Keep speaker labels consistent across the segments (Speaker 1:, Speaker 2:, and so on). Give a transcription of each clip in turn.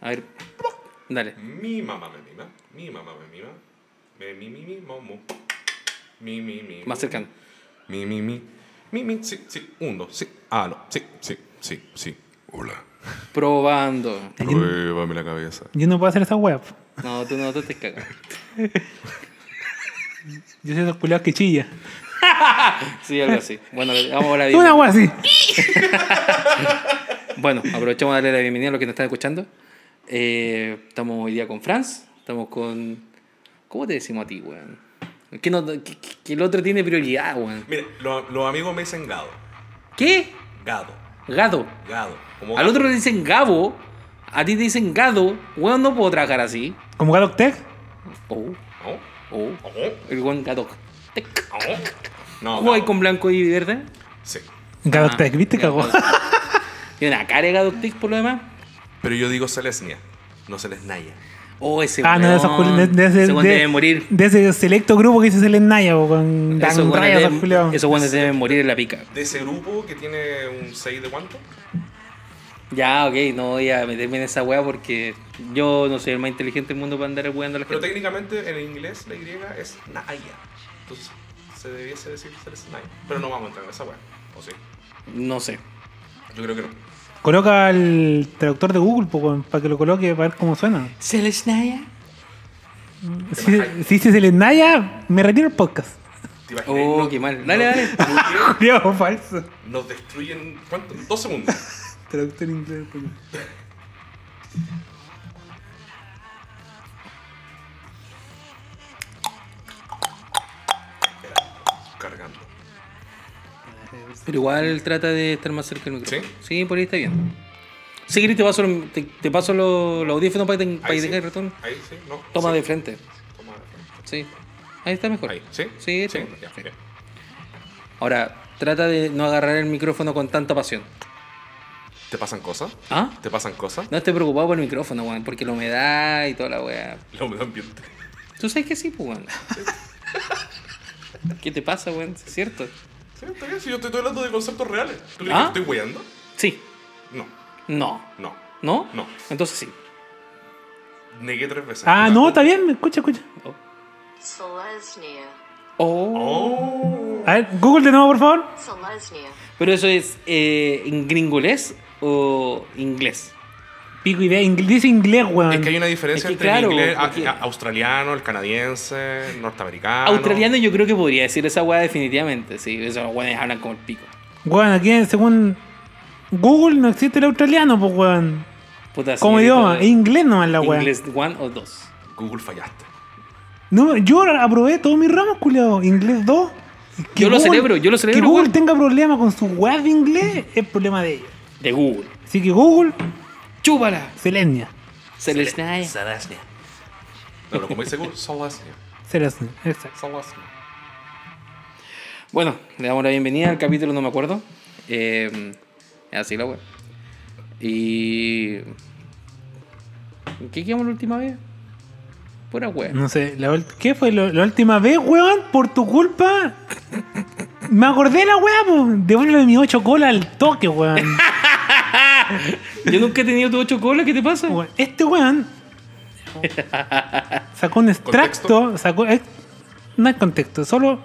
Speaker 1: A ver. Dale.
Speaker 2: Mi mamá me mima. Mi mamá me mima. Me mi mi mi momu. Mi mi mi.
Speaker 1: Más cercano.
Speaker 2: Mi mi mi. Mi mi sí sí uno sí ah no sí sí sí sí. Hola.
Speaker 1: Probando.
Speaker 2: Pruébame la cabeza.
Speaker 3: Yo no puedo hacer esa pues. web.
Speaker 1: No, tú no tú te cagas.
Speaker 3: Yo soy esos culiados que chilla.
Speaker 1: Sí, algo así. Bueno, vamos ahora a
Speaker 3: Una wea así.
Speaker 1: Bueno, aprovechamos de darle la bienvenida a los que nos están escuchando. Eh, estamos hoy día con Franz. Estamos con. ¿Cómo te decimos a ti, weón? Que, no- que- que- que el otro tiene prioridad, weón.
Speaker 2: Mira, lo- los amigos me dicen gado.
Speaker 1: ¿Qué?
Speaker 2: Gado.
Speaker 1: Gado.
Speaker 2: Gado. Como
Speaker 1: Al
Speaker 2: gato.
Speaker 1: otro le dicen Gabo. A ti te dicen Gado. Weón, no puedo trabajar así.
Speaker 3: Como Gadok Tech.
Speaker 1: Oh,
Speaker 2: Oh,
Speaker 1: oh.
Speaker 2: oh,
Speaker 1: El weón Gado. Tec.
Speaker 2: oh. No.
Speaker 1: ¿Jugáis
Speaker 2: gado.
Speaker 1: con blanco y verde?
Speaker 2: Sí.
Speaker 3: Gadok
Speaker 1: Ah,
Speaker 3: Tech, ¿viste, cagó?
Speaker 1: Tiene una cara de Gado Tec por lo demás.
Speaker 2: Pero yo digo Selesnia, no Selesnaya.
Speaker 1: Oh, ese
Speaker 3: Ah, no, de esos
Speaker 1: weón.
Speaker 3: culi- de- de-
Speaker 1: Ese weón
Speaker 3: de-
Speaker 1: debe morir.
Speaker 3: De ese selecto grupo que dice Selen Naya, po, con
Speaker 1: Esos
Speaker 3: Dan
Speaker 1: buenos
Speaker 3: Raya, esos
Speaker 1: deben-
Speaker 3: culiados.
Speaker 1: esos buenos deben morir en la pica.
Speaker 2: De ese grupo que tiene un 6 de cuánto?
Speaker 1: Ya, ok, no voy a meterme en esa weá porque yo no soy el más inteligente del mundo para andar weando a la
Speaker 2: Pero
Speaker 1: gente.
Speaker 2: técnicamente en inglés la Y es Naya. Entonces se debiese decir Selesnaya. Pero no vamos a entrar en esa weá. ¿O sí?
Speaker 1: No sé.
Speaker 2: Yo creo que no.
Speaker 3: Coloca el traductor de Google, po, weón, para que lo coloque, para ver cómo suena.
Speaker 1: ¿Selesnaya?
Speaker 3: Si, si dice Selen Naya, me retiro el podcast.
Speaker 2: ¿Te imaginas?
Speaker 1: Oh,
Speaker 2: No-
Speaker 1: qué mal. Dale, dale.
Speaker 2: Porque
Speaker 3: Culiado falso.
Speaker 2: Nos destruyen. ¿Cuánto? Dos segundos.
Speaker 3: Traductor inglés, español.
Speaker 2: Cargando.
Speaker 1: Pero igual trata de estar más cerca del micrófono.
Speaker 2: ¿Sí?
Speaker 1: Sí, por ahí está bien. Si querés te paso, el- te, te paso los, los audífonos para que te- para que
Speaker 2: sí.
Speaker 1: tengas el ratón.
Speaker 2: Ahí sí, no.
Speaker 1: Toma
Speaker 2: sí.
Speaker 1: de frente.
Speaker 2: Toma de frente.
Speaker 1: Sí. Ahí está mejor.
Speaker 2: Ahí, ¿sí?
Speaker 1: Sí, está
Speaker 2: sí.
Speaker 1: mejor.
Speaker 2: ya,
Speaker 1: Sí.
Speaker 2: bien.
Speaker 1: Ahora, trata de no agarrar el micrófono con tanta pasión.
Speaker 2: ¿Te pasan cosas?
Speaker 1: ¿Ah?
Speaker 2: ¿Te pasan cosas?
Speaker 1: No estoy preocupado por el micrófono, weón, porque la humedad y toda la weá.
Speaker 2: La humedad ambiente.
Speaker 1: Tú sabes que sí, pues, weón. ¿Qué te pasa, weón? ¿Es cierto?
Speaker 2: Sí, está bien, si yo te estoy hablando de conceptos reales. ¿Tú crees
Speaker 1: ¿Ah?
Speaker 2: que estoy weyando?
Speaker 1: Sí.
Speaker 2: No,
Speaker 1: No.
Speaker 2: no.
Speaker 1: ¿No?
Speaker 2: No.
Speaker 1: Entonces sí.
Speaker 2: Negué tres veces.
Speaker 3: Ah,
Speaker 2: Una-
Speaker 3: no, está bien, escucha, escucha.
Speaker 1: Oh.
Speaker 4: Selesnya.
Speaker 1: Oh.
Speaker 2: Oh.
Speaker 3: A ver, Google de nuevo, por favor.
Speaker 4: Selesnya.
Speaker 1: Pero eso es eh, en gringolés o inglés.
Speaker 3: Pico idea, ingl- dice inglés, weón.
Speaker 2: Es que hay una diferencia
Speaker 1: Es que
Speaker 2: entre
Speaker 1: claro,
Speaker 2: el inglés a-
Speaker 1: porque-
Speaker 2: a- australiano, el canadiense,
Speaker 1: Ah,
Speaker 2: norteamericano.
Speaker 1: Australiano yo creo que podría decir esa weá definitivamente, sí. Esos weones hablan como el pico.
Speaker 3: Weón, aquí según Google no existe el australiano, pues, weón.
Speaker 1: Puta, sí,
Speaker 3: Como
Speaker 1: yo
Speaker 3: idioma,
Speaker 1: creo-
Speaker 3: es inglés nomás la weón.
Speaker 1: Inglés one o dos.
Speaker 2: Google fallaste.
Speaker 3: No, yo aprobé todos mis ramos, culiado. Inglés 2. Que
Speaker 1: Yo lo celebro, yo lo celebro,
Speaker 3: Que Google
Speaker 1: weón.
Speaker 3: tenga problemas con su weas de inglés es problema de ellos.
Speaker 1: De Google.
Speaker 3: Así que Google,
Speaker 1: ¡Chúpala!
Speaker 3: Selenia.
Speaker 1: Se les naya.
Speaker 2: Sadasnia. No, pero como dice Google, Sadasnia.
Speaker 3: Selenia, exacto.
Speaker 2: Sadasnia.
Speaker 1: Bueno, le damos la bienvenida al capítulo, no me acuerdo. Eh, así la web. Y. ¿En ¿Qué quedamos la última vez? Pura web.
Speaker 3: No sé, la, ult- ¿qué fue lo- la última vez, weón? Por tu culpa. Me acordé de la wea, pues. Devuelve mi 8 cola al toque, weón.
Speaker 1: Yo nunca he tenido tu ocho colas, ¿qué te pasa?
Speaker 3: Bueno, Este weón sacó un extracto, sacó ex- no hay contexto, solo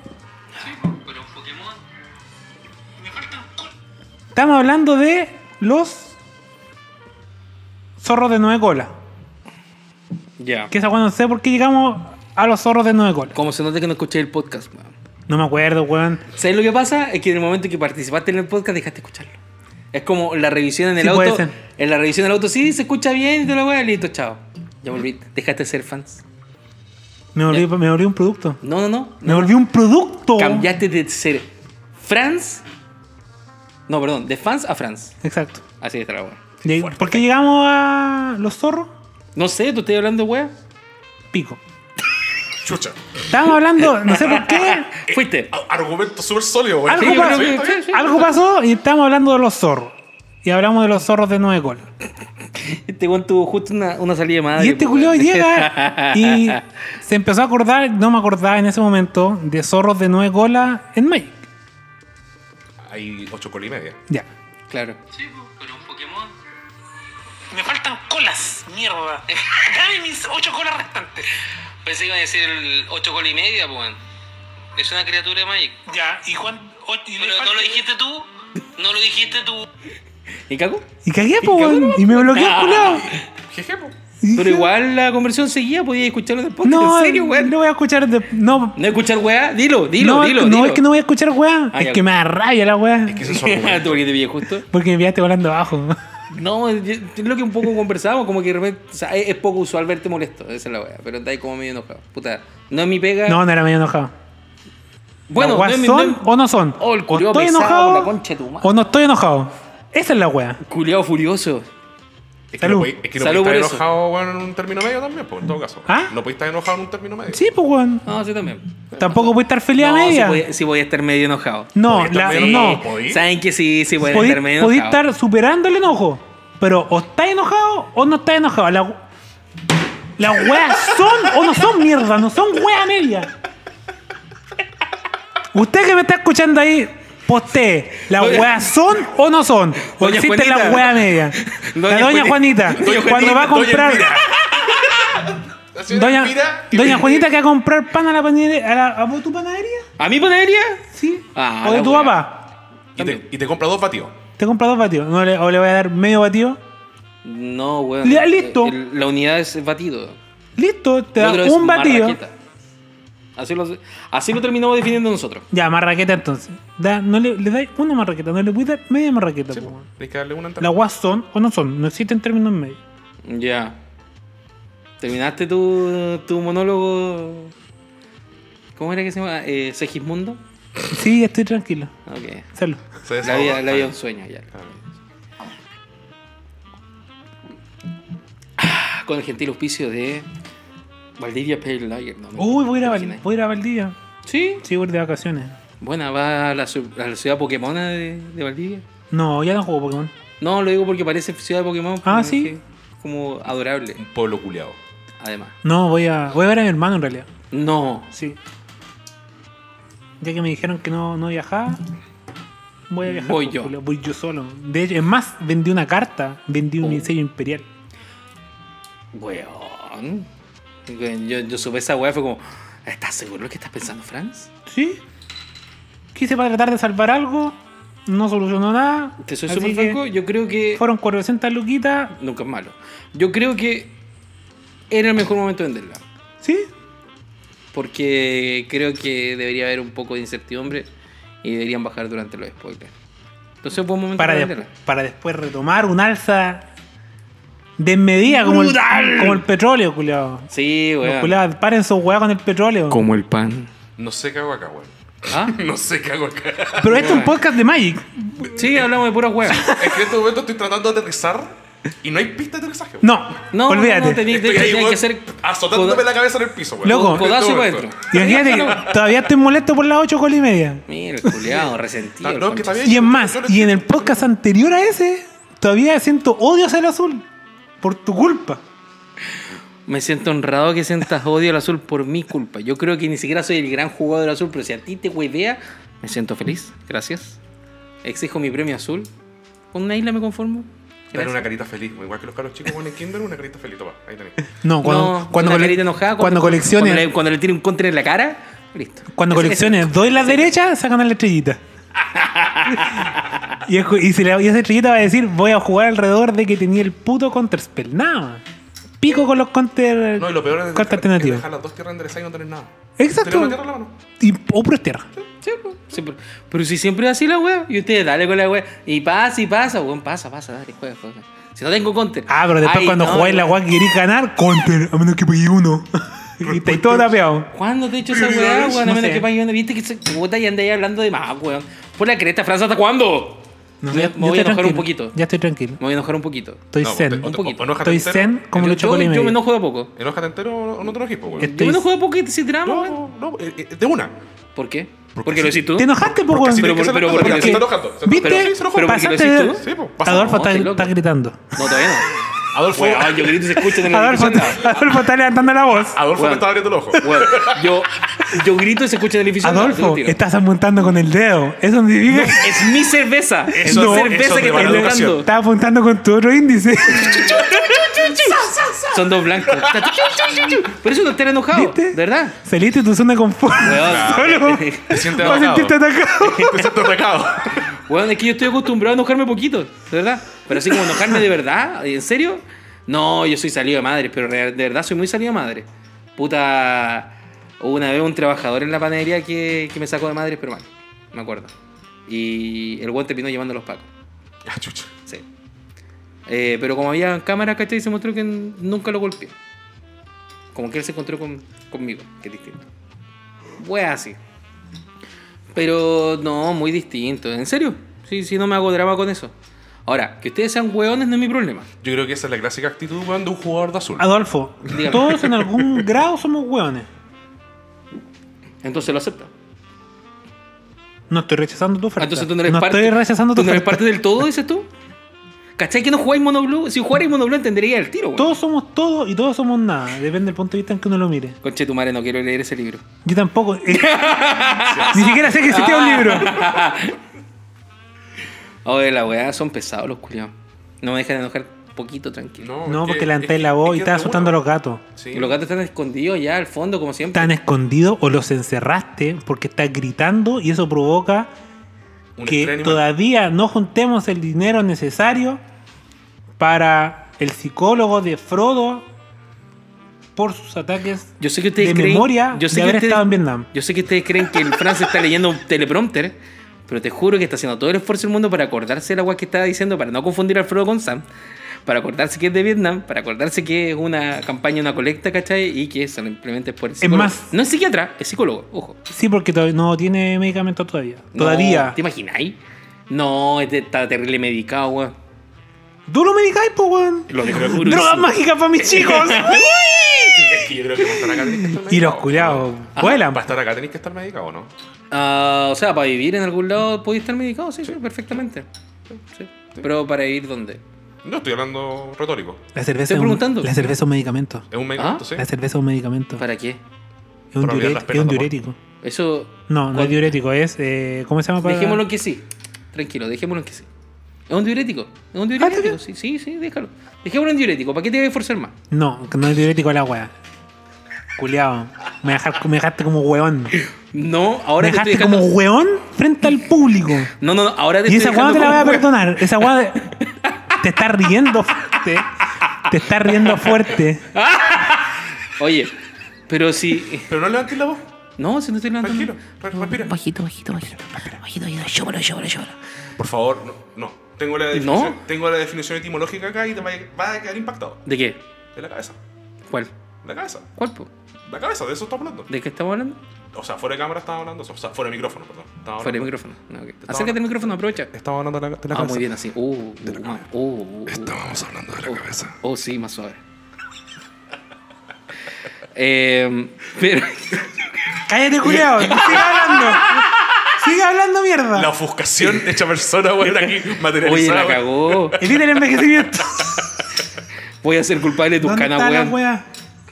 Speaker 3: Estamos hablando de los zorros de nueve colas.
Speaker 1: Ya.
Speaker 3: Que esa weón no sé por qué llegamos a los zorros de nueve colas.
Speaker 1: Como se nota que no escuché el podcast, weón.
Speaker 3: No me acuerdo, weón.
Speaker 1: ¿Sabes lo que pasa? Es que en el momento en que participaste en el podcast dejaste de escucharlo. Es como la revisión en el
Speaker 3: Sí, puede
Speaker 1: auto.
Speaker 3: ser.
Speaker 1: En la revisión del auto, sí, se escucha bien y te la weá, listo, chao. Ya volví. Dejaste de ser fans.
Speaker 3: Me volví, me volví un producto.
Speaker 1: No, no, no.
Speaker 3: Me volví un producto.
Speaker 1: Cambiaste de ser Franz. No, perdón, de fans a Franz.
Speaker 3: Exacto.
Speaker 1: Así está la weá.
Speaker 3: Lleg- ¿Por qué llegamos a los zorros?
Speaker 1: No sé, tú estás hablando de weá.
Speaker 3: Pico.
Speaker 2: Chucha.
Speaker 3: Estábamos hablando, no sé por qué,
Speaker 1: Fuiste.
Speaker 3: ah.
Speaker 2: A- Argumento súper sólido, güey.
Speaker 3: Algo
Speaker 1: Sí, yo
Speaker 3: pasó.
Speaker 1: creo que- sí, sí.
Speaker 3: Pues Algo pasó y estábamos hablando de los zorros. Y hablamos de los zorros de nueve colas.
Speaker 1: Este weón tuvo justo una, una salida de madre.
Speaker 3: Y este
Speaker 1: pues,
Speaker 3: culiao
Speaker 1: weón.
Speaker 3: llega y se empezó a acordar, no me acordaba en ese momento, de zorros de nueve colas en Magic.
Speaker 2: Hay ocho colas y media.
Speaker 3: Ya.
Speaker 1: Claro.
Speaker 5: Me faltan colas, mierda. Eh, Dame mis ocho colas restantes.
Speaker 6: Pensé que iban a decir el 8 gol y media, pues. weón. Es una criatura de Magic.
Speaker 5: Ya, y Juan. o- y le
Speaker 6: Pero no
Speaker 5: falta-
Speaker 6: lo dijiste tú. No lo dijiste tú.
Speaker 1: ¿Y cago?
Speaker 3: Y cagué, po, weón. Y me bloqueó el culado.
Speaker 7: Jeje, po.
Speaker 1: Pero igual la conversión seguía, podía escucharlo en el podcast.
Speaker 3: No,
Speaker 1: ¿En serio, weón?
Speaker 3: no voy a escuchar. de- no,
Speaker 1: No escuchar weá, dilo, dilo,
Speaker 3: no, es
Speaker 1: dilo.
Speaker 3: que- no,
Speaker 1: dilo.
Speaker 3: es que no voy a escuchar, weá.
Speaker 1: Ah,
Speaker 3: es
Speaker 1: ya.
Speaker 3: que me da rabia la weá.
Speaker 7: Que esos son weas.
Speaker 1: ¿Tú por qué te pillé justo?
Speaker 3: Porque me pillaste volando abajo.
Speaker 1: No, es es lo que un poco conversamos, como que de repente, o sea, es, es poco usual verte molesto, esa es la weá, pero estáis como medio enojado. Puta, no es mi pega.
Speaker 3: No, no era medio enojado.
Speaker 1: bueno,
Speaker 3: Las weas
Speaker 1: no es mi-
Speaker 3: son
Speaker 1: no es-
Speaker 3: o no son.
Speaker 1: Oh, el
Speaker 3: o
Speaker 1: culiao
Speaker 3: estoy
Speaker 1: pesado,
Speaker 3: enojado
Speaker 1: la concha de tu madre.
Speaker 3: o no estoy enojado. Esa es la weá.
Speaker 1: Culeado furioso.
Speaker 7: Es que
Speaker 3: Salud.
Speaker 7: no podéis es que no
Speaker 1: Salud
Speaker 7: podéis
Speaker 1: por
Speaker 7: estar
Speaker 1: eso.
Speaker 7: enojado bueno, en un término medio también, pues, en todo caso.
Speaker 3: ¿Ah?
Speaker 7: No podéis estar enojado en un término medio.
Speaker 3: Sí, pues, weón.
Speaker 1: No, sí también.
Speaker 3: Tampoco puede estar feliz a
Speaker 1: no, sí
Speaker 3: media.
Speaker 1: voy, sí voy a estar medio enojado.
Speaker 3: No,
Speaker 7: Podía estar
Speaker 3: la-
Speaker 7: medio
Speaker 3: no.
Speaker 7: enojado. ¿Podí?
Speaker 1: ¿Saben que sí, sí voy a
Speaker 3: Podí-
Speaker 1: estar medio
Speaker 3: podí
Speaker 1: enojado?
Speaker 3: estar superando el enojo. Pero o estás enojado o no estás enojado. La- Las weas son o no son mierda, no son wea media. Usted que me está escuchando ahí, postee. ¿Las
Speaker 1: Doña-
Speaker 3: weas son o no son? ¿O
Speaker 1: Doña
Speaker 3: existe
Speaker 1: Juanita.
Speaker 3: la wea media?
Speaker 1: Doña
Speaker 3: la doña
Speaker 1: Juanita.
Speaker 3: Juanita,
Speaker 1: Doña
Speaker 3: cuando
Speaker 1: Juanita,
Speaker 3: va a comprar.
Speaker 7: Doña, Elvira. La señora
Speaker 3: Doña,
Speaker 7: Elvira, que
Speaker 3: doña
Speaker 7: me-
Speaker 3: Juanita que va a comprar pan a la panadería. ¿A, la- a tu panadería?
Speaker 1: ¿A mí panadería?
Speaker 3: ¿Sí?
Speaker 1: Ah,
Speaker 3: ¿O de
Speaker 1: la
Speaker 3: tu
Speaker 1: wea.
Speaker 3: papá?
Speaker 7: Y te, y te compra dos batidos.
Speaker 3: Te compra dos batidos. No, le- ¿O le voy a dar medio batido?
Speaker 1: No, weón.
Speaker 3: Ya, listo.
Speaker 1: El- la unidad es batido.
Speaker 3: Listo, te
Speaker 1: Lo
Speaker 3: da
Speaker 1: otro es
Speaker 3: un batido.
Speaker 1: marraqueta. Así lo, así lo terminamos definiendo nosotros.
Speaker 3: Ya, marraqueta entonces. Da- no le, le dais una marraqueta, no le puedes dar media marraqueta.
Speaker 7: Sí,
Speaker 3: po.
Speaker 7: pues. Tienes que darle una
Speaker 3: Las
Speaker 7: entrada.
Speaker 3: guas son o no son, no existen términos medios.
Speaker 1: Ya. ¿Terminaste tu, tu monólogo? ¿Cómo era que se llama? Eh, ¿Segismundo?
Speaker 3: Sí, ya estoy tranquilo.
Speaker 1: Ok.
Speaker 3: Salud.
Speaker 7: Se
Speaker 1: La
Speaker 7: desahoga.
Speaker 1: vida, la vida es un sueño, ya.
Speaker 7: Ah, bien.
Speaker 1: Ah, Con el gentil auspicio de Valdivia Pale Lager. No, no,
Speaker 3: Uy, voy a ir a,
Speaker 1: ¿te
Speaker 3: Val-
Speaker 1: imaginas?
Speaker 3: voy a, ir a Valdivia.
Speaker 1: Sí.
Speaker 3: Sí, voy de vacaciones.
Speaker 1: Buena, va a la, su- a la ciudad Pokémona de, de Valdivia.
Speaker 3: No, ya no juego Pokémon.
Speaker 1: No, lo digo porque parece ciudad de Pokémon.
Speaker 3: Ah,
Speaker 1: como
Speaker 3: ¿sí?
Speaker 1: que- Como adorable,
Speaker 7: Un pueblo culiado.
Speaker 1: además.
Speaker 3: No, voy a, voy a ver a mi hermano en realidad.
Speaker 1: No.
Speaker 3: Sí. Ya que me dijeron que no, no viajaba, voy a viajar.
Speaker 1: Voy
Speaker 3: po,
Speaker 1: yo.
Speaker 3: culo. Voy yo solo. De hecho, es más, vendí una carta, vendí un
Speaker 1: Oh.
Speaker 3: sello imperial.
Speaker 1: Weón. Yo, yo supe esa weá fue como. ¿Estás seguro de lo que estás pensando, Franz?
Speaker 3: Sí. Quise para tratar de salvar algo, no solucionó nada.
Speaker 1: Te soy
Speaker 3: así
Speaker 1: súper
Speaker 3: que
Speaker 1: franco, yo creo que.
Speaker 3: Fueron 400 luquitas.
Speaker 1: Nunca es malo. Yo creo que era el mejor momento de venderla.
Speaker 3: Sí.
Speaker 1: Porque creo que debería haber un poco de incertidumbre y deberían bajar durante los spoilers. Entonces, buen momento
Speaker 3: Para,
Speaker 1: para,
Speaker 3: de-
Speaker 1: venderla.
Speaker 3: para después retomar un alza desmedida como el, como el petróleo, culiao.
Speaker 1: Sí,
Speaker 3: Los
Speaker 1: weón.
Speaker 3: culiados, paren esos weá con el petróleo.
Speaker 1: Como el pan.
Speaker 7: No sé qué hago acá, weón.
Speaker 1: ¿Ah?
Speaker 7: No sé qué hago acá.
Speaker 3: Pero esto es un podcast de Magic.
Speaker 1: Sí, hablamos de puras weas.
Speaker 7: Es que en este momento estoy tratando de aterrizar y no hay pista de aterrizaje. weón.
Speaker 3: No,
Speaker 1: No,
Speaker 3: olvídate.
Speaker 1: no, no, tení-
Speaker 7: Estoy
Speaker 1: tení-
Speaker 7: ahí,
Speaker 1: tenía
Speaker 7: weón,
Speaker 1: que hacer.
Speaker 7: azotándome
Speaker 1: coda-
Speaker 7: la cabeza en el piso, weón.
Speaker 3: Loco.
Speaker 7: En este
Speaker 1: Codazo para
Speaker 7: momento.
Speaker 1: adentro.
Speaker 3: Imagínate que todavía estoy molesto por las 8 con y media.
Speaker 1: Mira, el culiado, resentido.
Speaker 7: Ah,
Speaker 1: el
Speaker 7: no, que está
Speaker 1: concha.
Speaker 7: bien.
Speaker 3: Y
Speaker 7: yo-
Speaker 3: es más,
Speaker 7: yo lo
Speaker 3: y en el
Speaker 7: entiendo.
Speaker 3: podcast anterior a ese, todavía siento odio hacia el azul. Por tu culpa.
Speaker 1: Me siento honrado que sientas odio al azul por mi culpa. Yo creo que ni siquiera soy el gran jugador azul, pero si a ti te huevea, me siento feliz. Gracias. Exijo mi premio azul. Con una isla me conformo.
Speaker 7: Dale
Speaker 1: Gracias.
Speaker 7: una carita feliz, weón. igual que los caros chicos, weón, en Kinder, una carita feliz, toma, ahí tenés.
Speaker 3: No, cuando,
Speaker 1: No,
Speaker 3: cuando,
Speaker 1: una
Speaker 3: cole-
Speaker 1: carita enojada,
Speaker 3: cuando colecciones,
Speaker 1: Cuando le, cuando le tire un contra en la cara, listo.
Speaker 3: cuando
Speaker 1: Ese-
Speaker 3: colecciones doy la derecha, sacan la estrellita. y, es ju- y si le- y esa estrellita va a decir, voy a jugar alrededor de que tenía el puto counterspell. Nada. Pico con los counter.
Speaker 7: No, y lo peor es,
Speaker 3: counter
Speaker 7: dejar, es
Speaker 3: alternativo.
Speaker 7: dejar las dos tierras enderezadas y no tener nada.
Speaker 3: Exacto.
Speaker 7: Tener una tierra en la mano.
Speaker 3: Y, o pro tierra.
Speaker 1: Sí, po, sí, pero, pero si siempre es así la wea, y ustedes dale con la wea, y pasa y pasa, weón, pasa, pasa, dale, juega, juega. Si no tengo counter.
Speaker 3: Ah, pero después
Speaker 1: Ay,
Speaker 3: cuando
Speaker 1: no,
Speaker 3: jugáis la
Speaker 1: weón.
Speaker 3: guay que queréis ganar, counter, a menos que pegué uno. y estáis todo tapeado.
Speaker 1: ¿Cuándo te he dicho esa weá, weón?
Speaker 3: No
Speaker 1: a menos
Speaker 3: sé.
Speaker 1: que para viste que se puta y andáis hablando de más, weón. Por la cresta, Franza, ¿hasta cuándo?
Speaker 3: No,
Speaker 1: me,
Speaker 3: ya-
Speaker 1: me
Speaker 3: ya
Speaker 1: voy a
Speaker 3: estoy
Speaker 1: enojar un
Speaker 3: tranquilo.
Speaker 1: poquito.
Speaker 3: Ya estoy tranquilo.
Speaker 1: Me voy a enojar un poquito.
Speaker 3: Estoy
Speaker 7: No,
Speaker 3: zen.
Speaker 7: o te- o-
Speaker 1: poquito.
Speaker 7: o enójate
Speaker 3: Estoy
Speaker 7: entero-
Speaker 3: zen como
Speaker 1: Yo-
Speaker 3: los
Speaker 1: yo,
Speaker 3: chocolates.
Speaker 1: yo me enojo de a poco.
Speaker 7: Enójate entero o no te enojes, po, weón.
Speaker 3: Estoy-
Speaker 1: Yo me enojo de a poco y sin drama,
Speaker 7: No,
Speaker 1: weón.
Speaker 7: no, eh, eh, de una.
Speaker 1: ¿Por qué?
Speaker 7: Porque
Speaker 1: Porque lo
Speaker 7: así-
Speaker 1: hiciste tú.
Speaker 3: Te enojaste, po,
Speaker 7: Porque
Speaker 3: weón.
Speaker 7: así
Speaker 1: Pero-
Speaker 7: tiene que ser
Speaker 1: pero-
Speaker 7: la
Speaker 1: pero
Speaker 7: cosa,
Speaker 1: porque-
Speaker 7: se está enojando. se está
Speaker 3: ¿Viste?
Speaker 7: enojando. Sí, se enojó.
Speaker 1: pero porque lo
Speaker 3: Pasaste
Speaker 1: hiciste
Speaker 3: de-
Speaker 1: tú.
Speaker 7: Sí, po, pasa.
Speaker 3: Adolfo
Speaker 1: No,
Speaker 3: está,
Speaker 1: estoy loco.
Speaker 3: está gritando.
Speaker 1: No, todavía no.
Speaker 7: Adolfo,
Speaker 1: Weón, yo grito y se escucha en el
Speaker 3: Adolfo,
Speaker 1: edificio. al lado.
Speaker 3: Adolfo está levantando la voz.
Speaker 7: Adolfo
Speaker 1: Weón.
Speaker 7: me estaba abriendo el ojo.
Speaker 1: Weón, yo, yo grito y se escucha en el edificio. al lado,
Speaker 3: Adolfo,
Speaker 1: te lo tiro.
Speaker 3: estás apuntando con el dedo. Eso significa
Speaker 1: Es mi cerveza. Es
Speaker 7: Eso-
Speaker 1: mi
Speaker 7: eso
Speaker 1: cerveza
Speaker 7: te
Speaker 1: que
Speaker 7: va
Speaker 1: estoy
Speaker 7: la educación.
Speaker 1: logrando.
Speaker 3: estás apuntando con tu otro índice.
Speaker 1: Son dos blancos. Por eso no estar enojado.
Speaker 3: ¿Viste?
Speaker 1: ¿De verdad?
Speaker 3: Saliste de tu zona de confort.
Speaker 1: Weón.
Speaker 3: Solo
Speaker 7: Te sientes
Speaker 3: para
Speaker 7: atacado.
Speaker 3: sentirte atacado.
Speaker 7: Te siento atacado.
Speaker 1: Weón, es que yo estoy acostumbrado a enojarme poquito, de verdad. Pero así como enojarme de verdad, ¿en serio? No, yo soy salido de madre, pero de de verdad soy muy salido de madre. Puta. Hubo una vez un trabajador en la panadería que, que me sacó de madre, pero mal. Me acuerdo. Y el weón terminó llevando a los pacos.
Speaker 7: Ah, chucha.
Speaker 1: Sí. Eh, pero como había cámaras, ¿cachai? Se mostró que n- nunca lo golpeé. Como que él se encontró con- conmigo, que es distinto. Wea así. Pero no, muy distinto. En serio, sí, sí, no me hago drama con eso. Ahora, que ustedes sean weones no es mi problema.
Speaker 7: Yo creo que esa es la clásica actitud, weón, de un jugador de
Speaker 3: Ah,
Speaker 7: azul.
Speaker 3: Adolfo,
Speaker 1: Dígame.
Speaker 3: todos en algún grado somos hueones.
Speaker 1: Entonces lo acepto.
Speaker 3: No estoy rechazando tu
Speaker 1: Ah,
Speaker 3: oferta.
Speaker 1: Entonces tú no eres parte.
Speaker 3: estoy rechazando tu
Speaker 1: tú no eres
Speaker 3: oferta.
Speaker 1: parte del todo, dices tú. ¿Cachai que no jugáis monoblue? Si jugarais monoblue entendería el tiro, weón.
Speaker 3: Todos somos todo y todos somos nada. Depende del punto de vista en que uno lo mire.
Speaker 1: Conche tu madre, no quiero leer ese libro.
Speaker 3: Yo tampoco. eh, ni siquiera sé que existía
Speaker 1: Ah.
Speaker 3: un libro.
Speaker 1: Oye, la weá, son pesados los culiados. No me dejan enojar poquito, tranquilo.
Speaker 3: No,
Speaker 7: es que-
Speaker 3: porque levanté
Speaker 7: es que-
Speaker 3: la
Speaker 7: es
Speaker 3: voz
Speaker 7: que
Speaker 3: y estaba
Speaker 7: es de
Speaker 3: asustando a
Speaker 7: huevo.
Speaker 3: los gatos.
Speaker 7: Sí.
Speaker 1: Y los gatos están escondidos ya al fondo, como siempre.
Speaker 3: Están escondidos o los encerraste porque estás gritando y eso provoca
Speaker 7: Un
Speaker 3: que
Speaker 7: estreno animal.
Speaker 3: todavía no juntemos el dinero necesario para el psicólogo de Frodo por sus ataques
Speaker 1: Yo sé que ustedes
Speaker 3: de
Speaker 1: creen.
Speaker 3: memoria
Speaker 1: yo sé que
Speaker 3: de haber
Speaker 1: ustedes-
Speaker 3: estado en Vietnam.
Speaker 1: Yo sé que ustedes creen que el Franz está leyendo un teleprompter, pero te juro que está haciendo todo el esfuerzo del mundo para acordarse de la weá que estaba diciendo, para no confundir al Frodo con Sam, para acordarse que es de Vietnam, para acordarse que es una campaña, una colecta, ¿cachai? Y que se lo implemente por el psicólogo.
Speaker 3: más-
Speaker 1: No es psiquiatra, es psicólogo, ojo.
Speaker 3: Sí, porque todavía no tiene medicamento todavía.
Speaker 1: No,
Speaker 3: Todavía.
Speaker 1: ¿Te imagináis? No, este está terrible medicado, weón.
Speaker 3: ¿Tú lo medicáis, po, weón?
Speaker 1: Lo juro.
Speaker 3: Drogas mágicas para mis chicos.
Speaker 7: Es que yo creo que para estar acá tenés que estar
Speaker 3: y los
Speaker 7: medicado,
Speaker 3: culiados
Speaker 7: weón.
Speaker 3: vuelan.
Speaker 7: Para estar acá tenés que estar medicado, ¿no?
Speaker 1: Ah, o sea, para vivir en algún lado podéis estar medicado, sí, sí, perfectamente. Sí, sí. Pero para ir dónde?
Speaker 7: No, estoy hablando retórico.
Speaker 3: La cerveza,
Speaker 1: Estoy
Speaker 3: es un,
Speaker 1: preguntando.
Speaker 3: la cerveza es un medicamento.
Speaker 7: Es un medicamento,
Speaker 1: ¿Ah?
Speaker 7: ¿sí?
Speaker 3: La cerveza es un medicamento.
Speaker 1: ¿Para qué?
Speaker 3: Es un,
Speaker 7: Para olvidar
Speaker 3: diure-
Speaker 7: las
Speaker 3: es
Speaker 7: penas
Speaker 3: un
Speaker 7: de amor.
Speaker 3: diurético.
Speaker 1: Eso.
Speaker 3: No, no
Speaker 1: ¿Cuál?
Speaker 3: es diurético, es. eh, ¿Cómo se llama? Para...
Speaker 1: Dejémoslo en que sí. Tranquilo, dejémoslo en que sí. Es un diurético. Es un
Speaker 3: Ah, está
Speaker 1: diurético. Sí, sí, sí, déjalo. Dejémoslo en diurético. ¿Para qué te voy a esforzar más?
Speaker 3: No, que no es diurético la weá. Culeado. Me, dejar- me dejaste como weón.
Speaker 1: No,
Speaker 3: Me
Speaker 1: ahora te
Speaker 3: dejaste
Speaker 1: estoy dejando.
Speaker 3: como weón frente al público.
Speaker 1: No, no, no, ahora te
Speaker 3: Y esa
Speaker 1: estoy
Speaker 3: weá no
Speaker 1: dejando.
Speaker 3: te la voy a
Speaker 1: como hueón.
Speaker 3: perdonar. Esa weá de- te está riendo fuerte. Te está riendo fuerte.
Speaker 1: Oye, pero si.
Speaker 7: Pero no levantes la voz.
Speaker 1: No, si no estoy levantando.
Speaker 7: Tranquilo. re- Respira.
Speaker 8: Bajito, bajito, bajito. Bajito, bajito. Llévalo, llévalo, llévalo.
Speaker 7: Por favor, no. no. Tengo, la definición,
Speaker 1: ¿No?
Speaker 7: tengo la definición etimológica acá y te vas a, vas a quedar impactado.
Speaker 1: ¿De qué?
Speaker 7: De la cabeza.
Speaker 1: ¿Cuál?
Speaker 7: La cabeza.
Speaker 1: ¿Cuál? po?
Speaker 7: La cabeza, de eso estamos hablando.
Speaker 1: ¿De qué estamos hablando?
Speaker 7: O sea, fuera de cámara estábamos hablando. O sea, fuera de micrófono, perdón. Estábamos
Speaker 1: Fuera de
Speaker 3: pues.
Speaker 7: hablando-
Speaker 1: micrófono. No, ok. Acércate al micrófono, aprovecha.
Speaker 7: Estábamos hablando de la, de la
Speaker 1: Ah,
Speaker 7: cabeza.
Speaker 1: muy bien, así. Uh, uh, uh, uh, uh.
Speaker 7: Estábamos hablando de la cabeza.
Speaker 1: Oh, sí, más suave. Eh, pero,
Speaker 3: Cállate, culeado. Sigue hablando. Sigue hablando mierda.
Speaker 2: Ah.
Speaker 7: La ofuscación de esta persona, weón, aquí materializada.
Speaker 1: oye, la
Speaker 7: weón.
Speaker 1: cagó.
Speaker 3: Evita el envejecimiento.
Speaker 1: Voy a ser culpable de tus
Speaker 3: ¿Dónde
Speaker 1: canas,
Speaker 3: está la
Speaker 1: weón.
Speaker 3: weá?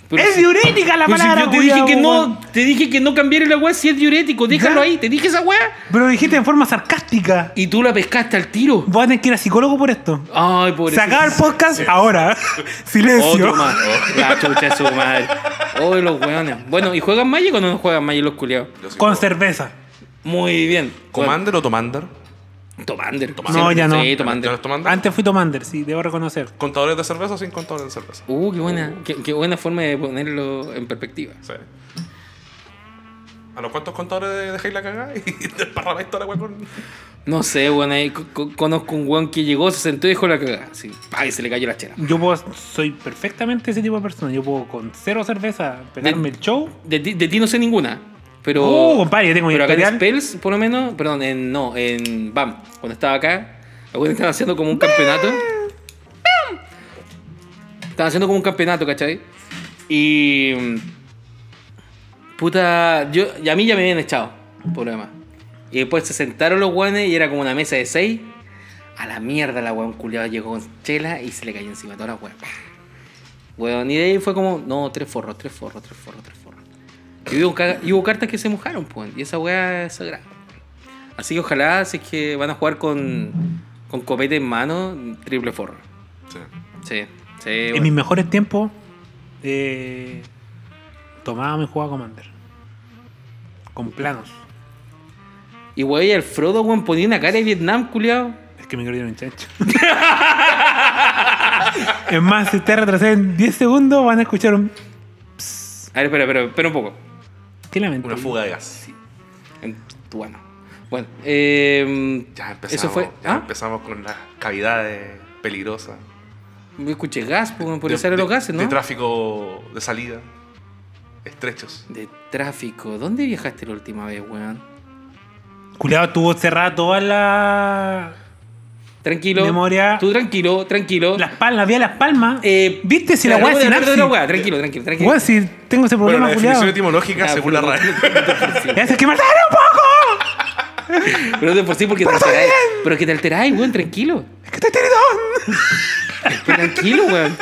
Speaker 1: Pero
Speaker 3: es
Speaker 1: si-
Speaker 3: diurética la
Speaker 1: pero si
Speaker 3: palabra.
Speaker 1: yo te dije
Speaker 3: culiao,
Speaker 1: que
Speaker 3: weón.
Speaker 1: no, te dije que no cambiara la weá si es diurético. Déjalo
Speaker 3: Ya.
Speaker 1: ahí, te dije esa weá.
Speaker 3: Pero lo dijiste en forma sarcástica.
Speaker 1: Y tú la pescaste al tiro.
Speaker 3: Voy a tener que ir a psicólogo por esto.
Speaker 1: Ay, pobre.
Speaker 3: Se acaba el podcast ahora. Silencio.
Speaker 1: Otro más. Oh, La chucha de su madre. Oh, los weones. Bueno, ¿y juegan Magic o no juegan Magic los culiados?
Speaker 7: Yo soy
Speaker 3: Con
Speaker 7: como-
Speaker 3: cerveza.
Speaker 1: Muy bien.
Speaker 7: ¿Commander o Tomander?
Speaker 1: Tomander.
Speaker 3: No, ya no.
Speaker 1: Sí,
Speaker 7: ¿Ya no
Speaker 1: Tomander.
Speaker 7: es Tomander?
Speaker 3: Antes fui Tomander, sí, debo reconocer.
Speaker 7: ¿Contadores de cerveza o sin contadores de cerveza?
Speaker 1: Uh, qué buena, qué, qué buena forma de ponerlo en perspectiva.
Speaker 7: Sí. ¿A los cuantos contadores dejáis la cagada y desparramáis toda la weá con.
Speaker 1: No sé, weón, ahí co- co- conozco un weón que llegó, se sentó y dejó la cagada. Sí, ay, se le cayó la chela.
Speaker 3: Yo puedo, soy perfectamente ese tipo de persona. Yo puedo con cero cerveza pegarme
Speaker 1: De-
Speaker 3: el show.
Speaker 1: De, ti- de ti no sé ninguna, pero...
Speaker 3: Oh, compadre, yo tengo mi
Speaker 1: Pero acá en
Speaker 3: historial.
Speaker 1: Spells, por lo menos, perdón, en, no, en BAM, cuando estaba acá, los weones estaban haciendo como un campeonato. ¡Bam! Estaban haciendo como un campeonato, ¿cachai? Y... mm, Puta, yo, y a mí ya me habían echado, por lo demás. Y después se sentaron los guanes y era como una mesa de seis. A la mierda la weón culiado llegó con chela y se le cayó encima toda la weón. Weón, y de ahí fue como, no, tres forros, tres forros, tres forros, tres forros. Y hubo, ca- y hubo cartas que se mojaron, pues, y esa weá es sagrada. Así que ojalá, si es que van a jugar con, con copete en mano, triple forro.
Speaker 2: Sí.
Speaker 1: Sí, sí.
Speaker 3: En
Speaker 1: weón.
Speaker 3: mis mejores tiempos, eh, tomaba mi jugaba Commander. Con planos.
Speaker 1: Y weón, y el Frodo, weón, ponía una cara de Vietnam, culiado.
Speaker 3: Es que me quiero ir a un chancho. es más, si te retrasas en 10 segundos, van a escuchar un.
Speaker 1: A ver, espera, espera, espera un poco.
Speaker 3: Qué lamentable.
Speaker 2: Una fuga de gas.
Speaker 1: En tu mano. Bueno, eh,
Speaker 2: Ya empezamos.
Speaker 1: Eso fue.
Speaker 2: Ya
Speaker 1: ¿Ah?
Speaker 2: empezamos con las cavidades peligrosas.
Speaker 1: Me escuché gas, por, por
Speaker 2: De-
Speaker 1: eso eran
Speaker 2: de-
Speaker 1: los gases, ¿no?
Speaker 2: De tráfico de salida. Estrechos.
Speaker 1: De tráfico. ¿Dónde viajaste la última vez, weón?
Speaker 3: Culeado tuvo cerrada todas las.
Speaker 1: Tranquilo.
Speaker 3: Memoria.
Speaker 1: Tú tranquilo, tranquilo.
Speaker 3: Las palmas, había las palmas.
Speaker 1: Eh,
Speaker 3: ¿Viste si la
Speaker 1: Espera, no voy
Speaker 3: weá es
Speaker 1: a hablar de
Speaker 3: sinapsis?
Speaker 1: otra weá. Tranquilo, tranquilo, tranquilo.
Speaker 3: Weá, si tengo ese
Speaker 2: Bueno,
Speaker 3: problema,
Speaker 2: la definición
Speaker 3: culiado.
Speaker 2: etimológica
Speaker 1: Ya,
Speaker 2: según la radio.
Speaker 3: Hace que mataron un poco.
Speaker 1: Pero de por sí porque te alteráis. Pero que te alteráis, weón, tranquilo.
Speaker 3: Es que estoy tiritón.
Speaker 1: Tranquilo, weón.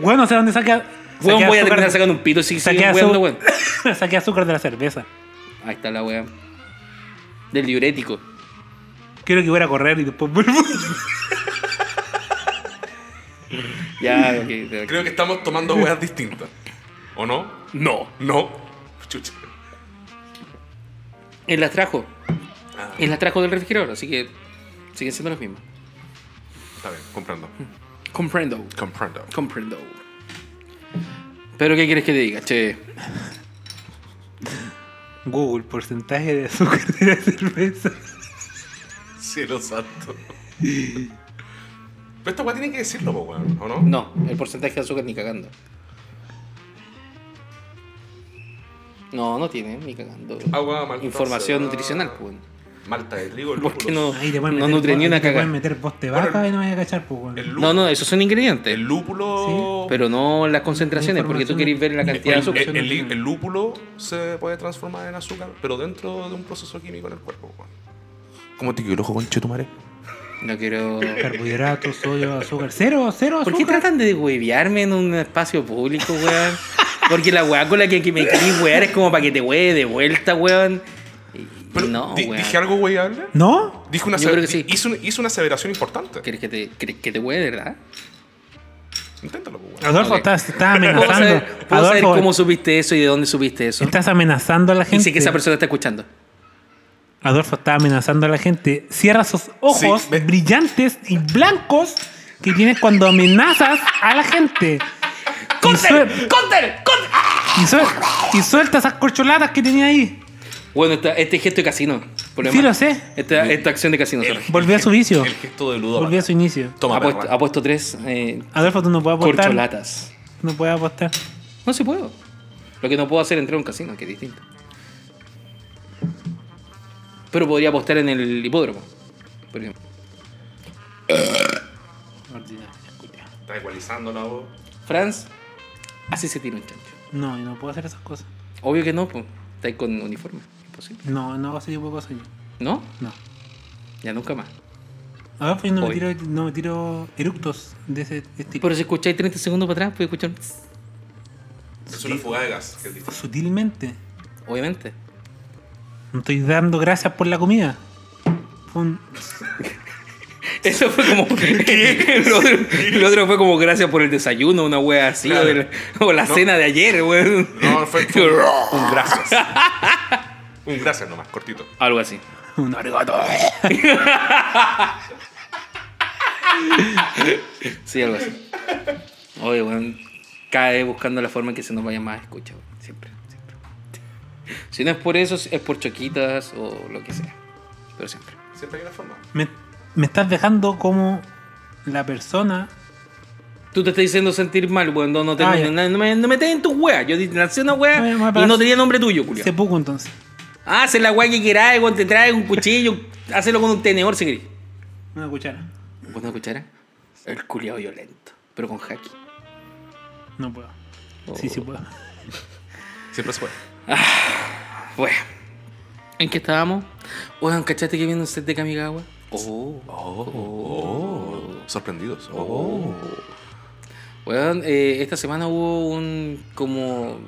Speaker 3: Bueno, no sé dónde saca.
Speaker 1: Weón, voy
Speaker 3: saqué
Speaker 1: a
Speaker 3: azúcar
Speaker 1: terminar
Speaker 3: de-
Speaker 1: sacando un pito si
Speaker 3: Saqué,
Speaker 1: siguen weando, weón.
Speaker 3: azúcar, saqué azúcar de la cerveza.
Speaker 1: Ahí está la weón. Del diurético.
Speaker 3: Quiero que voy a correr y después vuelvo.
Speaker 1: Ya, ok. tranquilo.
Speaker 2: Creo que estamos tomando weas distintas. ¿O no? No. No. Chucha.
Speaker 1: Él las trajo.
Speaker 2: Ah,
Speaker 1: Él las trajo del refrigerador, así que siguen siendo las mismas.
Speaker 2: está bien, comprendo.
Speaker 1: Comprendo.
Speaker 2: Comprendo.
Speaker 1: Comprendo. Pero ¿qué quieres que te diga? Che,
Speaker 3: Google, porcentaje de azúcar de la cerveza.
Speaker 2: Cielo santo. Pero esta wea tiene que decirlo, po, weón, ¿o no?
Speaker 1: no, el porcentaje de azúcar ni cagando. No, no tiene, ni cagando.
Speaker 2: Agua, malta,
Speaker 1: Información
Speaker 2: cebada.
Speaker 1: nutricional, pues.
Speaker 2: Malta de trigo, el
Speaker 1: ¿Por qué
Speaker 2: lúpulo.
Speaker 1: no?
Speaker 3: Ahí te pueden
Speaker 1: No
Speaker 3: meter
Speaker 1: nutre
Speaker 3: bo-
Speaker 1: ni
Speaker 3: ahí
Speaker 1: una
Speaker 3: Te pueden
Speaker 1: caga.
Speaker 3: meter boste
Speaker 2: Bueno,
Speaker 3: vaca y no vayas a cachar, pues, weón.
Speaker 2: El lúpulo.
Speaker 1: No, no, esos son ingredientes.
Speaker 2: El lúpulo.
Speaker 1: Pero no las concentraciones, porque tú querés
Speaker 3: Información.
Speaker 1: ver la cantidad de
Speaker 2: el,
Speaker 1: azúcar.
Speaker 2: el- el- el lúpulo se puede transformar en azúcar, pero dentro de un proceso químico en el cuerpo, weón. ¿Cómo te quedó el ojo con chetumare? eh.
Speaker 1: No quiero.
Speaker 3: Carbohidratos, sodio, azúcar. Cero, cero azúcar.
Speaker 1: ¿Por qué tratan de huevearme en un espacio público, weón? Porque la weá con la que, que me querís wear es como para que te hueve de vuelta, weón. Y- no,
Speaker 2: di-
Speaker 1: weón.
Speaker 2: ¿Dije algo, güey, hable?
Speaker 3: ¿No?
Speaker 2: Dijo una
Speaker 1: Yo
Speaker 2: asever-
Speaker 1: creo que sí.
Speaker 2: hizo, un- hizo una aseveración importante.
Speaker 1: ¿Quieres que te, quieres que te hueve, de verdad?
Speaker 2: Inténtalo, pues, weón.
Speaker 3: Adolfo,
Speaker 1: Ok.
Speaker 3: estás, estás
Speaker 1: ¿Puedo
Speaker 3: amenazando.
Speaker 1: saber, puedo saber
Speaker 3: Adolfo, eh.
Speaker 1: cómo supiste eso y de dónde supiste eso?
Speaker 3: estás amenazando a la
Speaker 1: Y
Speaker 3: gente.
Speaker 1: sé que esa persona está escuchando.
Speaker 3: Adolfo está amenazando a la gente. Cierra esos ojos
Speaker 2: Sí, me-
Speaker 3: brillantes y blancos que tienes cuando amenazas a la gente. Y, suel-
Speaker 1: ¡Counter! ¡Counter!
Speaker 3: y suel- y suelta esas corcholadas que tenía ahí.
Speaker 1: Bueno, esta- este gesto de casino. por lo
Speaker 3: Sí,
Speaker 1: demás.
Speaker 3: lo sé.
Speaker 1: Esta, esta acción de casino. sorry.
Speaker 3: Volvió a su vicio.
Speaker 2: El gesto de Ludo.
Speaker 3: Volvió a su inicio.
Speaker 2: Toma,
Speaker 1: Apuesto,
Speaker 2: perra.
Speaker 1: apuesto tres eh,
Speaker 3: Adolfo, tú no puedes apostar.
Speaker 1: corcholatas.
Speaker 3: No puedes apostar.
Speaker 1: No se puedo. Lo que no puedo hacer es entrar a un casino, que es distinto. Pero podría apostar en el hipódromo, por ejemplo.
Speaker 2: Está igualizando la voz.
Speaker 1: Franz, así se tira un chancho.
Speaker 3: No, yo no puedo hacer esas cosas.
Speaker 1: Obvio que no, pues. Está ahí con uniforme. Imposible.
Speaker 3: No, no hago ese tipo de cosas yo.
Speaker 1: ¿No?
Speaker 3: No.
Speaker 1: Ya nunca más.
Speaker 3: Adolfo, yo no me,
Speaker 1: Hoy.
Speaker 3: tiro, no me tiro eructos de ese este estilo.
Speaker 1: Pero si escucháis 30 segundos para atrás, podéis escuchar. un tss,
Speaker 2: Es una fuga de gas. que es distinto.
Speaker 3: Sutilmente.
Speaker 1: Obviamente.
Speaker 3: No estoy dando gracias por la comida. Fue un-
Speaker 1: Eso fue como. lo, otro, lo otro fue como gracias por el desayuno, una wea así,
Speaker 2: Claro.
Speaker 1: o, del- o la
Speaker 2: No.
Speaker 1: cena de ayer, weón.
Speaker 2: No, fue, fue un, un gracias. Un gracias nomás, cortito.
Speaker 1: Algo así.
Speaker 3: un arigato.
Speaker 1: Sí, algo así. Oye, weón. Cae buscando la forma en que se nos vaya más escucha, weón. Siempre, siempre. Si no es por eso, es por choquitas o lo que sea. Pero siempre.
Speaker 2: Siempre hay una forma.
Speaker 3: Me, me estás dejando como la persona.
Speaker 1: Tú te estás diciendo sentir mal, weón. No, no, te,
Speaker 3: Ah, ya. Ah,
Speaker 1: no, no me, no me metas en tus weas. Yo lancé una wea
Speaker 3: Ay, mamá,
Speaker 1: y no
Speaker 3: pero-
Speaker 1: tenía nombre tuyo, culiao.
Speaker 3: Se puco entonces.
Speaker 1: Haz la weá que queráis, weón. Te traes un cuchillo, hazlo con un tenedor si querés.
Speaker 3: Una cuchara.
Speaker 1: ¿Con una cuchara? El culiao violento, pero con haki.
Speaker 3: No puedo. Sí, sí puedo.
Speaker 2: Siempre se puede.
Speaker 1: Bueno, ¿en qué estábamos? Weón, ¿cachaste que viene un set de Kamigawa? Oh.
Speaker 7: Oh, sorprendidos.
Speaker 1: Oh.
Speaker 7: Oh.
Speaker 1: Weón, eh, esta semana hubo un como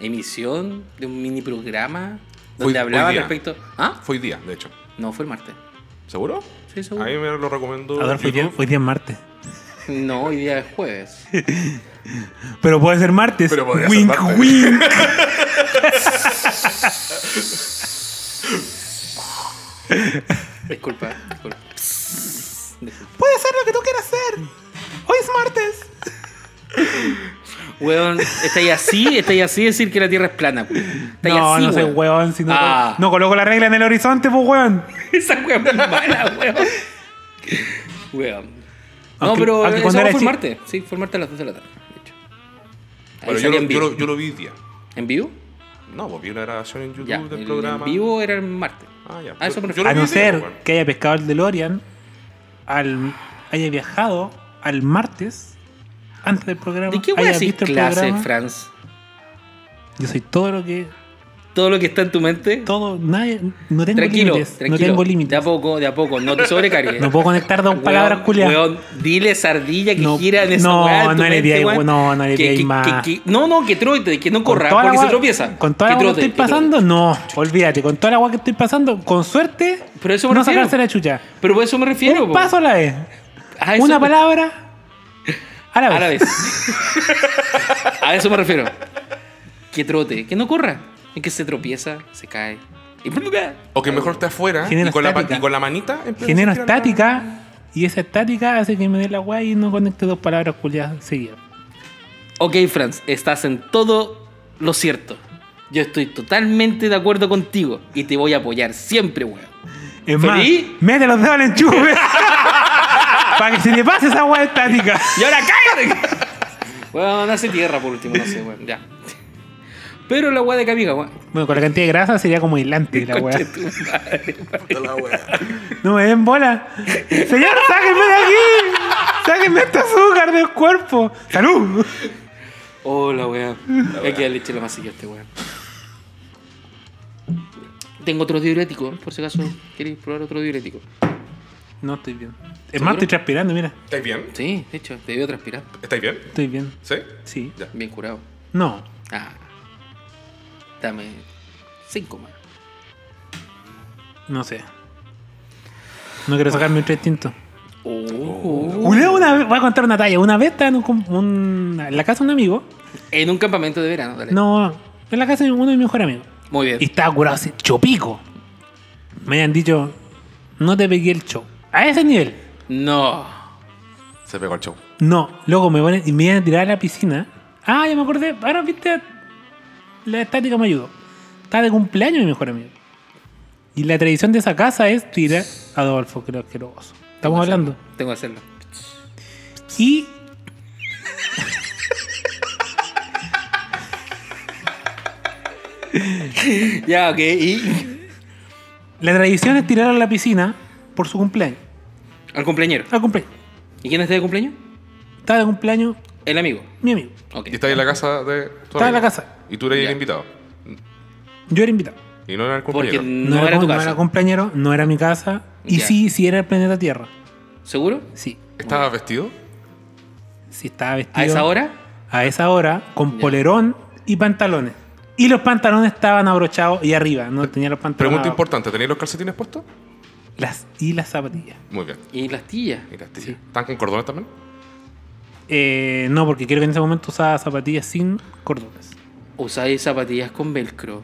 Speaker 1: emisión de un mini programa
Speaker 7: Hoy- hoy
Speaker 1: donde hablaban
Speaker 7: día.
Speaker 1: respecto. ¿Ah?
Speaker 7: Oh, Fue hoy día, de hecho.
Speaker 1: No, fue el martes.
Speaker 7: ¿Seguro?
Speaker 1: Sí, seguro.
Speaker 7: A mí me lo recomiendo.
Speaker 3: Adolfo, hoy día,
Speaker 7: YouTube,
Speaker 3: hoy día es martes.
Speaker 1: No, hoy día es jueves.
Speaker 3: Pero puede ser martes.
Speaker 7: Pero podría ser
Speaker 3: wink,
Speaker 7: martes.
Speaker 3: wink.
Speaker 1: Disculpa, disculpa. Disculpa.
Speaker 3: Puede ser lo que tú quieras hacer. Hoy es martes.
Speaker 1: Weón, está ahí así, está ahí así decir que la tierra es plana. Está ahí
Speaker 3: No,
Speaker 1: así,
Speaker 3: no soy weón. Si no,
Speaker 1: Ah.
Speaker 3: no coloco la regla en el horizonte, pues weón.
Speaker 1: Esa weón es mala, weón. Weón. No,
Speaker 3: Aunque-
Speaker 1: pero
Speaker 3: aunque
Speaker 1: eso
Speaker 3: cuando
Speaker 1: fue
Speaker 3: era
Speaker 1: el
Speaker 3: chi-
Speaker 1: martes. Sí, fue el martes a las 2 de la tarde. De hecho. Ahí
Speaker 7: Bueno, yo
Speaker 1: salía
Speaker 7: lo,
Speaker 1: en
Speaker 7: yo,
Speaker 1: vivo.
Speaker 7: lo, yo lo vi hoy día.
Speaker 1: ¿En vivo?
Speaker 7: No, pues vi una grabación en YouTube
Speaker 1: Ya,
Speaker 7: del
Speaker 1: el-
Speaker 7: programa.
Speaker 1: En vivo era el martes.
Speaker 7: Ah, ya.
Speaker 1: A eso
Speaker 7: Yo
Speaker 1: me refiero.
Speaker 7: lo
Speaker 3: A
Speaker 7: vi
Speaker 3: no
Speaker 7: hoy día,
Speaker 3: ser
Speaker 7: weón.
Speaker 3: que haya pescado el DeLorean, al, haya viajado al martes antes del programa.
Speaker 1: ¿De qué voy
Speaker 3: haya
Speaker 1: a decir
Speaker 3: visto el
Speaker 1: clase,
Speaker 3: programa.
Speaker 1: Franz?
Speaker 3: Yo soy todo lo que.
Speaker 1: ¿Todo lo que está en tu mente?
Speaker 3: Todo, nadie, no tengo
Speaker 1: tranquilo,
Speaker 3: límites.
Speaker 1: tranquilo.
Speaker 3: No tengo
Speaker 1: De a
Speaker 3: límites.
Speaker 1: poco, de a poco. No te sobrecargues.
Speaker 3: No puedo conectar dos
Speaker 1: Weón,
Speaker 3: palabras, culiadas.
Speaker 1: Weón, dile sardilla que
Speaker 3: No,
Speaker 1: gira en esa
Speaker 3: no,
Speaker 1: weá en tu
Speaker 3: no le
Speaker 1: mente,
Speaker 3: di ahí,
Speaker 1: weón.
Speaker 3: no, no le
Speaker 1: Que-
Speaker 3: di ahí
Speaker 1: que-
Speaker 3: más.
Speaker 1: que- que- no, no, que trote, que no
Speaker 3: Con
Speaker 1: corra,
Speaker 3: toda la
Speaker 1: porque se
Speaker 3: agua-
Speaker 1: tropieza.
Speaker 3: Con toda la agua que
Speaker 1: trote,
Speaker 3: estoy pasando, no, olvídate. Con toda la agua que estoy pasando, con suerte,
Speaker 1: Pero eso me
Speaker 3: no
Speaker 1: refiero.
Speaker 3: sacarse la chucha.
Speaker 1: trote. Pero por eso me refiero.
Speaker 3: Un
Speaker 1: po.
Speaker 3: Eh, paso a la vez.
Speaker 1: A eso-
Speaker 3: Una palabra a la vez.
Speaker 1: A la vez. a eso me refiero. Que trote, que no corra. Es que se tropieza, se cae. Y
Speaker 7: O que mejor esté afuera
Speaker 3: Genera
Speaker 7: y con, la, pa-
Speaker 3: estática.
Speaker 7: y con la manita. empieza a
Speaker 3: Genero
Speaker 7: tirar la-
Speaker 3: estática y esa estática hace que me dé la weá y no conecte dos palabras culiadas seguidas.
Speaker 1: Ok, Franz, estás en todo lo cierto. Yo estoy totalmente de acuerdo contigo y te voy a apoyar siempre, weón.
Speaker 3: Es más,
Speaker 1: ¿Feliz?
Speaker 3: mete los dedos al enchufe para que se le pase esa weá estática.
Speaker 1: Y ahora cállate. weón, hace tierra por último, no sé, weón. Ya. Pero la weá de Camiga, weón.
Speaker 3: Bueno, con la cantidad de grasa sería como aislante la weá.
Speaker 1: Conche tu madre.
Speaker 7: Puta la wea.
Speaker 3: No me den bola. Señor, sáquenme de aquí. Sáquenme este azúcar del cuerpo. ¡Salud!
Speaker 1: Oh, la weá. Hay que darle chela más seguido a este weón. Tengo otro diurético, por si acaso queréis probar otro diurético.
Speaker 3: No estoy bien. Es
Speaker 1: ¿Seguro?
Speaker 3: más, estoy transpirando, mira.
Speaker 7: ¿Estáis bien?
Speaker 1: Sí, de hecho, te veo transpirar.
Speaker 7: ¿Estáis bien?
Speaker 3: Estoy bien.
Speaker 7: ¿Sí?
Speaker 3: Sí.
Speaker 7: Ya.
Speaker 1: Bien curado.
Speaker 3: No.
Speaker 1: Ah. Dame cinco más.
Speaker 3: No sé. No quiero sacarme otro instinto.
Speaker 1: Oh.
Speaker 3: Una, una vez- voy a contar una talla. Una vez estaba en, un com- un- en la casa de un amigo.
Speaker 1: En un campamento de verano, dale.
Speaker 3: No, en la casa de uno de mis mejores amigos.
Speaker 1: Muy bien.
Speaker 3: Y estaba curado así, chopico. Me han dicho, no te pegué el show. A ese nivel.
Speaker 1: No.
Speaker 7: Se pegó el show.
Speaker 3: No, luego me ponen y me iban a tirar a la piscina. Ah, ya me acordé. Ahora viste, la estática me ayudó. Está de cumpleaños mi mejor amigo. Y la tradición de esa casa es tirar a Adolfo, creo que lo Estamos hablando.
Speaker 1: Tengo que hacerlo.
Speaker 3: Y.
Speaker 1: Ya, ok. Y
Speaker 3: La tradición es tirar a la piscina por su cumpleaños.
Speaker 1: al cumpleañero.
Speaker 3: Al cumpleaños.
Speaker 1: ¿Y quién está de cumpleaños?
Speaker 3: Estaba de cumpleaños
Speaker 1: El amigo.
Speaker 3: mi amigo.
Speaker 1: Ok.
Speaker 7: ¿Y estáis en la casa de.? tu
Speaker 3: Estaba en la
Speaker 7: amigo?
Speaker 3: casa.
Speaker 7: Y tú eres
Speaker 1: Ya.
Speaker 7: el invitado.
Speaker 3: Yo era invitado.
Speaker 7: Y no era el
Speaker 1: Porque
Speaker 7: compañero.
Speaker 1: Mm, no, era tu
Speaker 3: no
Speaker 1: casa.
Speaker 3: era cumpleañero, no era mi casa. Y
Speaker 1: Ya.
Speaker 3: sí, sí era el planeta Tierra.
Speaker 1: ¿Seguro?
Speaker 3: Sí.
Speaker 7: ¿Estabas vestido?
Speaker 3: Sí estaba vestido.
Speaker 1: ¿A esa hora?
Speaker 3: a esa hora con polerón y pantalones. Y los pantalones estaban abrochados y arriba, no tenía los pantalones.
Speaker 7: Pregunta
Speaker 3: abajo.
Speaker 7: importante: ¿tenéis los calcetines puestos?
Speaker 3: Las, y las zapatillas.
Speaker 7: Muy bien.
Speaker 1: ¿Y las tías?
Speaker 7: Y las tiras. ¿Están con cordones también?
Speaker 3: Eh, no, porque creo que en ese momento usaba zapatillas sin cordones.
Speaker 1: Usáis zapatillas con velcro.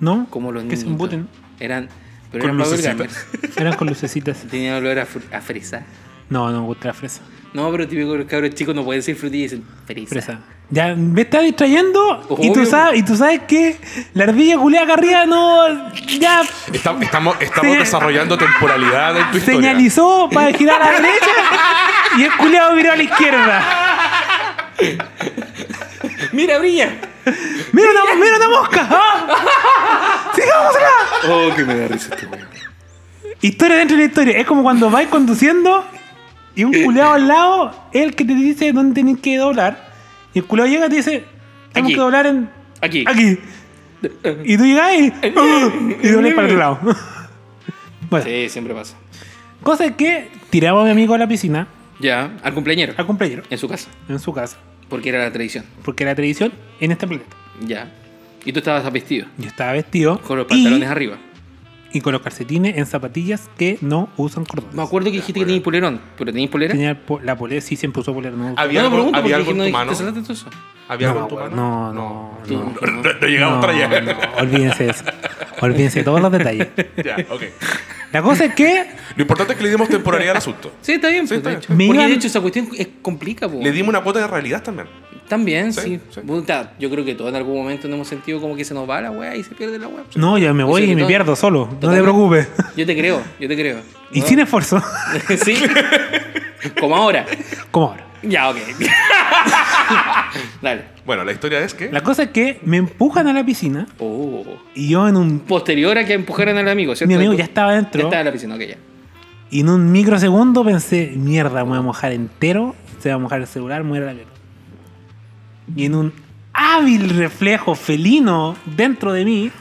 Speaker 3: ¿No?
Speaker 1: Como los
Speaker 3: Que
Speaker 1: niños.
Speaker 3: se embuten.
Speaker 1: Eran. Pero
Speaker 7: Con
Speaker 1: eran Power
Speaker 7: lucecita.
Speaker 1: Gamers.
Speaker 3: Eran con lucecitas.
Speaker 1: Tenían olor a, fr- a fresa.
Speaker 3: No, no me gusta la fresa.
Speaker 1: No, pero típico los cabros chicos no pueden decir frutilla y dicen fresa.
Speaker 3: Fresa. Ya, me está distrayendo y tú,
Speaker 1: Obvio.
Speaker 3: sabes, y tú sabes que la ardilla culeada acá arriba no. Ya
Speaker 7: Está- estamos estamos
Speaker 3: Sí.
Speaker 7: desarrollando temporalidad en tu historia.
Speaker 3: señalizó para girar a la derecha y el culeado miró a la izquierda.
Speaker 1: ¡Mira, brilla!
Speaker 3: ¡Mira una, mira una mosca! ¡Ah! ¡Sigámosla!
Speaker 1: Oh, que me da risa este weón.
Speaker 3: Historia dentro de la historia. Es como cuando vais conduciendo y
Speaker 1: Eh,
Speaker 3: un culeado al lado es el que te dice dónde tenés que doblar. Y el culeado llega y te dice, tenemos
Speaker 1: Aquí.
Speaker 3: que doblar en...
Speaker 1: Aquí.
Speaker 3: ¡ah! Aquí. Y tú llegas y... Y doblé para el otro lado. Bueno,
Speaker 1: Sí, siempre pasa.
Speaker 3: cosa es que tiraba a mi amigo a la piscina,
Speaker 1: Ya, al cumpleañero.
Speaker 3: al cumpleaños,
Speaker 1: En su casa.
Speaker 3: en su casa,
Speaker 1: Porque era la tradición.
Speaker 3: porque era tradición en este planeta.
Speaker 1: Ya. Y tú estabas vestido.
Speaker 3: Yo estaba vestido
Speaker 1: Con los
Speaker 3: y-
Speaker 1: pantalones arriba.
Speaker 3: y, con los calcetines en zapatillas que no usan cordones.
Speaker 1: Me acuerdo que dijiste que tenías polerón. ¿Pero tenías polera?
Speaker 3: Tenía el po- la polera, sí, siempre usó polera. No, usa-
Speaker 7: Había
Speaker 1: no,
Speaker 7: algo-
Speaker 1: pregunto
Speaker 7: había algo
Speaker 1: porque
Speaker 7: en
Speaker 1: no
Speaker 7: tu
Speaker 1: dijiste,
Speaker 7: mano.
Speaker 1: ¿Te saltaste eso?
Speaker 7: ¿Había algo
Speaker 3: no,
Speaker 7: en tu mano?
Speaker 3: no, no,
Speaker 1: Tú-
Speaker 3: no.
Speaker 7: No, no llegamos hasta allá.
Speaker 3: no, olvídense de eso. Olvídense de todos los detalles.
Speaker 7: Ya, ok.
Speaker 3: La cosa es que
Speaker 7: Lo importante es que le dimos temporalidad al asunto.
Speaker 1: Sí, está bien.
Speaker 7: Sí,
Speaker 1: pues,
Speaker 7: está
Speaker 1: de
Speaker 7: bien.
Speaker 1: hecho.
Speaker 3: Me
Speaker 1: Porque
Speaker 3: iban-
Speaker 1: de hecho esa cuestión es complica, po.
Speaker 7: Le dimos una cuota de realidad también.
Speaker 1: También,
Speaker 7: Sí,
Speaker 1: sí.
Speaker 7: sí.
Speaker 1: Puta, yo creo que todos en algún momento nos hemos sentido como que se nos va la weá y se pierde la weá.
Speaker 3: no, yo me voy
Speaker 1: sobre
Speaker 3: y me
Speaker 1: todo-
Speaker 3: pierdo solo. No te
Speaker 1: Totalmente.
Speaker 3: preocupes.
Speaker 1: Yo te creo, yo te creo.
Speaker 3: Y
Speaker 1: ¿No?
Speaker 3: sin esfuerzo,
Speaker 1: sí. Como ahora.
Speaker 3: como ahora.
Speaker 1: Ya, ok. Dale.
Speaker 7: Bueno, la historia es que.
Speaker 3: La cosa es que me empujan a la piscina
Speaker 1: Oh.
Speaker 3: y yo en un
Speaker 1: Posterior a que empujaran al amigo, ¿cierto?
Speaker 3: Mi amigo
Speaker 1: Tú-
Speaker 3: ya estaba dentro.
Speaker 1: Ya estaba en la piscina, ok, ya.
Speaker 3: Y en un microsegundo pensé, mierda, me voy a mojar entero, se va a mojar el celular, muera la mierda. Y en un hábil reflejo felino dentro de mí,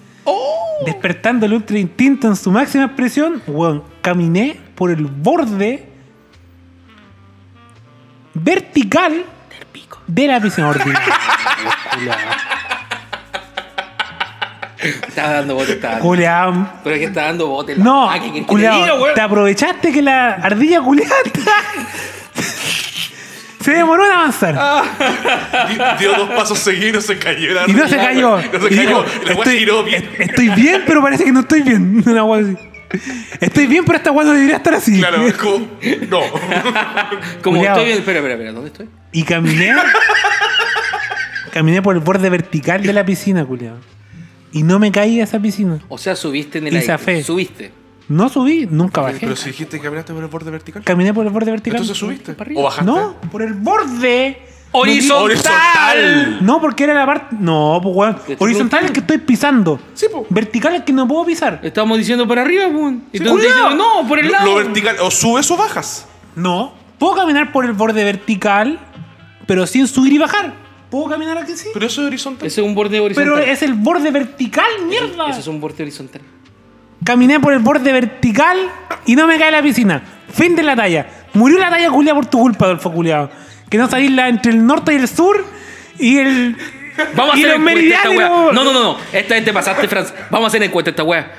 Speaker 3: despertando el ultra instinto en su máxima expresión, weón, caminé por el borde vertical del pico de la piscina ordinaria.
Speaker 1: Estaba dando bote, estaba dando.
Speaker 3: Culeado.
Speaker 1: Pero es que estaba dando bote. la-
Speaker 3: No,
Speaker 1: Ah, que- que- que te
Speaker 3: culiao,
Speaker 1: diga, weón.
Speaker 3: te aprovechaste que la ardilla culiata se demoró en avanzar.
Speaker 7: Di- Dio dos pasos seguidos, se cayó. la
Speaker 3: Y no se
Speaker 7: realidad,
Speaker 3: cayó.
Speaker 7: güey. No se
Speaker 3: Y
Speaker 7: cayó.
Speaker 3: dijo,
Speaker 7: La weá
Speaker 3: estoy,
Speaker 7: giró bien.
Speaker 3: est- estoy bien, pero parece que no estoy bien. Una weá así. Estoy bien, pero esta weá no debería estar así.
Speaker 7: Claro, es como. No.
Speaker 1: Como
Speaker 3: Culeado.
Speaker 1: estoy bien. Espera, espera, espera, ¿dónde estoy?
Speaker 3: Y caminé. caminé por el borde vertical de la piscina, culiao. Y no me caí a esa piscina.
Speaker 1: O sea, subiste en el
Speaker 3: Y
Speaker 1: aire.
Speaker 3: zafé.
Speaker 1: Subiste.
Speaker 3: No subí, nunca bajé.
Speaker 7: Pero si dijiste que caminaste por el borde vertical.
Speaker 3: Caminé por el borde vertical.
Speaker 7: Entonces subiste.
Speaker 1: para arriba.
Speaker 7: O bajaste.
Speaker 3: No, por el borde.
Speaker 7: Horizontal.
Speaker 3: No, porque era la parte. No, pues weón.
Speaker 1: estoy
Speaker 3: Horizontal es
Speaker 1: preguntando.
Speaker 3: que estoy pisando.
Speaker 7: Sí, po.
Speaker 3: Vertical es que no puedo pisar.
Speaker 1: Estábamos diciendo por arriba, pum. Y
Speaker 7: Sí,
Speaker 1: tú estás
Speaker 7: culiao.
Speaker 1: diciendo, no, por el
Speaker 7: Lo-
Speaker 1: lado.
Speaker 7: Lo vertical. O subes o bajas.
Speaker 3: No. Puedo caminar por el borde vertical, pero sin subir y bajar. Puedo caminar aquí sí.
Speaker 7: Pero eso es horizontal.
Speaker 1: Ese es un borde horizontal.
Speaker 3: Pero es el borde vertical, mierda.
Speaker 1: Eso es un borde horizontal.
Speaker 3: Caminé por el borde vertical y no me cae la piscina. Fin de la talla. Murió la talla culia por tu culpa, Adolfo Culeado. Que no salís la- entre el norte y el sur y el.
Speaker 1: Vamos a
Speaker 3: y
Speaker 1: hacer encuesta esta
Speaker 3: los meridianos.
Speaker 1: weá. No, no, no, no. Esta gente pasaste, Franz. Vamos a hacer encuesta esta weá.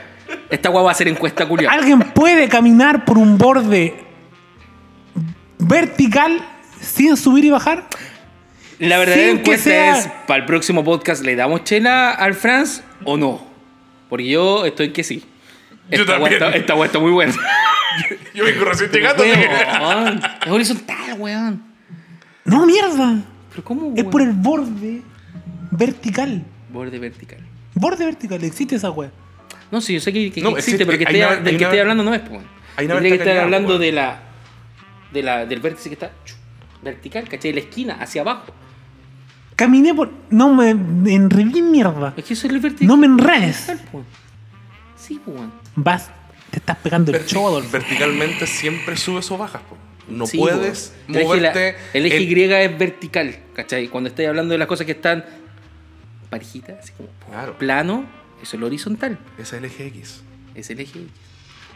Speaker 1: Esta weá va a ser encuesta, culiao.
Speaker 3: ¿Alguien puede caminar por un borde vertical sin subir y bajar?
Speaker 1: La verdadera
Speaker 3: Sin que
Speaker 1: encuesta
Speaker 3: sea-
Speaker 1: es: ¿para el próximo podcast le damos chela al Franz o no? Porque yo estoy que sí.
Speaker 7: Yo
Speaker 1: Esta weá
Speaker 7: también.
Speaker 1: está, esta weá está muy buena.
Speaker 7: Yo vengo recién llegando. así que-
Speaker 1: Weón, es horizontal, weón.
Speaker 3: No, mierda.
Speaker 1: Pero ¿cómo?
Speaker 3: Es
Speaker 1: weón?
Speaker 3: por el borde vertical.
Speaker 1: borde vertical.
Speaker 3: Borde vertical, existe esa wea.
Speaker 1: No, sí, yo sé que, que
Speaker 7: No,
Speaker 1: existe,
Speaker 7: existe,
Speaker 1: pero que
Speaker 7: hay
Speaker 1: estoy,
Speaker 7: una-
Speaker 1: del que
Speaker 7: hay una-
Speaker 1: estoy hablando no es, pues.
Speaker 7: hay una
Speaker 1: Tendría que estar
Speaker 7: verticalidad,
Speaker 1: hablando
Speaker 7: pues.
Speaker 1: de la, de la, del vértice que está chu, vertical, ¿cachai? La esquina, hacia abajo.
Speaker 3: Caminé por. No me, me enredé en mierda.
Speaker 1: Es que eso es el vertical.
Speaker 3: No me enredes.
Speaker 1: pues. Sí, pues.
Speaker 3: Vas, te estás pegando el
Speaker 7: Verti-
Speaker 3: show, Adolfo.
Speaker 7: verticalmente siempre subes o bajas. po. No
Speaker 1: Sí,
Speaker 7: puedes
Speaker 1: pues. Pero es que la-
Speaker 7: moverte.
Speaker 1: el eje
Speaker 7: en-
Speaker 1: Y es vertical, ¿cachai? Cuando estáis hablando de las cosas que están parejitas, así como
Speaker 7: Claro,
Speaker 1: plano, eso es lo horizontal.
Speaker 7: ese es el eje X.
Speaker 1: Es el eje Y.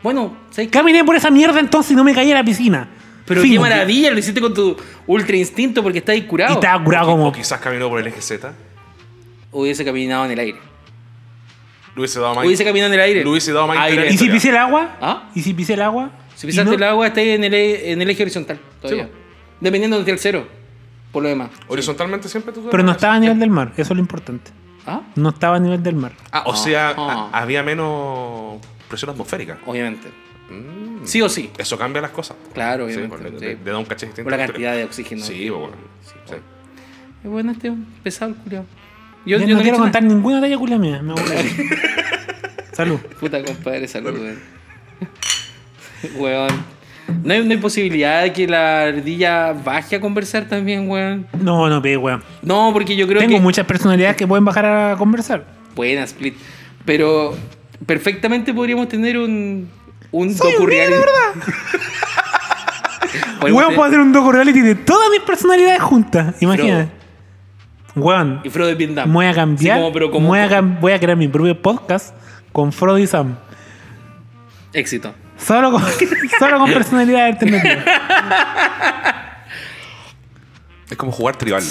Speaker 1: Bueno, ¿sabes qué?
Speaker 3: Caminé por esa mierda entonces y no me caí a la piscina.
Speaker 1: Pero
Speaker 3: Fin.
Speaker 1: qué maravilla, oh, lo hiciste con tu ultra instinto porque estáis
Speaker 3: Y
Speaker 1: curado.
Speaker 3: estaba curado como.
Speaker 7: O quizás caminó por el eje Z.
Speaker 1: Hubiese caminado en el aire.
Speaker 7: Lo hubiese dado más.
Speaker 1: Hubiese caminado en el aire.
Speaker 7: Lo hubiese dado más
Speaker 1: Aire.
Speaker 7: interés.
Speaker 3: ¿Y si pisé el agua?
Speaker 1: ¿Ah?
Speaker 3: ¿Y si pisé el agua?
Speaker 1: Si pisaste
Speaker 3: Y no-
Speaker 1: el agua, estás en el, e- en el eje horizontal todavía.
Speaker 7: Sí, po.
Speaker 1: Dependiendo del tercero. Por lo demás.
Speaker 7: Horizontalmente siempre tú.
Speaker 3: Pero no estaba a nivel del mar, eso es lo importante.
Speaker 1: ¿Ah?
Speaker 3: No estaba a nivel del mar.
Speaker 7: Ah, ah. o sea,
Speaker 1: Ah.
Speaker 7: a- había menos presión atmosférica.
Speaker 1: Obviamente.
Speaker 7: Mm.
Speaker 1: Sí o sí.
Speaker 7: Eso cambia las cosas. po.
Speaker 1: Claro,
Speaker 7: Sí,
Speaker 1: obviamente,
Speaker 7: po, le-
Speaker 1: sí.
Speaker 7: le- le da un caché distinto.
Speaker 1: Por la cantidad de oxígeno.
Speaker 7: Sí, po, bueno. Sí.
Speaker 1: Es bueno este pesado, culiao.
Speaker 3: Yo,
Speaker 1: yo
Speaker 3: no
Speaker 1: le
Speaker 3: quiero
Speaker 1: echo
Speaker 3: contar ninguna talla culia mía, me aburre. Salud.
Speaker 1: nada. Puta compadre, salud, weón. Weón. No hay, no hay posibilidad de que la ardilla baje a conversar también, weón.
Speaker 3: No, no, pe, weón.
Speaker 1: No, porque yo creo
Speaker 3: Tengo
Speaker 1: que.
Speaker 3: muchas personalidades que pueden bajar a conversar.
Speaker 1: Buena, Split. Pero perfectamente podríamos tener un. Un
Speaker 3: Soy un
Speaker 1: docu-reality.
Speaker 3: niño, de
Speaker 1: Podríamos
Speaker 3: Weón,
Speaker 1: tener-
Speaker 3: puedo hacer un docu reality de todas mis personalidades juntas. Imagínate. Weón,
Speaker 1: Y Frodo de Vietnam.
Speaker 3: pues, voy a cambiar.
Speaker 1: Sí, como- pero como-
Speaker 3: voy, a cam- voy a crear mi propio podcast con Frodo y Sam.
Speaker 1: Éxito.
Speaker 3: Solo con, solo con personalidad alternativa.
Speaker 2: Es como jugar tribal.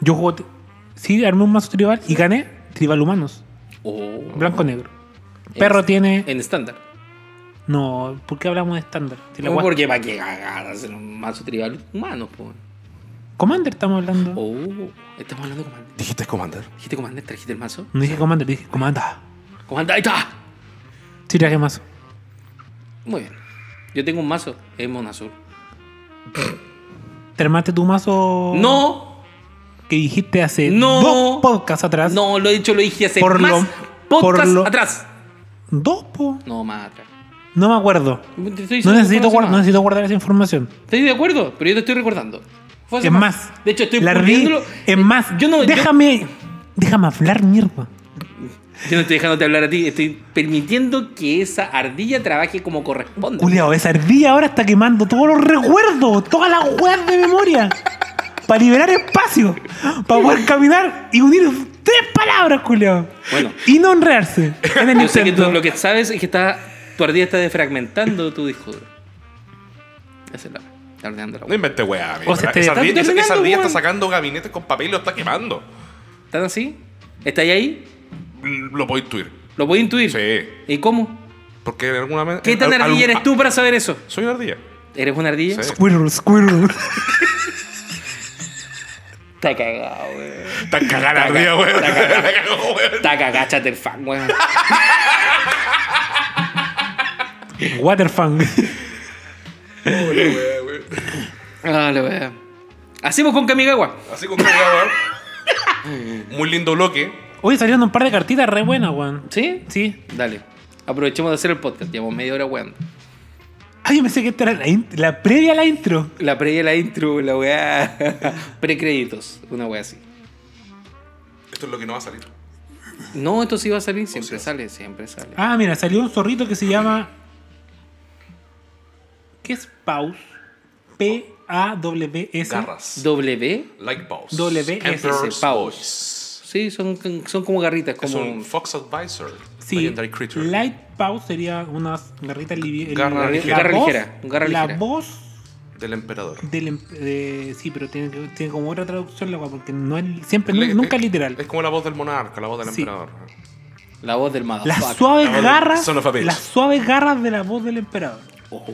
Speaker 3: Yo jugué. tri- Sí, armé un mazo tribal y gané tribal humanos.
Speaker 1: Oh.
Speaker 3: Blanco-negro. Perro
Speaker 1: En-
Speaker 3: tiene.
Speaker 1: En estándar.
Speaker 3: No, ¿por qué hablamos de estándar? Si la
Speaker 1: No,
Speaker 3: guas-
Speaker 1: porque para que cagada hacer un mazo tribal humano, po.
Speaker 3: Commander estamos hablando.
Speaker 1: Oh, estamos hablando de Commander.
Speaker 2: Dijiste Commander.
Speaker 1: Dijiste Commander, trajiste el mazo.
Speaker 3: No dije Commander, dije Commander.
Speaker 1: Commander, ahí está.
Speaker 3: Sí, traje mazo.
Speaker 1: Muy bien. Yo tengo un mazo, es Monazur.
Speaker 3: ¿Te armaste tu mazo?
Speaker 1: No,
Speaker 3: Que dijiste hace
Speaker 1: No.
Speaker 3: dos podcasts atrás.
Speaker 1: no, lo he dicho, lo dije hace
Speaker 3: Por
Speaker 1: más
Speaker 3: lo-
Speaker 1: podcast
Speaker 3: por lo-
Speaker 1: atrás.
Speaker 3: Dos, po.
Speaker 1: No, más atrás.
Speaker 3: No me acuerdo.
Speaker 1: Te estoy
Speaker 3: No
Speaker 1: diciendo
Speaker 3: necesito,
Speaker 1: que fue hace
Speaker 3: guar- no
Speaker 1: más.
Speaker 3: necesito guardar esa información.
Speaker 1: Estoy de acuerdo, pero yo te estoy recordando. Fue hace
Speaker 3: Es más.
Speaker 1: De hecho, estoy
Speaker 3: la ardí-
Speaker 1: poniéndolo- Eh,
Speaker 3: Es más,
Speaker 1: Yo no, yo-
Speaker 3: déjame, déjame hablar, mierda.
Speaker 1: Yo, no estoy dejándote hablar a ti, estoy permitiendo que esa ardilla trabaje como corresponde.
Speaker 3: Culiao, esa ardilla ahora está quemando todos los recuerdos, todas las weas de memoria. Para liberar espacio, para poder caminar y unir tres palabras, culiao.
Speaker 1: Bueno.
Speaker 3: Y no honrarse. En el
Speaker 1: Yo sé que tú
Speaker 3: intento.
Speaker 1: lo que sabes es que está, tu ardilla está defragmentando tu disco duro. Esa es la está ordenando la
Speaker 2: No
Speaker 1: wea.
Speaker 2: inventes weá, amigo.
Speaker 3: O sea, te-
Speaker 2: esa,
Speaker 3: está
Speaker 2: ardilla- esa-
Speaker 1: terminando,
Speaker 2: esa ardilla
Speaker 1: weón.
Speaker 2: está sacando gabinetes con papel y lo está quemando.
Speaker 1: ¿Están así? ¿Estáis ahí?
Speaker 2: Lo puedo intuir.
Speaker 1: ¿Lo puedo intuir?
Speaker 2: Sí.
Speaker 1: ¿Y cómo?
Speaker 2: Porque en alguna vez.
Speaker 1: ¿Qué tan
Speaker 2: al-
Speaker 1: ardilla
Speaker 2: algún-
Speaker 1: eres tú para saber eso?
Speaker 2: Soy una ardilla.
Speaker 1: ¿Eres una ardilla?
Speaker 2: Sí.
Speaker 3: Squirrel, squirrel.
Speaker 1: Está cagado, weón.
Speaker 2: Está cagada la ardilla, weón.
Speaker 1: Está cagada.
Speaker 2: La cagó, weón.
Speaker 1: Está cagado, Chatterfang, weón.
Speaker 3: Waterfang.
Speaker 7: Pobre, weón, weón.
Speaker 1: Ah, la wea. Hacemos con Kamigawa.
Speaker 7: Así con que voy a ver.
Speaker 2: Muy lindo bloque.
Speaker 3: Hoy salieron un par de cartitas re buenas, weón.
Speaker 1: ¿Sí?
Speaker 3: Sí.
Speaker 1: Dale. Aprovechemos de hacer el podcast. Llevamos media hora weón.
Speaker 3: Ay, yo pensé que esta era la, in- la previa a la intro.
Speaker 1: La previa de la intro, la weá. Precréditos, una weá así.
Speaker 7: Esto es lo que no va a salir.
Speaker 1: No, esto sí va a salir. Siempre sale, siempre sale.
Speaker 3: Ah, mira, salió un zorrito que se llama. ¿Qué es Paus? P-A-W-S.
Speaker 7: Garras.
Speaker 1: W.
Speaker 7: Like balls.
Speaker 3: W, S,
Speaker 7: Emperor's
Speaker 1: paus.
Speaker 7: Voice.
Speaker 1: Sí, son, son como garritas,
Speaker 7: Es
Speaker 1: como
Speaker 7: un Fox Advisor.
Speaker 3: Sí,
Speaker 7: Legendary Creature.
Speaker 3: Light Pause sería unas garritas livi-
Speaker 7: Garra
Speaker 3: la-
Speaker 7: ligera.
Speaker 1: Garra
Speaker 3: La voz,
Speaker 1: ligera, garra
Speaker 3: la
Speaker 1: ligera.
Speaker 3: voz
Speaker 7: Del emperador.
Speaker 3: del... em- de- sí, pero tiene, que- tiene como otra traducción la guapa, porque no es, siempre, nu-
Speaker 7: eh,
Speaker 3: nunca es literal.
Speaker 7: Es como la voz del monarca, la voz del
Speaker 3: Sí.
Speaker 7: emperador.
Speaker 1: la voz del
Speaker 3: Las
Speaker 1: motherfucker.
Speaker 3: suaves
Speaker 7: la voz del
Speaker 3: garras...
Speaker 7: son of a bitch.
Speaker 3: Las suaves garras de la voz del emperador.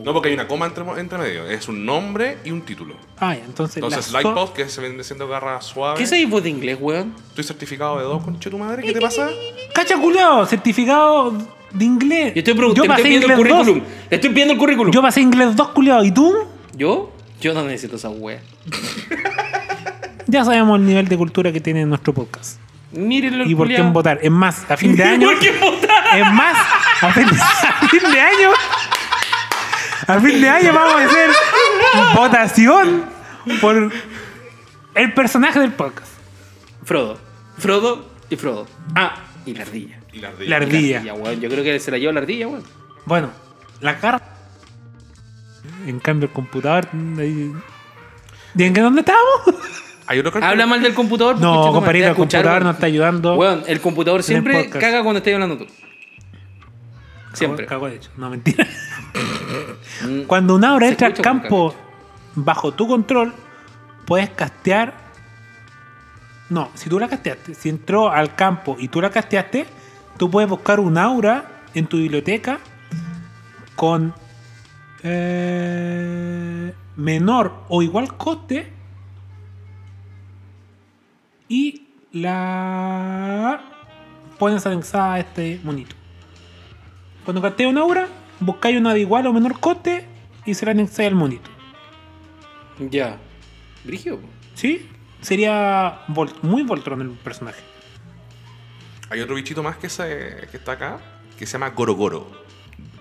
Speaker 7: No, porque hay una coma entre, entre medio. Es un nombre y un título.
Speaker 3: Ah, ya, entonces...
Speaker 7: Entonces,
Speaker 3: las
Speaker 7: Light
Speaker 3: sua-
Speaker 7: Balls, que se viene siendo garra suave.
Speaker 1: ¿Qué sabéis vos de inglés, weón?
Speaker 7: Estoy certificado de dos, conche tu madre. ¿Qué te pasa?
Speaker 3: ¡Cacha culiao! Certificado de inglés.
Speaker 1: Yo estoy preguntando,
Speaker 3: pasé
Speaker 1: estoy pidiendo el
Speaker 3: inglés dos.
Speaker 1: currículum. Le estoy pidiendo el currículum.
Speaker 3: Yo pasé inglés 2, culiao. ¿Y tú?
Speaker 1: ¿Yo? Yo no necesito esa wea.
Speaker 3: Ya sabemos el nivel de cultura que tiene nuestro podcast.
Speaker 1: Mírenlo,
Speaker 3: y por
Speaker 1: qué
Speaker 3: quién votar. Es más, a fin de año.
Speaker 1: ¿Por quién votar?
Speaker 3: Es más, a fin, a fin de año. A fin de año vamos a hacer votación por el personaje del podcast.
Speaker 1: Frodo. Frodo y Frodo. Ah, y la ardilla.
Speaker 7: Y la
Speaker 3: La
Speaker 7: ardilla.
Speaker 1: Y la ardilla,
Speaker 3: ardilla.
Speaker 1: weón. Yo creo que se la llevó la ardilla, weón.
Speaker 3: Bueno, la cara. En cambio, el computador. ahí- ¿Y en qué dónde estábamos?
Speaker 2: Hay otro cartel.
Speaker 1: Habla mal del computador. porque,
Speaker 3: No,
Speaker 1: chico,
Speaker 3: compadre,
Speaker 1: te va a
Speaker 3: el
Speaker 1: escuchar,
Speaker 3: computador
Speaker 1: weón.
Speaker 3: nos está ayudando.
Speaker 1: Weón, el computador siempre
Speaker 3: podcast.
Speaker 1: caga cuando estás hablando tú. Siempre.
Speaker 3: Cago de hecho. No, mentira. Cuando una obra
Speaker 1: Se
Speaker 3: entra al
Speaker 1: escucha como
Speaker 3: campo bajo tu control, puedes castear. No, si tú la casteaste, si entró al campo y tú la casteaste, tú puedes buscar un aura en tu biblioteca con eh, menor o igual coste y la pones anexada a este monito. Cuando casteas una aura, buscáis una de igual o menor coste y se la anexáis al monito.
Speaker 1: Ya. Brigio.
Speaker 3: ¿Sí? Sería Vol- muy Voltron el personaje.
Speaker 7: Hay otro bichito más que, se, que está acá, que se llama Gorogoro.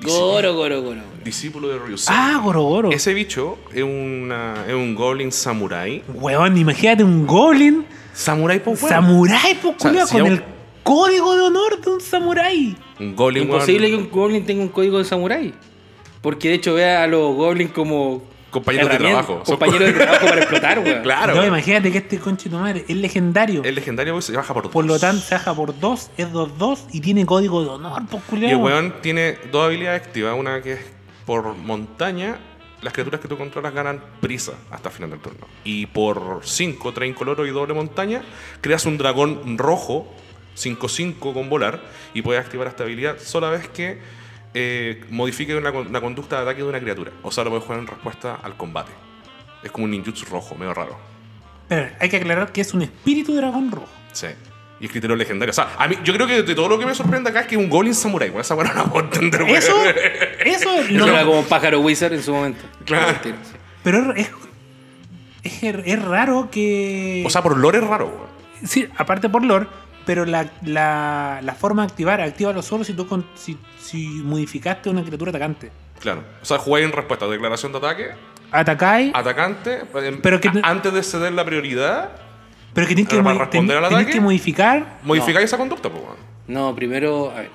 Speaker 1: Goro, goro, goro.
Speaker 7: Discípulo de Ryusei.
Speaker 3: Ah, Gorogoro.
Speaker 7: Ese bicho es, una, es un goblin samurai.
Speaker 3: Weón, imagínate un goblin
Speaker 7: Samurai, po, weón.
Speaker 3: samurái, po, culiao,
Speaker 7: si
Speaker 3: con
Speaker 7: ya un-
Speaker 3: el código de honor de un samurái.
Speaker 7: Un goblin, weón.
Speaker 1: Imposible que un goblin tenga un código de samurái. Porque de hecho vea a los goblins como.
Speaker 2: Compañeros de
Speaker 1: Herramienta-
Speaker 2: trabajo. Son
Speaker 1: Compañeros de trabajo para explotar, weón.
Speaker 2: Claro.
Speaker 3: No,
Speaker 2: weón.
Speaker 3: imagínate que este conche de tu madre es legendario.
Speaker 2: El legendario weón, se baja por dos.
Speaker 3: Por lo tanto, se baja por 2, es 2-2 y tiene código de honor, pues
Speaker 2: Y
Speaker 3: culiao.
Speaker 2: el weón tiene dos habilidades activas. Una que es por montaña. Las criaturas que tú controlas ganan prisa hasta el final del turno. Y por 5, 3 incoloro y doble montaña, creas un dragón rojo, 5-5 con volar, y puedes activar esta habilidad sola vez que eh, modifique una, con- la conducta de ataque de una criatura. O sea, lo puedes jugar en respuesta al combate. Es como un ninjutsu rojo, medio raro.
Speaker 3: Pero hay que aclarar que es un espíritu dragón rojo.
Speaker 2: Sí. Y es criterio legendario. O sea, a mí, yo creo que de todo lo que me sorprende acá es que un Golem Samurai, bueno, esa weá no la puedo entender, weón.
Speaker 3: Eso, eso es
Speaker 1: Eso
Speaker 3: lo
Speaker 1: era como pájaro wizard en su momento.
Speaker 2: Claro.
Speaker 1: Mentira, sí.
Speaker 3: Pero es, es, es raro que.
Speaker 2: O sea, por lore es raro, weón.
Speaker 3: sí, aparte por lore, pero la, la, la forma de activar, actívalo solo si tú con- si, si modificaste una criatura atacante.
Speaker 2: Claro. O sea, jugáis en respuesta a declaración de ataque,
Speaker 3: Atacáis,
Speaker 2: Ah, atacante, em,
Speaker 3: Pero que-
Speaker 2: a- antes de ceder la prioridad,
Speaker 3: pero que tienes que,
Speaker 2: Ahora,
Speaker 3: modi-
Speaker 2: para responder
Speaker 3: ten-
Speaker 2: al
Speaker 3: tenés
Speaker 2: ataque.
Speaker 3: que modificar.
Speaker 2: modificáis esa conducta, pues, weón.
Speaker 1: No, primero, a ver.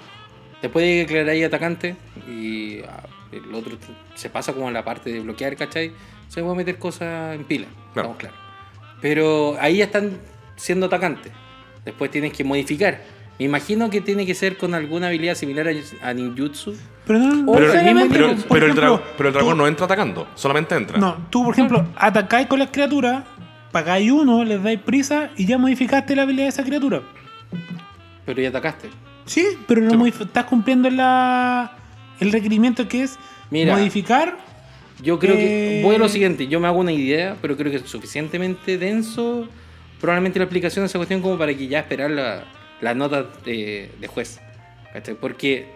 Speaker 1: Después de que declaráis atacante y ah, el otro t- se pasa como a la parte de bloquear, ¿cachai? Se puede meter cosas en pila.
Speaker 2: Claro.
Speaker 1: Estamos claros. Pero ahí ya están siendo atacantes. Después tienes que modificar. Me imagino que tiene que ser con alguna habilidad similar a, a ninjutsu.
Speaker 3: Pero
Speaker 1: O
Speaker 2: Pero,
Speaker 3: no, no
Speaker 1: el mismo-
Speaker 3: necesariamente,
Speaker 2: pero-
Speaker 3: por- por
Speaker 2: pero el
Speaker 3: ejemplo,
Speaker 2: dra- pero el dragón no entra atacando, solamente entra.
Speaker 3: No, tú, por ejemplo, atacáis con las criaturas, pagáis uno, les dais prisa y ya modificaste la habilidad de esa criatura.
Speaker 1: Pero ya atacaste.
Speaker 3: Sí, pero no modif- estás cumpliendo la, el requerimiento que es
Speaker 1: Mira.
Speaker 3: modificar.
Speaker 1: Yo creo que.
Speaker 3: Eh.
Speaker 1: Voy a lo siguiente, yo me hago una idea, pero creo que es suficientemente denso. Probablemente la aplicación de esa cuestión como para que ya esperar la- las notas de, de juez. ¿cachai? Porque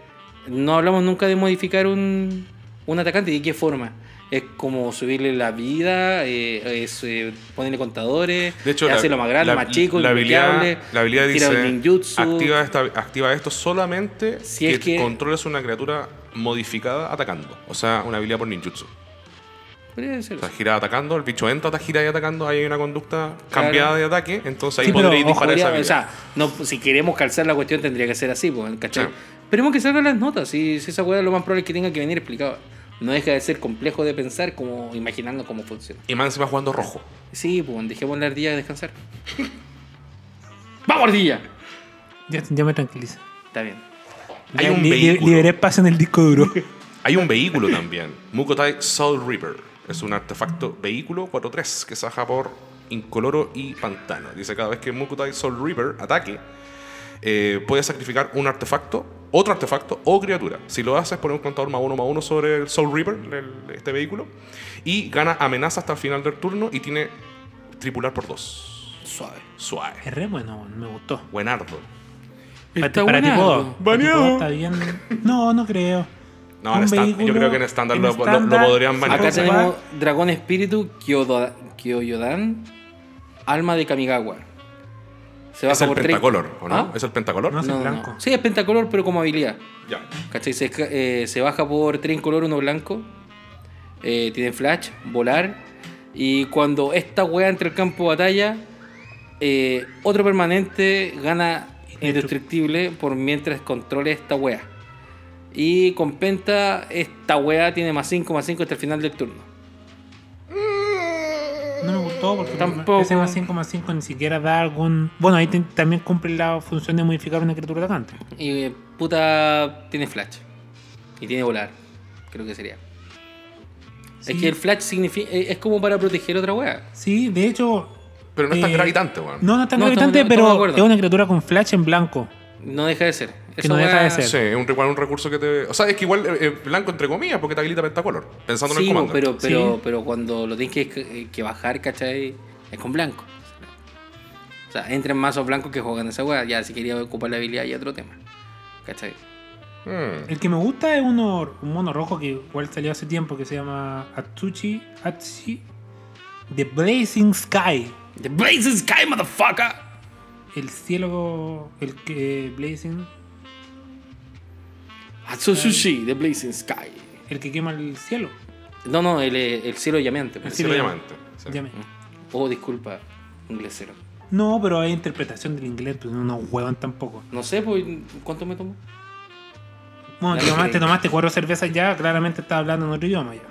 Speaker 1: no hablamos nunca de modificar un, un atacante. ¿De qué forma? Es como subirle la vida, eh, es, eh, ponerle contadores,
Speaker 2: De hecho, la-
Speaker 1: hacerlo más grande,
Speaker 2: la-
Speaker 1: más chico,
Speaker 2: la habilidad,
Speaker 1: inbloqueable,
Speaker 2: la habilidad
Speaker 1: tira un
Speaker 2: dice:
Speaker 1: ninjutsu.
Speaker 2: activa, esta, activa esto solamente
Speaker 1: Si
Speaker 2: que,
Speaker 1: es que-
Speaker 2: controles una criatura modificada atacando. O sea, una habilidad por ninjutsu.
Speaker 1: Podría ser
Speaker 2: O sea,
Speaker 1: eso.
Speaker 2: gira atacando, el bicho entra, te gira y atacando, ahí hay una conducta cambiada de ataque, entonces ahí
Speaker 3: Sí, pero,
Speaker 2: podréis
Speaker 3: ojo,
Speaker 2: disparar esa
Speaker 1: Podría- o
Speaker 2: habilidad.
Speaker 1: sea, no, si queremos calzar la cuestión tendría que ser así, pues, ¿cachai?
Speaker 2: Sí.
Speaker 1: Esperemos que salgan las notas, si, si esa hueá lo más probable es que tenga que venir explicado. No deja de ser complejo de pensar, como imaginando cómo funciona.
Speaker 2: Y más encima jugando rojo.
Speaker 1: Sí, pues, dejemos la ardilla descansar. ¡Vamos, ardilla!
Speaker 3: Ya, ya me tranquiliza.
Speaker 1: Está bien.
Speaker 2: Hay
Speaker 3: Ya
Speaker 2: un
Speaker 3: li- li-
Speaker 2: vehículo.
Speaker 3: liberé espacio en el disco duro.
Speaker 2: Hay un vehículo también, Mukotai Soul River. Es un artefacto vehículo 4-3 que saja por incoloro y pantano. Dice cada vez que Mukotai Soul River ataque, eh, puede sacrificar un artefacto, otro artefacto o criatura. Si lo haces, pone un contador más uno más uno sobre el Soul River, el- este vehículo, y gana amenaza hasta el final del turno y tiene tripular por dos.
Speaker 1: Suave.
Speaker 2: Suave.
Speaker 3: Es re bueno, me gustó.
Speaker 2: Buenardo.
Speaker 3: Para,
Speaker 1: Está
Speaker 3: ti- Este, para ti
Speaker 1: buenardo.
Speaker 3: puedo. Para ti
Speaker 2: Baneado.
Speaker 3: puedo, está bien. No, no creo.
Speaker 2: No,
Speaker 3: Un
Speaker 2: en estándar-
Speaker 3: vehículo-
Speaker 2: yo creo que en estándar lo- lo- lo
Speaker 3: estándar,
Speaker 2: podrían banear.
Speaker 1: Acá
Speaker 3: se
Speaker 1: tenemos
Speaker 3: puede-
Speaker 1: Dragón Espíritu, Kyodo- Kyoyodan, Alma de Kamigawa. Se
Speaker 2: Es
Speaker 1: baja
Speaker 2: el
Speaker 1: por tres-
Speaker 2: pentacolor, ¿o no?
Speaker 1: ¿Ah?
Speaker 2: ¿Es el pentacolor?
Speaker 3: No. Es el
Speaker 1: No, no,
Speaker 3: blanco.
Speaker 1: no. Sí, es pentacolor, pero como habilidad.
Speaker 2: Ya.
Speaker 1: ¿Cachai? Se, esca- eh, se baja por tres color, uno blanco. Eh, tiene flash, volar. Y cuando esta wea entra al campo de batalla, eh, otro permanente gana indestructible por mientras controle esta wea. Y con penta, esta wea tiene más 5, más 5 hasta el final del turno.
Speaker 3: No me gustó porque
Speaker 1: Tampoco.
Speaker 3: ese más 5,5 ni siquiera da algún. Bueno, ahí te- también cumple la función de modificar una criatura atacante.
Speaker 1: Y eh, puta, tiene flash. Y tiene volar. Creo que sería. Es
Speaker 3: Sí.
Speaker 1: que el flash significa, es como para proteger otra wea.
Speaker 3: Sí, de hecho.
Speaker 2: Pero no es tan
Speaker 3: eh,
Speaker 2: gravitante, weón.
Speaker 3: No, no es tan
Speaker 1: No,
Speaker 3: gravitante,
Speaker 1: estamos de- estamos de
Speaker 3: pero
Speaker 1: acuerdo.
Speaker 3: es una criatura con flash en blanco.
Speaker 1: No deja de ser.
Speaker 3: Que
Speaker 1: Esa
Speaker 3: no deja
Speaker 1: weá-
Speaker 3: de ser.
Speaker 2: Sí, es un, igual un recurso que te. O sea, es que igual eh, eh, blanco entre comillas porque te habilita pentacolor. Pensando en
Speaker 1: Sí,
Speaker 2: el
Speaker 1: bo,
Speaker 2: comando.
Speaker 1: pero, pero,
Speaker 3: Sí.
Speaker 1: pero cuando lo tienes que, que bajar, ¿cachai? Es con blanco. O sea, entran mazos blancos que juegan esa weá. Ya, si quería ocupar la habilidad, ya otro tema. ¿Cachai?
Speaker 2: Mm.
Speaker 3: El que me gusta es uno, un mono rojo que igual salió hace tiempo que se llama Atsuchi Atsuchi The Blazing Sky.
Speaker 1: The Blazing Sky, motherfucker.
Speaker 3: El cielo. El que. Blazing.
Speaker 1: Ah, Atsushi, The Blazing Sky.
Speaker 3: El que quema el cielo.
Speaker 1: No, no, el, eh, el cielo llameante.
Speaker 3: El
Speaker 1: pues.
Speaker 2: Cielo llamante. sí.
Speaker 3: Llame.
Speaker 1: Oh, disculpa, inglesero.
Speaker 3: No, pero hay interpretación del inglés, pues no huevan tampoco.
Speaker 1: No sé, pues, ¿cuánto me tomo?
Speaker 3: Bueno, te
Speaker 1: Dale,
Speaker 3: tomaste,
Speaker 1: Freddy.
Speaker 3: tomaste cuatro cervezas ya, claramente estás hablando en otro idioma ya.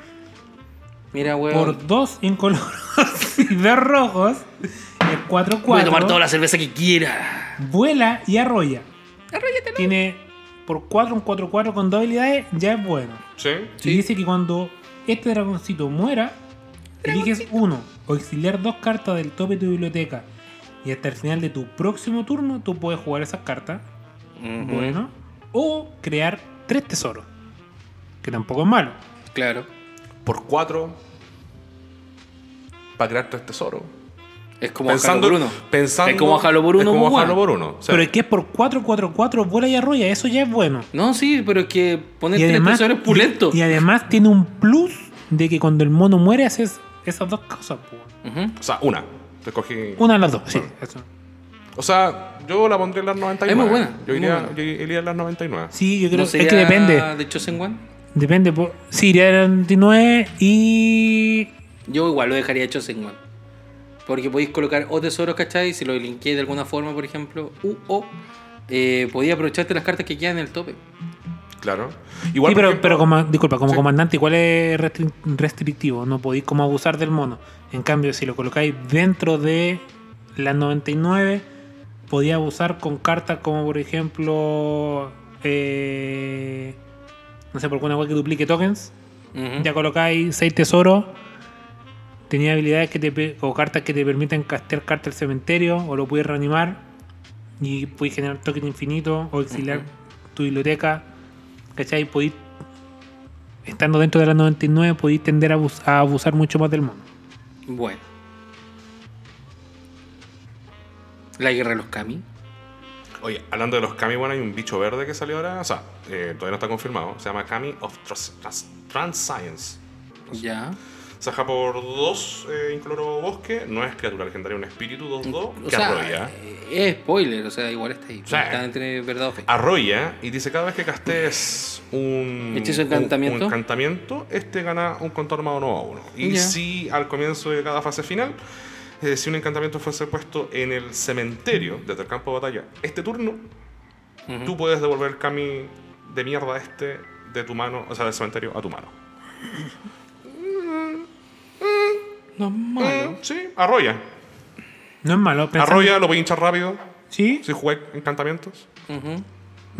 Speaker 1: Mira, weón.
Speaker 3: por dos incoloros y dos rojos, es
Speaker 1: Voy a tomar toda
Speaker 3: 4-4,
Speaker 1: la cerveza que quiera.
Speaker 3: vuela y arrolla. Tiene por 4 un 4-4 con dos habilidades, ya es bueno.
Speaker 2: Sí.
Speaker 1: Sí.
Speaker 3: Y dice que cuando este dragoncito muera, eliges uno o exiliar dos cartas del tope de tu biblioteca. Y hasta el final de tu próximo turno, tú puedes jugar esas cartas.
Speaker 1: Ujú,
Speaker 3: Bueno. O crear tres tesoros. Que tampoco es malo.
Speaker 1: Claro.
Speaker 2: Por cuatro. Para crear tres tesoros.
Speaker 1: Es como bajarlo por uno.
Speaker 2: pensando.
Speaker 1: es como bajarlo por uno.
Speaker 2: Es como
Speaker 1: pues,
Speaker 2: bajarlo
Speaker 1: weón.
Speaker 2: por uno. sí.
Speaker 3: Pero es que es por 4-4-4, vuela y arrolla. Eso ya es bueno.
Speaker 1: No, sí, pero es que
Speaker 3: Y
Speaker 1: ponerte el
Speaker 3: además,
Speaker 1: tesoro es pulento.
Speaker 3: y además tiene un plus de que cuando el mono muere haces esas dos cosas. po.
Speaker 1: Ujú.
Speaker 2: O sea, una. Te cogí.
Speaker 3: Una de las dos, sí. eso.
Speaker 2: O sea, yo la pondría en las 99.
Speaker 1: Es muy buena,
Speaker 2: Yo
Speaker 1: muy
Speaker 2: iría,
Speaker 1: buena.
Speaker 2: yo iría en las 99.
Speaker 3: Sí, yo creo
Speaker 1: ¿No
Speaker 3: es que
Speaker 1: sería
Speaker 3: depende.
Speaker 1: ¿De Chosen One?
Speaker 3: Depende. po. Sí, iría de 99 y...
Speaker 1: Yo igual lo dejaría hecho sin one. Porque podéis colocar o tesoros, ¿cachai? Si lo linkéis de alguna forma, por ejemplo, u o eh, podéis aprovecharte las cartas que quedan en el tope.
Speaker 2: Claro. Igual.
Speaker 3: sí,
Speaker 2: por
Speaker 3: pero,
Speaker 2: ejemplo-
Speaker 3: pero como, disculpa, como
Speaker 2: Sí.
Speaker 3: comandante igual es restri- restrictivo, no podéis como abusar del mono. En cambio, si lo colocáis dentro de las 99, podía abusar con cartas como por ejemplo, eh, no sé, por alguna web que duplique tokens,
Speaker 1: Ujú.
Speaker 3: ya colocáis 6 tesoros, tenía habilidades que te, pe- o cartas que te permiten castear cartas al cementerio, o lo puedes reanimar, y puedes generar token infinito, o exiliar tu biblioteca, ¿cachai? Podéis, estando dentro de las 99, podéis tender a, abus- a abusar mucho más del mono.
Speaker 1: Bueno. La guerra de los Kami.
Speaker 2: Oye, hablando de los Kami, bueno, hay un bicho verde que salió ahora. O sea, eh, todavía no está confirmado. Se llama Kami of Trans, Trans- Transcience.
Speaker 1: Ya.
Speaker 2: Saja por 2, eh, incoloro bosque. No es criatura legendaria, un espíritu 2-2.
Speaker 1: O
Speaker 2: Que
Speaker 1: sea, eh,
Speaker 2: arrolla.
Speaker 1: es spoiler, o sea, igual está ahí.
Speaker 2: Sí. Ah,
Speaker 1: Está entre verdad o fe.
Speaker 2: Arrolla y dice: cada vez que castees un.
Speaker 1: Hechizo
Speaker 2: un-
Speaker 1: encantamiento.
Speaker 2: Un, encantamiento, este gana un contorno más uno a uno. Y
Speaker 1: Ya.
Speaker 2: si al comienzo de cada fase final. eh, si un encantamiento fuese puesto en el cementerio desde el campo de batalla este turno,
Speaker 1: Ujú.
Speaker 2: Tú puedes devolver el cami de mierda este de tu mano, o sea, del cementerio a tu mano.
Speaker 1: No es malo.
Speaker 2: Mm, sí, arroya.
Speaker 3: No es malo, pensando-
Speaker 2: Arroya, lo voy a hinchar rápido.
Speaker 3: Sí,
Speaker 2: Si jugué encantamientos.
Speaker 1: Ujú.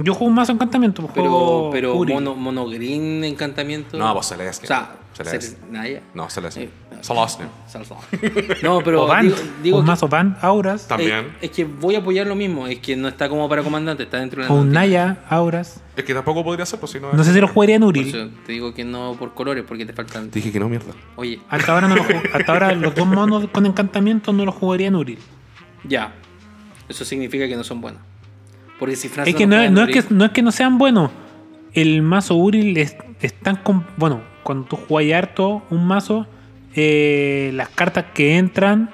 Speaker 3: yo juego un mazo encantamiento, un
Speaker 1: Pero,
Speaker 3: juego
Speaker 1: pero
Speaker 3: Uri.
Speaker 1: mono, mono green encantamiento.
Speaker 3: pues
Speaker 2: se le
Speaker 1: O sea,
Speaker 2: Se le
Speaker 1: ser-
Speaker 2: hace.
Speaker 1: Naya.
Speaker 2: No, se le
Speaker 1: Eh,
Speaker 2: hace. Solosne.
Speaker 1: Salsa. No, pero
Speaker 3: O Band,
Speaker 1: digo, digo
Speaker 3: un
Speaker 1: que-
Speaker 3: mazo Band, Auras,
Speaker 1: eh,
Speaker 2: También.
Speaker 1: es que voy a apoyar lo mismo. Es que no está como para comandante, está dentro de la
Speaker 3: o un
Speaker 1: normativa.
Speaker 3: Naya, Auras.
Speaker 2: Es que tampoco podría ser, pues si no.
Speaker 3: No sé si lo jugaría en
Speaker 1: Por
Speaker 3: Uri.
Speaker 1: eso te digo que no por colores, porque te faltan.
Speaker 2: Dije que no, mierda.
Speaker 1: Oye,
Speaker 3: Hasta ahora, no lo ju- hasta ahora los dos monos con encantamiento no los jugaría en Uril.
Speaker 1: ya. Eso significa que no son buenos. Porque si Francia
Speaker 3: Es que no, es- no es que no es que no sean buenos. El mazo Uril es, es tan... com- bueno, cuando tú juegas harto un mazo, eh, las cartas que entran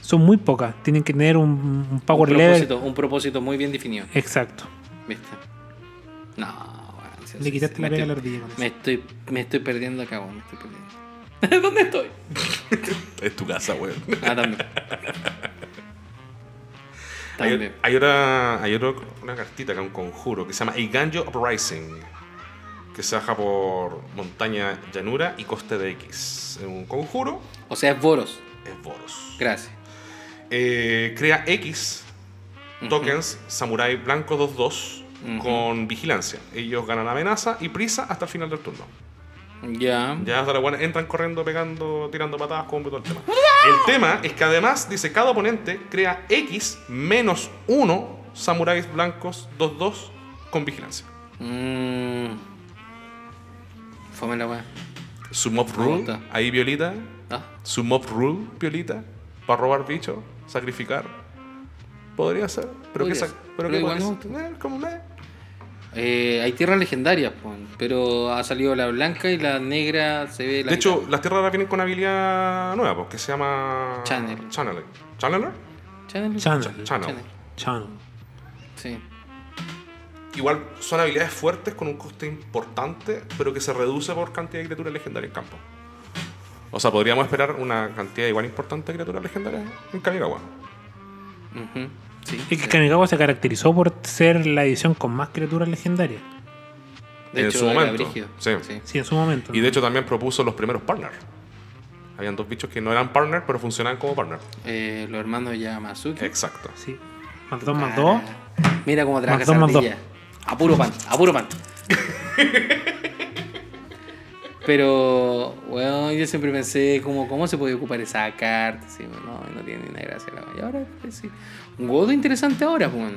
Speaker 3: son muy pocas. Tienen que tener un, un power
Speaker 1: un
Speaker 3: level.
Speaker 1: propósito, un propósito muy bien definido.
Speaker 3: Exacto.
Speaker 1: ¿Viste? No, bueno, sí,
Speaker 3: Le
Speaker 1: sí,
Speaker 3: quitaste
Speaker 1: sí,
Speaker 3: la
Speaker 1: me
Speaker 3: pega a la
Speaker 1: estoy-
Speaker 3: ardilla con eso.
Speaker 1: Me estoy, me estoy perdiendo acá, weón, me estoy perdiendo. ¿Dónde estoy?
Speaker 2: Es tu casa, weón.
Speaker 1: Ah, también.
Speaker 2: Hay,
Speaker 1: también.
Speaker 2: hay otra, hay otro- una cartita que es un conjuro que se llama Iganjo Uprising. Que se baja por montaña, llanura y coste de X. Es un conjuro,
Speaker 1: O sea, es Boros.
Speaker 2: es Boros.
Speaker 1: Gracias.
Speaker 2: Eh, crea X tokens Samurai Blanco 2-2
Speaker 1: Ujú.
Speaker 2: con vigilancia. Ellos ganan amenaza y prisa hasta el final del turno.
Speaker 1: Ya.
Speaker 2: Ya hasta la buena entran corriendo, pegando, tirando patadas, combo y todo el tema. El tema es que además dice cada oponente crea X menos 1 Samuráis Blancos 2-2 con vigilancia.
Speaker 1: Mmm. Fome la weá.
Speaker 2: Su mob
Speaker 1: Me
Speaker 2: rule,
Speaker 1: gusta.
Speaker 2: ahí Violita.
Speaker 1: Ah,
Speaker 2: Su mob rule, Violita. Para robar bicho, sacrificar. Podría ser, pero
Speaker 1: Podría
Speaker 2: que, sa-
Speaker 1: ser,
Speaker 2: pero
Speaker 1: pero
Speaker 2: que
Speaker 1: igual
Speaker 2: con
Speaker 1: no.
Speaker 2: eso- eh, como me-
Speaker 1: eh, hay tierras legendarias, pon, pero ha salido la blanca y la negra se ve la
Speaker 2: De
Speaker 1: mitad.
Speaker 2: hecho, las tierras ahora vienen con una habilidad nueva, pues, que se llama.
Speaker 1: Channel.
Speaker 2: Channeling. ¿Channeler?
Speaker 1: Channel.
Speaker 3: Channel.
Speaker 2: Channel. Ah,
Speaker 1: Channel,
Speaker 3: Chano.
Speaker 1: Sí.
Speaker 2: Igual son habilidades fuertes con un coste importante, pero que se reduce por cantidad de criaturas legendarias en campo. O sea, podríamos esperar una cantidad igual importante de criaturas legendarias en Kamigawa.
Speaker 1: Ujú, sí.
Speaker 3: Es que
Speaker 1: sí.
Speaker 3: Kamigawa se caracterizó por ser la edición con más criaturas legendarias.
Speaker 1: De
Speaker 2: en
Speaker 1: hecho,
Speaker 2: su
Speaker 1: era
Speaker 2: momento,
Speaker 1: brígido.
Speaker 2: sí.
Speaker 3: Sí, en su momento.
Speaker 2: Y de hecho también propuso los primeros partners. Habían dos bichos que no eran partner, pero funcionaban como partner.
Speaker 1: Eh, los hermanos Yamazuki.
Speaker 2: Exacto.
Speaker 3: Sí. Más dos, más dos.
Speaker 1: Ah, Mira cómo trabaja
Speaker 3: Más
Speaker 1: esa
Speaker 3: dos, más dos.
Speaker 1: ardilla. A puro pan, a puro pan. Pero, bueno, yo siempre pensé, como, ¿cómo se puede ocupar esa carta? Sí, no, no tiene ni una gracia. la wea. Y ahora, pues, sí. Un godo interesante ahora, pues.
Speaker 2: Es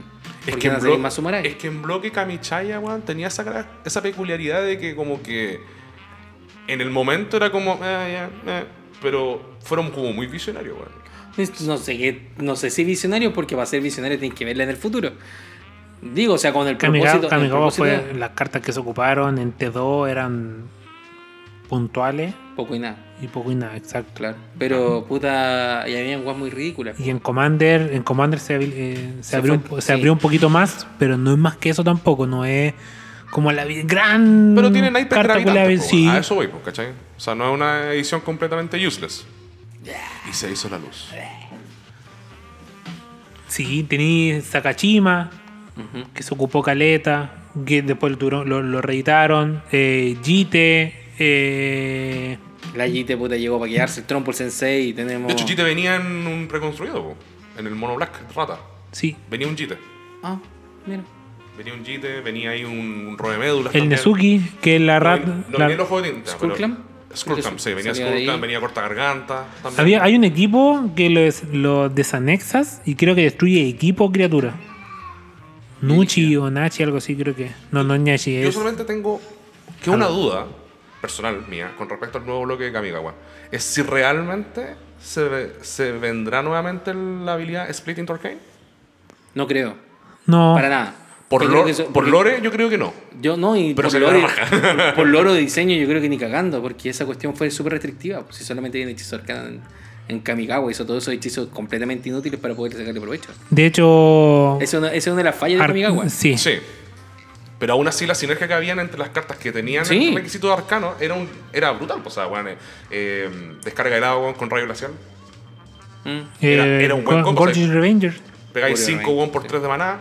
Speaker 1: Porque
Speaker 2: que,
Speaker 1: van
Speaker 2: en
Speaker 1: a salir
Speaker 2: blo-
Speaker 1: más Sumaray.
Speaker 2: es que en bloque Kamichaya, weón, tenía esa, gra- esa peculiaridad de que como que en el momento era como, "Ah, ya, eh", pero fueron como muy visionarios, weón.
Speaker 1: Esto No sé, qué- no sé si visionario, porque para ser visionario tienes que verla en el futuro. Digo, o sea, con el propósito.
Speaker 3: Kamigawa
Speaker 1: el
Speaker 3: Kamigawa
Speaker 1: propósito
Speaker 3: fue las cartas que se ocuparon en T2 eran puntuales
Speaker 1: Poco y nada,
Speaker 3: y poco y nada, exacto.
Speaker 1: claro. Pero, puta, y había guas muy ridículas.
Speaker 3: Y en Commander, en Commander se, abil- eh, se
Speaker 1: Se
Speaker 3: abrió, un,
Speaker 1: fue-
Speaker 3: po- se
Speaker 1: sí.
Speaker 3: abrió un poquito más, pero no es más que eso tampoco, no es como la vi- gran
Speaker 2: Pero tienen iPad
Speaker 3: con la vi-
Speaker 2: gravitante, po,
Speaker 3: Mm, sí.
Speaker 2: weón. pues, a eso voy, po, ¿cachai? O sea, no es una edición completamente useless. Y se hizo la luz.
Speaker 3: Sí, tení Sakachima, que se ocupó Caleta, que después lo, tuvieron- lo, lo reeditaron, eh, Jite, eh,
Speaker 1: La Yite, puta, llegó para quedarse el trompo, el sensei y tenemos.
Speaker 2: De hecho, Jite venía en un reconstruido, po, en el mono black, rata.
Speaker 3: sí,
Speaker 2: Venía un Jite.
Speaker 1: Ah, mira.
Speaker 2: Venía un Jite, venía ahí un, un Rodemédula.
Speaker 3: el Nezuki, que es la
Speaker 2: No,
Speaker 3: rat...
Speaker 2: no
Speaker 3: la-
Speaker 2: venía el ojo de tinta. pero-
Speaker 1: ¿Skullclamp?
Speaker 2: Skullclamp, sí. Venía
Speaker 1: Salía de ahí.
Speaker 2: Skullclamp, venía Corta Garganta. también.
Speaker 3: Había, hay un equipo que lo, des- lo desanexas y creo que destruye equipo o criatura. Nuchi o Nachi, algo así creo que. No, no es Nachi,
Speaker 2: Yo
Speaker 3: es. Ah,
Speaker 2: solamente tengo que una duda personal mía con respecto al nuevo bloque de Kamigawa. Es si realmente se, ve- se vendrá nuevamente la habilidad Split into Arcane.
Speaker 1: No creo.
Speaker 3: No.
Speaker 1: Para nada.
Speaker 2: Por,
Speaker 1: Yo creo
Speaker 2: lore-
Speaker 1: que eso-
Speaker 2: por
Speaker 1: porque-
Speaker 2: lore, yo creo que no.
Speaker 1: Yo no, y
Speaker 2: Pero
Speaker 1: por,
Speaker 2: se le va
Speaker 1: lore,
Speaker 2: la raja.
Speaker 1: por lore de diseño yo creo que ni cagando, porque esa cuestión fue súper restrictiva. Pues si solamente hay un hechizo arcano en, en Kamigawa, hizo todos esos hechizos completamente inútiles para poder sacarle provecho.
Speaker 3: De hecho.
Speaker 1: Esa es una- esa es una de las fallas de
Speaker 3: Ar-
Speaker 1: Kamigawa.
Speaker 3: sí.
Speaker 2: Sí. Pero aún así la sinergia que habían entre las cartas que tenían
Speaker 1: Sí.
Speaker 2: el requisito de arcano era, un, era brutal. O sea, weón, eh, eh, descarga de lado con rayo glacial.
Speaker 1: Mm.
Speaker 2: Era-
Speaker 3: Eh,
Speaker 2: era un buen
Speaker 3: Go-
Speaker 2: combo,
Speaker 3: Gorgeous
Speaker 2: sí.
Speaker 3: Revenger.
Speaker 2: Pegáis
Speaker 1: Puro
Speaker 2: 5
Speaker 1: rango,
Speaker 2: weón por
Speaker 1: sí.
Speaker 2: 3 de maná.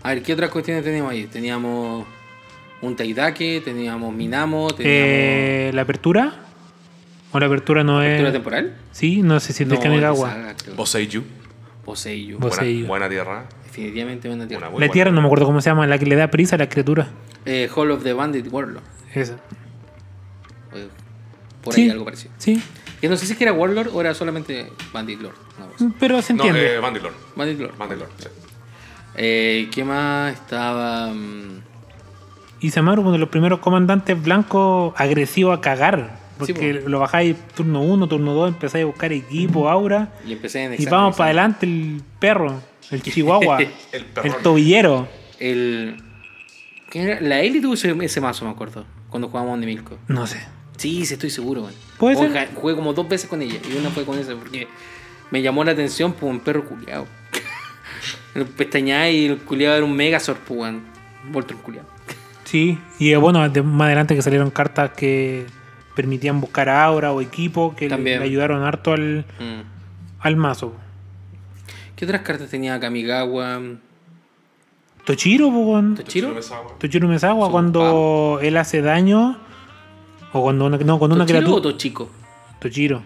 Speaker 1: A ver, ¿qué otras cuestiones teníamos ahí? Teníamos un Taidake, teníamos Minamo, teníamos...
Speaker 3: Eh, la apertura. O la apertura no
Speaker 1: ¿Apertura
Speaker 3: es.
Speaker 1: temporal?
Speaker 3: Sí, no sé si es de
Speaker 1: es de
Speaker 3: Kamigawa.
Speaker 1: saga, creo.
Speaker 2: Boseiju.
Speaker 1: Poseiyu.
Speaker 3: Bos-
Speaker 2: Buena,
Speaker 3: Boseiju.
Speaker 2: buena tierra.
Speaker 1: Definitivamente una tierra.
Speaker 2: Una muy
Speaker 3: La
Speaker 2: buena.
Speaker 3: tierra, no me acuerdo cómo se llama, la que le da prisa a la criatura.
Speaker 1: Eh, Hall of the Bandit Warlock.
Speaker 3: Esa.
Speaker 1: Eh, Por ahí
Speaker 3: Sí,
Speaker 1: algo parecido.
Speaker 3: Sí.
Speaker 1: Que no sé si es que era Warlord o era solamente Bandit Lord. una cosa.
Speaker 3: Pero se
Speaker 2: No,
Speaker 3: entiende.
Speaker 2: eh, Bandilor.
Speaker 1: Bandit Lord.
Speaker 2: Mandalore, sí.
Speaker 1: Eh, ¿Qué más estaba? mm,
Speaker 3: Y Samaru, uno de los primeros comandantes blancos agresivo a cagar.
Speaker 1: Sí,
Speaker 3: Porque lo bajáis turno 1, turno 2, empezáis a buscar equipo, aura.
Speaker 1: Y empecé en
Speaker 3: Y
Speaker 1: examen,
Speaker 3: vamos para
Speaker 1: examen.
Speaker 3: adelante el perro, el chihuahua,
Speaker 2: El perrón.
Speaker 3: el tobillero.
Speaker 1: El. ¿qué era? La Elite tuvo ese, ese mazo, me acuerdo. Cuando jugábamos en Milko.
Speaker 3: No sé.
Speaker 1: Sí, sí, estoy seguro, man.
Speaker 3: Puede
Speaker 1: Jugué-
Speaker 3: ser.
Speaker 1: Jugué como dos veces con ella. Y una fue con esa porque me llamó la atención por un perro culiado. el pestañá y el culiado era un mega sorpuan. Voltron culiado.
Speaker 3: Sí. Y eh, bueno, de- más adelante que salieron cartas que permitían buscar aura o equipo que le-
Speaker 1: También.
Speaker 3: le ayudaron harto al,
Speaker 1: Mm.
Speaker 3: al mazo.
Speaker 1: ¿Qué otras cartas tenía Kamigawa?
Speaker 3: Tochiro, po, weón.
Speaker 1: ¿Tochiro?
Speaker 3: Tochiro Mesawa,
Speaker 1: Su
Speaker 3: cuando él hace daño. O cuando una, no, cuando una
Speaker 1: ¿Tochiro o
Speaker 3: criatura.
Speaker 1: Tochico?
Speaker 3: Tochiro.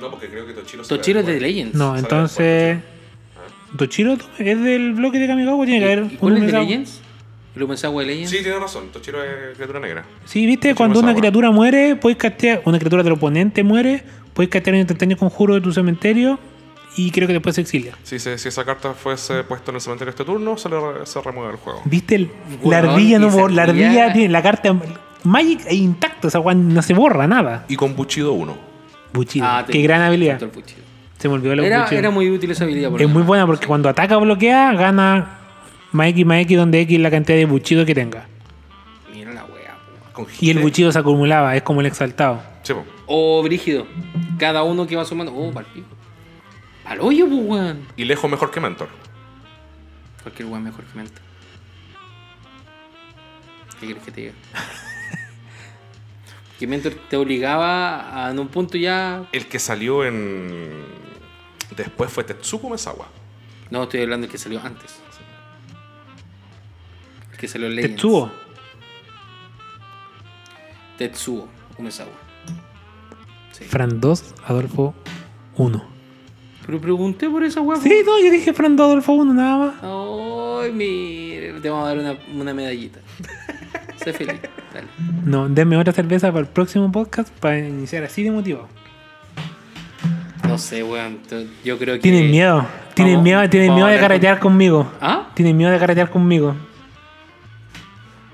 Speaker 2: No, porque creo que Tochiro se
Speaker 1: Tochiro es
Speaker 2: fue
Speaker 1: de
Speaker 2: después.
Speaker 1: Legends.
Speaker 3: No,
Speaker 2: Sale
Speaker 3: entonces. Tochiro es del bloque de Kamigawa, tiene que haber
Speaker 1: ¿Y, y cuál
Speaker 3: un
Speaker 1: es de
Speaker 3: Mesawa.
Speaker 1: Legends? ¿El Umezawa de Legends?
Speaker 2: Sí, tiene razón. Tochiro es criatura negra.
Speaker 3: Sí, viste, cuando una
Speaker 2: Mesawa.
Speaker 3: criatura muere, puedes castear. Una criatura del oponente muere, puedes castear un instantáneo conjuro de tu cementerio y creo que después se exilia.
Speaker 2: Si, se- si esa carta fuese puesta en el cementerio este turno, se, le, se remueve el juego.
Speaker 3: ¿Viste? el- la
Speaker 1: Weón,
Speaker 3: ardilla no
Speaker 1: esa
Speaker 3: borra. La
Speaker 1: ardilla-
Speaker 3: ardilla tiene la carta. Magic e intacto, esa weá no se borra nada.
Speaker 2: Y con Buchido 1.
Speaker 3: Buchido.
Speaker 1: Ah,
Speaker 3: Qué
Speaker 1: te-
Speaker 3: gran
Speaker 1: Todo
Speaker 3: habilidad.
Speaker 1: el puchido.
Speaker 3: Se me olvidó lo
Speaker 1: Era,
Speaker 3: Buchido.
Speaker 1: era muy útil esa habilidad. por
Speaker 3: Es
Speaker 1: lo
Speaker 3: muy
Speaker 1: menos.
Speaker 3: buena porque cuando ataca o bloquea, gana más X más X donde X la cantidad de buchido que tenga.
Speaker 1: Mira la wea. po.
Speaker 2: Con
Speaker 3: Y el
Speaker 2: Hite.
Speaker 3: buchido se acumulaba, es como el exaltado.
Speaker 2: Sí, po.
Speaker 1: O Oh, brígido. Cada uno que va sumando. Oh, pal pico. Pal hoyo, po, weón.
Speaker 2: Y lejos mejor que Mentor.
Speaker 1: Cualquier weón mejor que menta. ¿Qué quieres que te diga? que Mentor te obligaba a en un punto ya.
Speaker 2: El que salió en. Después fue Tetsuko Mesawa.
Speaker 1: No, estoy hablando del que salió antes. El que salió en Legends.
Speaker 3: Tetsuo.
Speaker 1: Tetsuo Umezawa.
Speaker 3: Fran 2, Adolfo 1.
Speaker 1: Pero pregunté por esa weá.
Speaker 3: Sí, no, yo dije Fran 2, Adolfo 1, nada más.
Speaker 1: Ay, mire, te vamos a dar una, una medallita. sé feliz. Dale.
Speaker 3: No, denme otra cerveza para el próximo podcast para iniciar así de motivado.
Speaker 1: No sé, weón. t- Yo creo que.
Speaker 3: Tienen miedo, tienen
Speaker 1: Vamos,
Speaker 3: miedo, tienen
Speaker 1: vamos
Speaker 3: miedo
Speaker 1: a
Speaker 3: de
Speaker 1: hablar con-
Speaker 3: carretear conmigo.
Speaker 1: ¿Ah?
Speaker 3: Tienen miedo de carretear conmigo.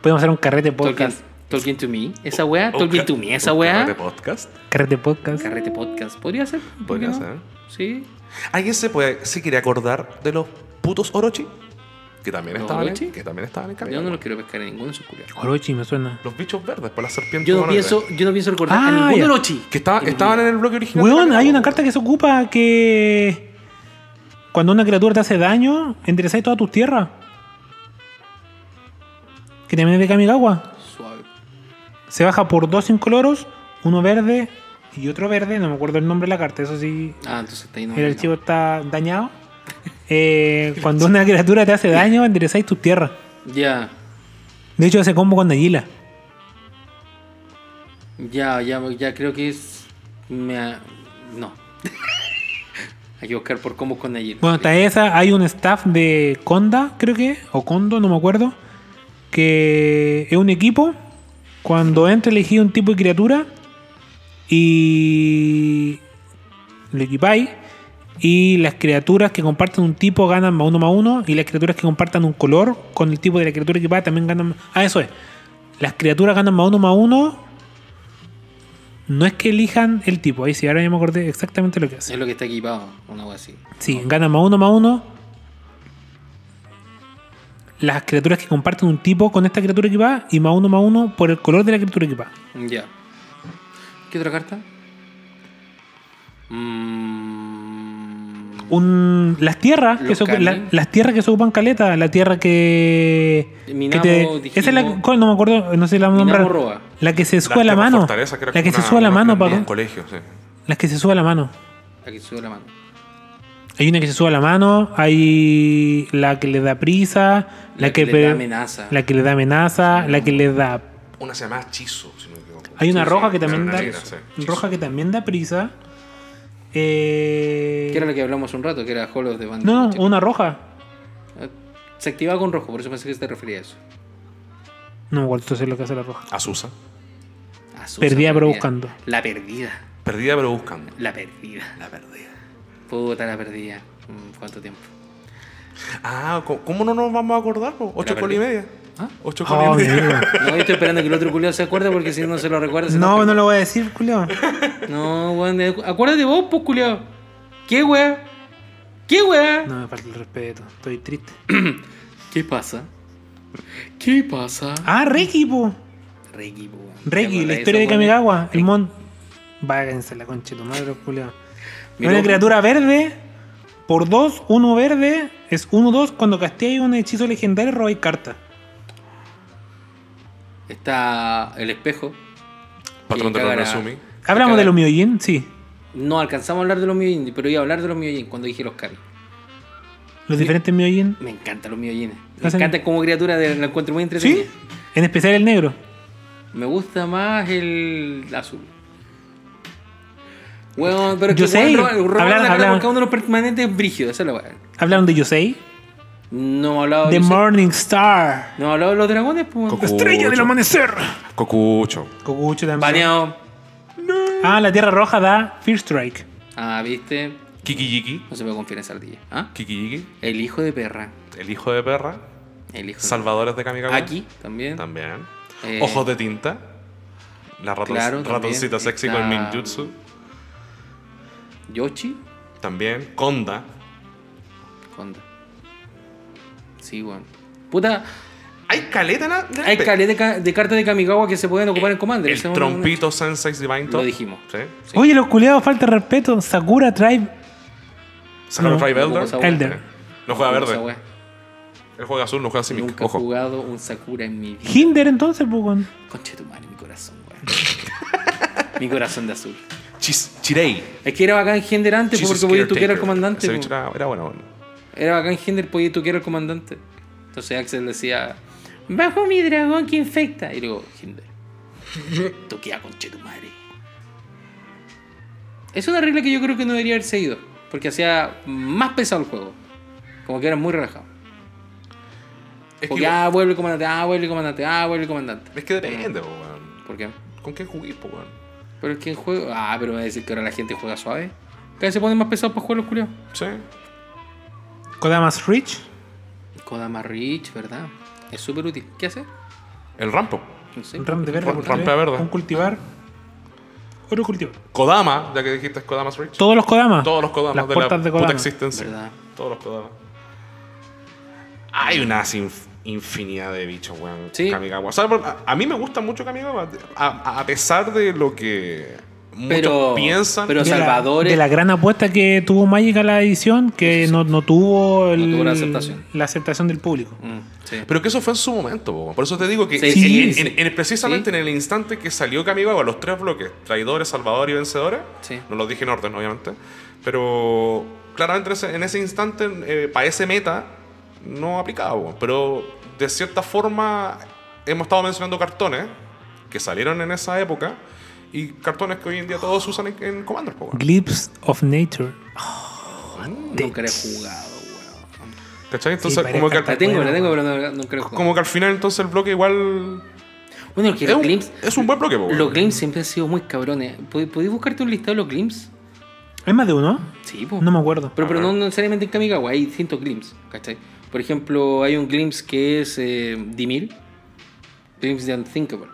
Speaker 3: Podemos hacer un carrete
Speaker 1: Talking,
Speaker 3: podcast.
Speaker 1: Talking to me. Esa weá.
Speaker 2: Un
Speaker 1: Talking
Speaker 2: ca-
Speaker 1: to me. Esa
Speaker 2: un
Speaker 1: weá.
Speaker 2: carrete podcast?
Speaker 3: Carrete podcast.
Speaker 1: Carrete podcast. Podría ser. ¿por qué
Speaker 2: Podría
Speaker 1: no?
Speaker 2: ser.
Speaker 1: Sí.
Speaker 2: ¿Alguien se, puede, se quiere acordar de los putos Orochi? Que también
Speaker 1: ¿Los
Speaker 2: estaban,
Speaker 1: Orochi?
Speaker 2: En, que también estaban en
Speaker 1: Yo
Speaker 2: camino.
Speaker 1: no los quiero pescar en ninguno de sus culiados.
Speaker 3: Orochi me suena.
Speaker 2: Los bichos verdes, por la serpiente.
Speaker 1: Yo no
Speaker 2: humanoide.
Speaker 1: pienso, yo no pienso recordar
Speaker 3: Ah,
Speaker 1: a ninguno
Speaker 3: ya.
Speaker 1: de los chi.
Speaker 2: Que estaba- estaban en el bloque original. de
Speaker 3: Weón,
Speaker 2: Cacao,
Speaker 3: hay
Speaker 2: weón.
Speaker 3: una carta que se ocupa que cuando una criatura te hace daño, enderezáis todas tus tierras. Que también es de Kamigawa.
Speaker 1: Suave.
Speaker 3: Se baja por dos incoloros, uno verde y otro verde. No me acuerdo el nombre de la carta, eso sí.
Speaker 1: Ah, entonces está ahí no.
Speaker 3: el archivo está dañado. Eh, cuando una criatura te hace daño, enderezáis tus tierras.
Speaker 1: Ya.
Speaker 3: De hecho, hace combo con Nagila.
Speaker 1: Ya, ya, ya creo que es. Me ha- No. Hay que buscar por cómo con ayer.
Speaker 3: Bueno, está esa. Hay un staff de Conda, creo que, o Condo, no me acuerdo, que es un equipo. Cuando entra, elegí un tipo de criatura y lo equipáis. Y las criaturas que compartan un tipo ganan más uno más uno. Y las criaturas que compartan un color con el tipo de la criatura equipada también ganan. Ah, eso es. Las criaturas ganan más uno más uno. No es que elijan el tipo. Ahí sí, ahora ya me acordé exactamente lo que hace.
Speaker 1: Es lo que está equipado, una cosa así.
Speaker 3: Sí, gana más uno, más uno. Las criaturas que comparten un tipo con esta criatura equipada y más uno, más uno por el color de la criatura equipada.
Speaker 1: Ya. ¿Qué otra carta? Mm,
Speaker 3: Un, las tierras que
Speaker 1: Los
Speaker 3: se, ocu-
Speaker 1: canis.
Speaker 3: la- las tierras que se ocupan caleta, la tierra que.
Speaker 1: Minamo,
Speaker 3: que
Speaker 1: dijimos.
Speaker 3: esa es la que- ¿cuál? no me acuerdo, no sé la
Speaker 1: Minamo
Speaker 3: nombrar.
Speaker 1: roba.
Speaker 3: La que se sube a la
Speaker 2: tierras
Speaker 3: mano.
Speaker 2: fortaleza, era
Speaker 3: La que
Speaker 2: como
Speaker 3: se
Speaker 2: una-
Speaker 3: sube a la
Speaker 2: una
Speaker 3: mano,
Speaker 2: grandía, Un
Speaker 3: Paco.
Speaker 2: colegio, sí.
Speaker 3: Las que se sube a la mano.
Speaker 1: aquí sube la mano.
Speaker 3: Hay una que se sube a la mano, hay la que le da prisa, la, que,
Speaker 1: le
Speaker 3: pe-
Speaker 1: da amenaza.
Speaker 3: la que le da amenaza, la que le da
Speaker 2: Una se llamaba Chizo, si no me equivoco.
Speaker 3: Hay una
Speaker 2: Sí,
Speaker 3: roja
Speaker 2: sí,
Speaker 3: que
Speaker 2: era
Speaker 3: también
Speaker 2: una
Speaker 3: da.
Speaker 2: negra, sí. Chizo.
Speaker 3: roja que también da prisa. Eh,
Speaker 1: Que era lo que hablamos un rato, que era Hall of the Band.
Speaker 3: no, no, una roja.
Speaker 1: Se activaba con rojo, por eso pensé que te refería a eso.
Speaker 3: No me acuerdo sé lo que hace la roja.
Speaker 2: Azusa.
Speaker 1: Azusa,
Speaker 3: Perdida, pero buscando.
Speaker 1: Ah, La perdida.
Speaker 2: Perdida pero buscando.
Speaker 1: La perdida.
Speaker 2: La perdida.
Speaker 1: Puta, la perdida. Mm, ¿Cuánto tiempo?
Speaker 2: Ah, ¿cómo- ¿cómo no nos vamos a acordar? po? Ocho
Speaker 1: La
Speaker 2: col y
Speaker 1: perdida.
Speaker 2: media.
Speaker 1: ¿Ah?
Speaker 2: Ocho col
Speaker 3: Oh,
Speaker 2: y media.
Speaker 3: mira.
Speaker 1: No, yo estoy esperando que el otro culiado se acuerde porque si no se lo recuerda. se
Speaker 3: no,
Speaker 1: enoja.
Speaker 3: no lo voy a decir, Julio.
Speaker 1: No, weón. de- Acuérdate vos, pues, culiado. ¿Qué, weá? ¿Qué, weá?
Speaker 3: No me falta el respeto. Estoy triste.
Speaker 1: ¿Qué pasa? ¿Qué pasa?
Speaker 3: Ah, Reggie, po.
Speaker 1: Reggie, po, weón. ¿Te
Speaker 3: Reggie,
Speaker 1: acordás
Speaker 3: la historia de
Speaker 1: esa, weón?
Speaker 3: Kamigawa. El
Speaker 1: Reggie.
Speaker 3: mon. Váganse la concha de tu madre, Julio.
Speaker 1: Miró-
Speaker 3: Una criatura verde. Por dos, uno verde. Es 1-2. Cuando casteáis un hechizo legendario, robáis carta.
Speaker 1: Está el espejo.
Speaker 2: Patrón
Speaker 1: que
Speaker 2: de los
Speaker 1: cagará.
Speaker 2: Nezumi.
Speaker 3: Hablamos
Speaker 1: Acá-
Speaker 3: de lo mío, Jin, sí.
Speaker 1: No alcanzamos a hablar de los miojines, pero iba a hablar de los miojines cuando dije los canis.
Speaker 3: Los diferentes Myojin.
Speaker 1: Me encantan los miojines. Me
Speaker 3: Hacen-
Speaker 1: encantan como criatura, de- la encuentro muy entretenida.
Speaker 3: ¿Sí? En especial el negro.
Speaker 1: Me gusta más el azul. Weón, pero es
Speaker 3: Yo
Speaker 1: que weón,
Speaker 3: sé.
Speaker 1: roba- roba
Speaker 3: Hablar-
Speaker 1: la plata
Speaker 3: hablar-
Speaker 1: porque uno de los permanentes brígidos, esa es la weá.
Speaker 3: Hablaron de Yosei.
Speaker 1: No he hablado
Speaker 3: The
Speaker 1: yo sé-
Speaker 3: Morning Star.
Speaker 1: No he hablado de los dragones, pues. weón.
Speaker 2: Coco.
Speaker 3: Estrella del
Speaker 2: Ocho.
Speaker 3: amanecer.
Speaker 2: Cocucho.
Speaker 3: Kokucho también.
Speaker 1: Baneado.
Speaker 3: Ah, la Tierra Roja da Fear Strike.
Speaker 1: Ah, viste.
Speaker 2: Kiki Yiki.
Speaker 1: No se puede confiar en esa ardilla. ¿Ah?
Speaker 2: Kiki Yiki.
Speaker 1: El hijo de perra.
Speaker 2: El hijo de perra.
Speaker 1: El hijo
Speaker 2: Salvadores de
Speaker 1: de
Speaker 2: Kamigawa.
Speaker 1: perra. Aquí también.
Speaker 2: También.
Speaker 1: Eh,
Speaker 2: Ojos de tinta. La raton-
Speaker 1: claro, también
Speaker 2: ratoncita sexy con
Speaker 1: está-
Speaker 2: ninjutsu.
Speaker 1: Yoshi.
Speaker 2: También. Conda.
Speaker 1: Conda. Sí, weón. Puta,
Speaker 2: Hay caleta, na- de
Speaker 1: hay
Speaker 2: pe-
Speaker 1: caleta de, ca- de cartas de Kamigawa que se pueden ocupar en Commander.
Speaker 2: El
Speaker 1: Esa es una-
Speaker 2: trompito Sensei Divine Top.
Speaker 1: Lo dijimos.
Speaker 2: Sí.
Speaker 1: Sí.
Speaker 3: Oye, los culiados, falta de respeto. Sakura Tribe
Speaker 2: Sacaron
Speaker 3: No.
Speaker 2: Tribe
Speaker 1: Tampoco
Speaker 2: Elder.
Speaker 1: esa weá.
Speaker 3: Elder.
Speaker 2: No juega
Speaker 1: Tampoco esa
Speaker 2: verde.
Speaker 1: weá.
Speaker 2: Él juega azul, no juega Simic.
Speaker 1: Nunca he
Speaker 2: Ojo.
Speaker 1: jugado un Sakura en mi vida.
Speaker 3: Hinder, entonces, pues, weón.
Speaker 1: Conche tu madre, mi corazón, weón. mi corazón de azul.
Speaker 2: Chis- Chirei.
Speaker 1: Es que era bacán Hinder antes, po,
Speaker 2: Jesus
Speaker 1: pues, porque podías tú que
Speaker 2: Caretaker.
Speaker 1: era el comandante. pues.
Speaker 2: Ese
Speaker 1: po.
Speaker 2: bicho era, era bueno. bueno.
Speaker 1: Era bacán Hinder, podías tú que era el comandante. Entonces Axel decía: Bajo mi dragón que infecta. Y luego, Hinder. Tú queda conche tu madre. Es una regla que yo creo que no debería haber seguido, porque hacía más pesado el juego. Como que era muy relajado.
Speaker 2: Es
Speaker 1: Porque,
Speaker 2: que,
Speaker 1: ah, vuelve el comandante, ah, vuelve el comandante, ah, vuelve el comandante.
Speaker 2: es que depende, po, weón.
Speaker 1: ¿Por qué?
Speaker 2: ¿Con quién juguís, po, weón?
Speaker 1: Pero es que el juego. Ah, pero me va a decir que ahora la gente juega suave. Cada vez se pone más pesado para jugar los culiados.
Speaker 2: Sí.
Speaker 3: Kodamas Rich.
Speaker 1: Kodama Rich, ¿verdad? Es súper útil. ¿Qué hace?
Speaker 2: El rampo.
Speaker 1: No sé.
Speaker 3: Un ram de verde.
Speaker 2: Ram-
Speaker 3: cultivar,
Speaker 2: rampa verde.
Speaker 3: Un cultivar. Otro cultivar.
Speaker 2: Kodama, ya que dijiste Kodama's Rich.
Speaker 3: Todos los Kodamas.
Speaker 2: Todos los Kodamas
Speaker 3: Las
Speaker 2: de la
Speaker 3: puertas de
Speaker 2: puta
Speaker 3: Kodama.
Speaker 2: existencia.
Speaker 1: ¿Verdad?
Speaker 2: Todos los Kodamas. Hay una sin- infinidad de bichos, weón.
Speaker 1: Sí.
Speaker 2: Kamigawa. O sea, por- a, a mí me gusta mucho Kamigawa. A, a- a pesar de lo que muchos
Speaker 1: Pero-
Speaker 2: piensan.
Speaker 1: pero- Los
Speaker 3: de la-
Speaker 1: salvadores.
Speaker 3: de la gran apuesta que tuvo Magic a la edición, que no, no tuvo, el-
Speaker 1: tuvo la aceptación.
Speaker 3: la aceptación del público.
Speaker 1: Mm, sí.
Speaker 2: pero que eso fue en su momento, po. por eso te digo que
Speaker 1: Sí,
Speaker 2: en-
Speaker 3: sí,
Speaker 2: en-
Speaker 1: sí.
Speaker 2: en- en- precisamente
Speaker 1: Sí.
Speaker 2: en el instante que salió Kamigawa, los tres bloques, traidores, salvadores y vencedores,
Speaker 1: Sí.
Speaker 2: no los dije en orden, obviamente, pero claramente en ese, en ese instante, para ese meta, no aplicaba, po. pero de cierta forma hemos estado mencionando cartones que salieron en esa época y cartones que hoy en día todos usan en, en Commander, po, weón.
Speaker 3: Glimpse of Nature.
Speaker 1: Nunca la he jugado, weón.
Speaker 2: ¿cachai? Entonces,
Speaker 3: parece
Speaker 2: como, que
Speaker 1: La
Speaker 2: al,
Speaker 3: cartón.
Speaker 1: tengo,
Speaker 3: Bueno,
Speaker 1: la tengo, pero no, nunca la he jugado.
Speaker 2: como que al final entonces el bloque igual...
Speaker 1: Bueno, que
Speaker 2: Es
Speaker 1: los
Speaker 2: un,
Speaker 1: Glimps.
Speaker 2: es un buen bloque, po, weón.
Speaker 1: Los Glimps siempre han sido muy cabrones. ¿Pod- ¿Podéis buscarte un listado de los Glimps?
Speaker 3: ¿Hay más de uno?
Speaker 1: Sí, po.
Speaker 3: No me acuerdo.
Speaker 1: Pero, pero no necesariamente en Kamigawa, hay distintos Glimps, ¿cachai? Por ejemplo, hay un Glimpse que es eh, Dimil, Glimpse de Unthinkable,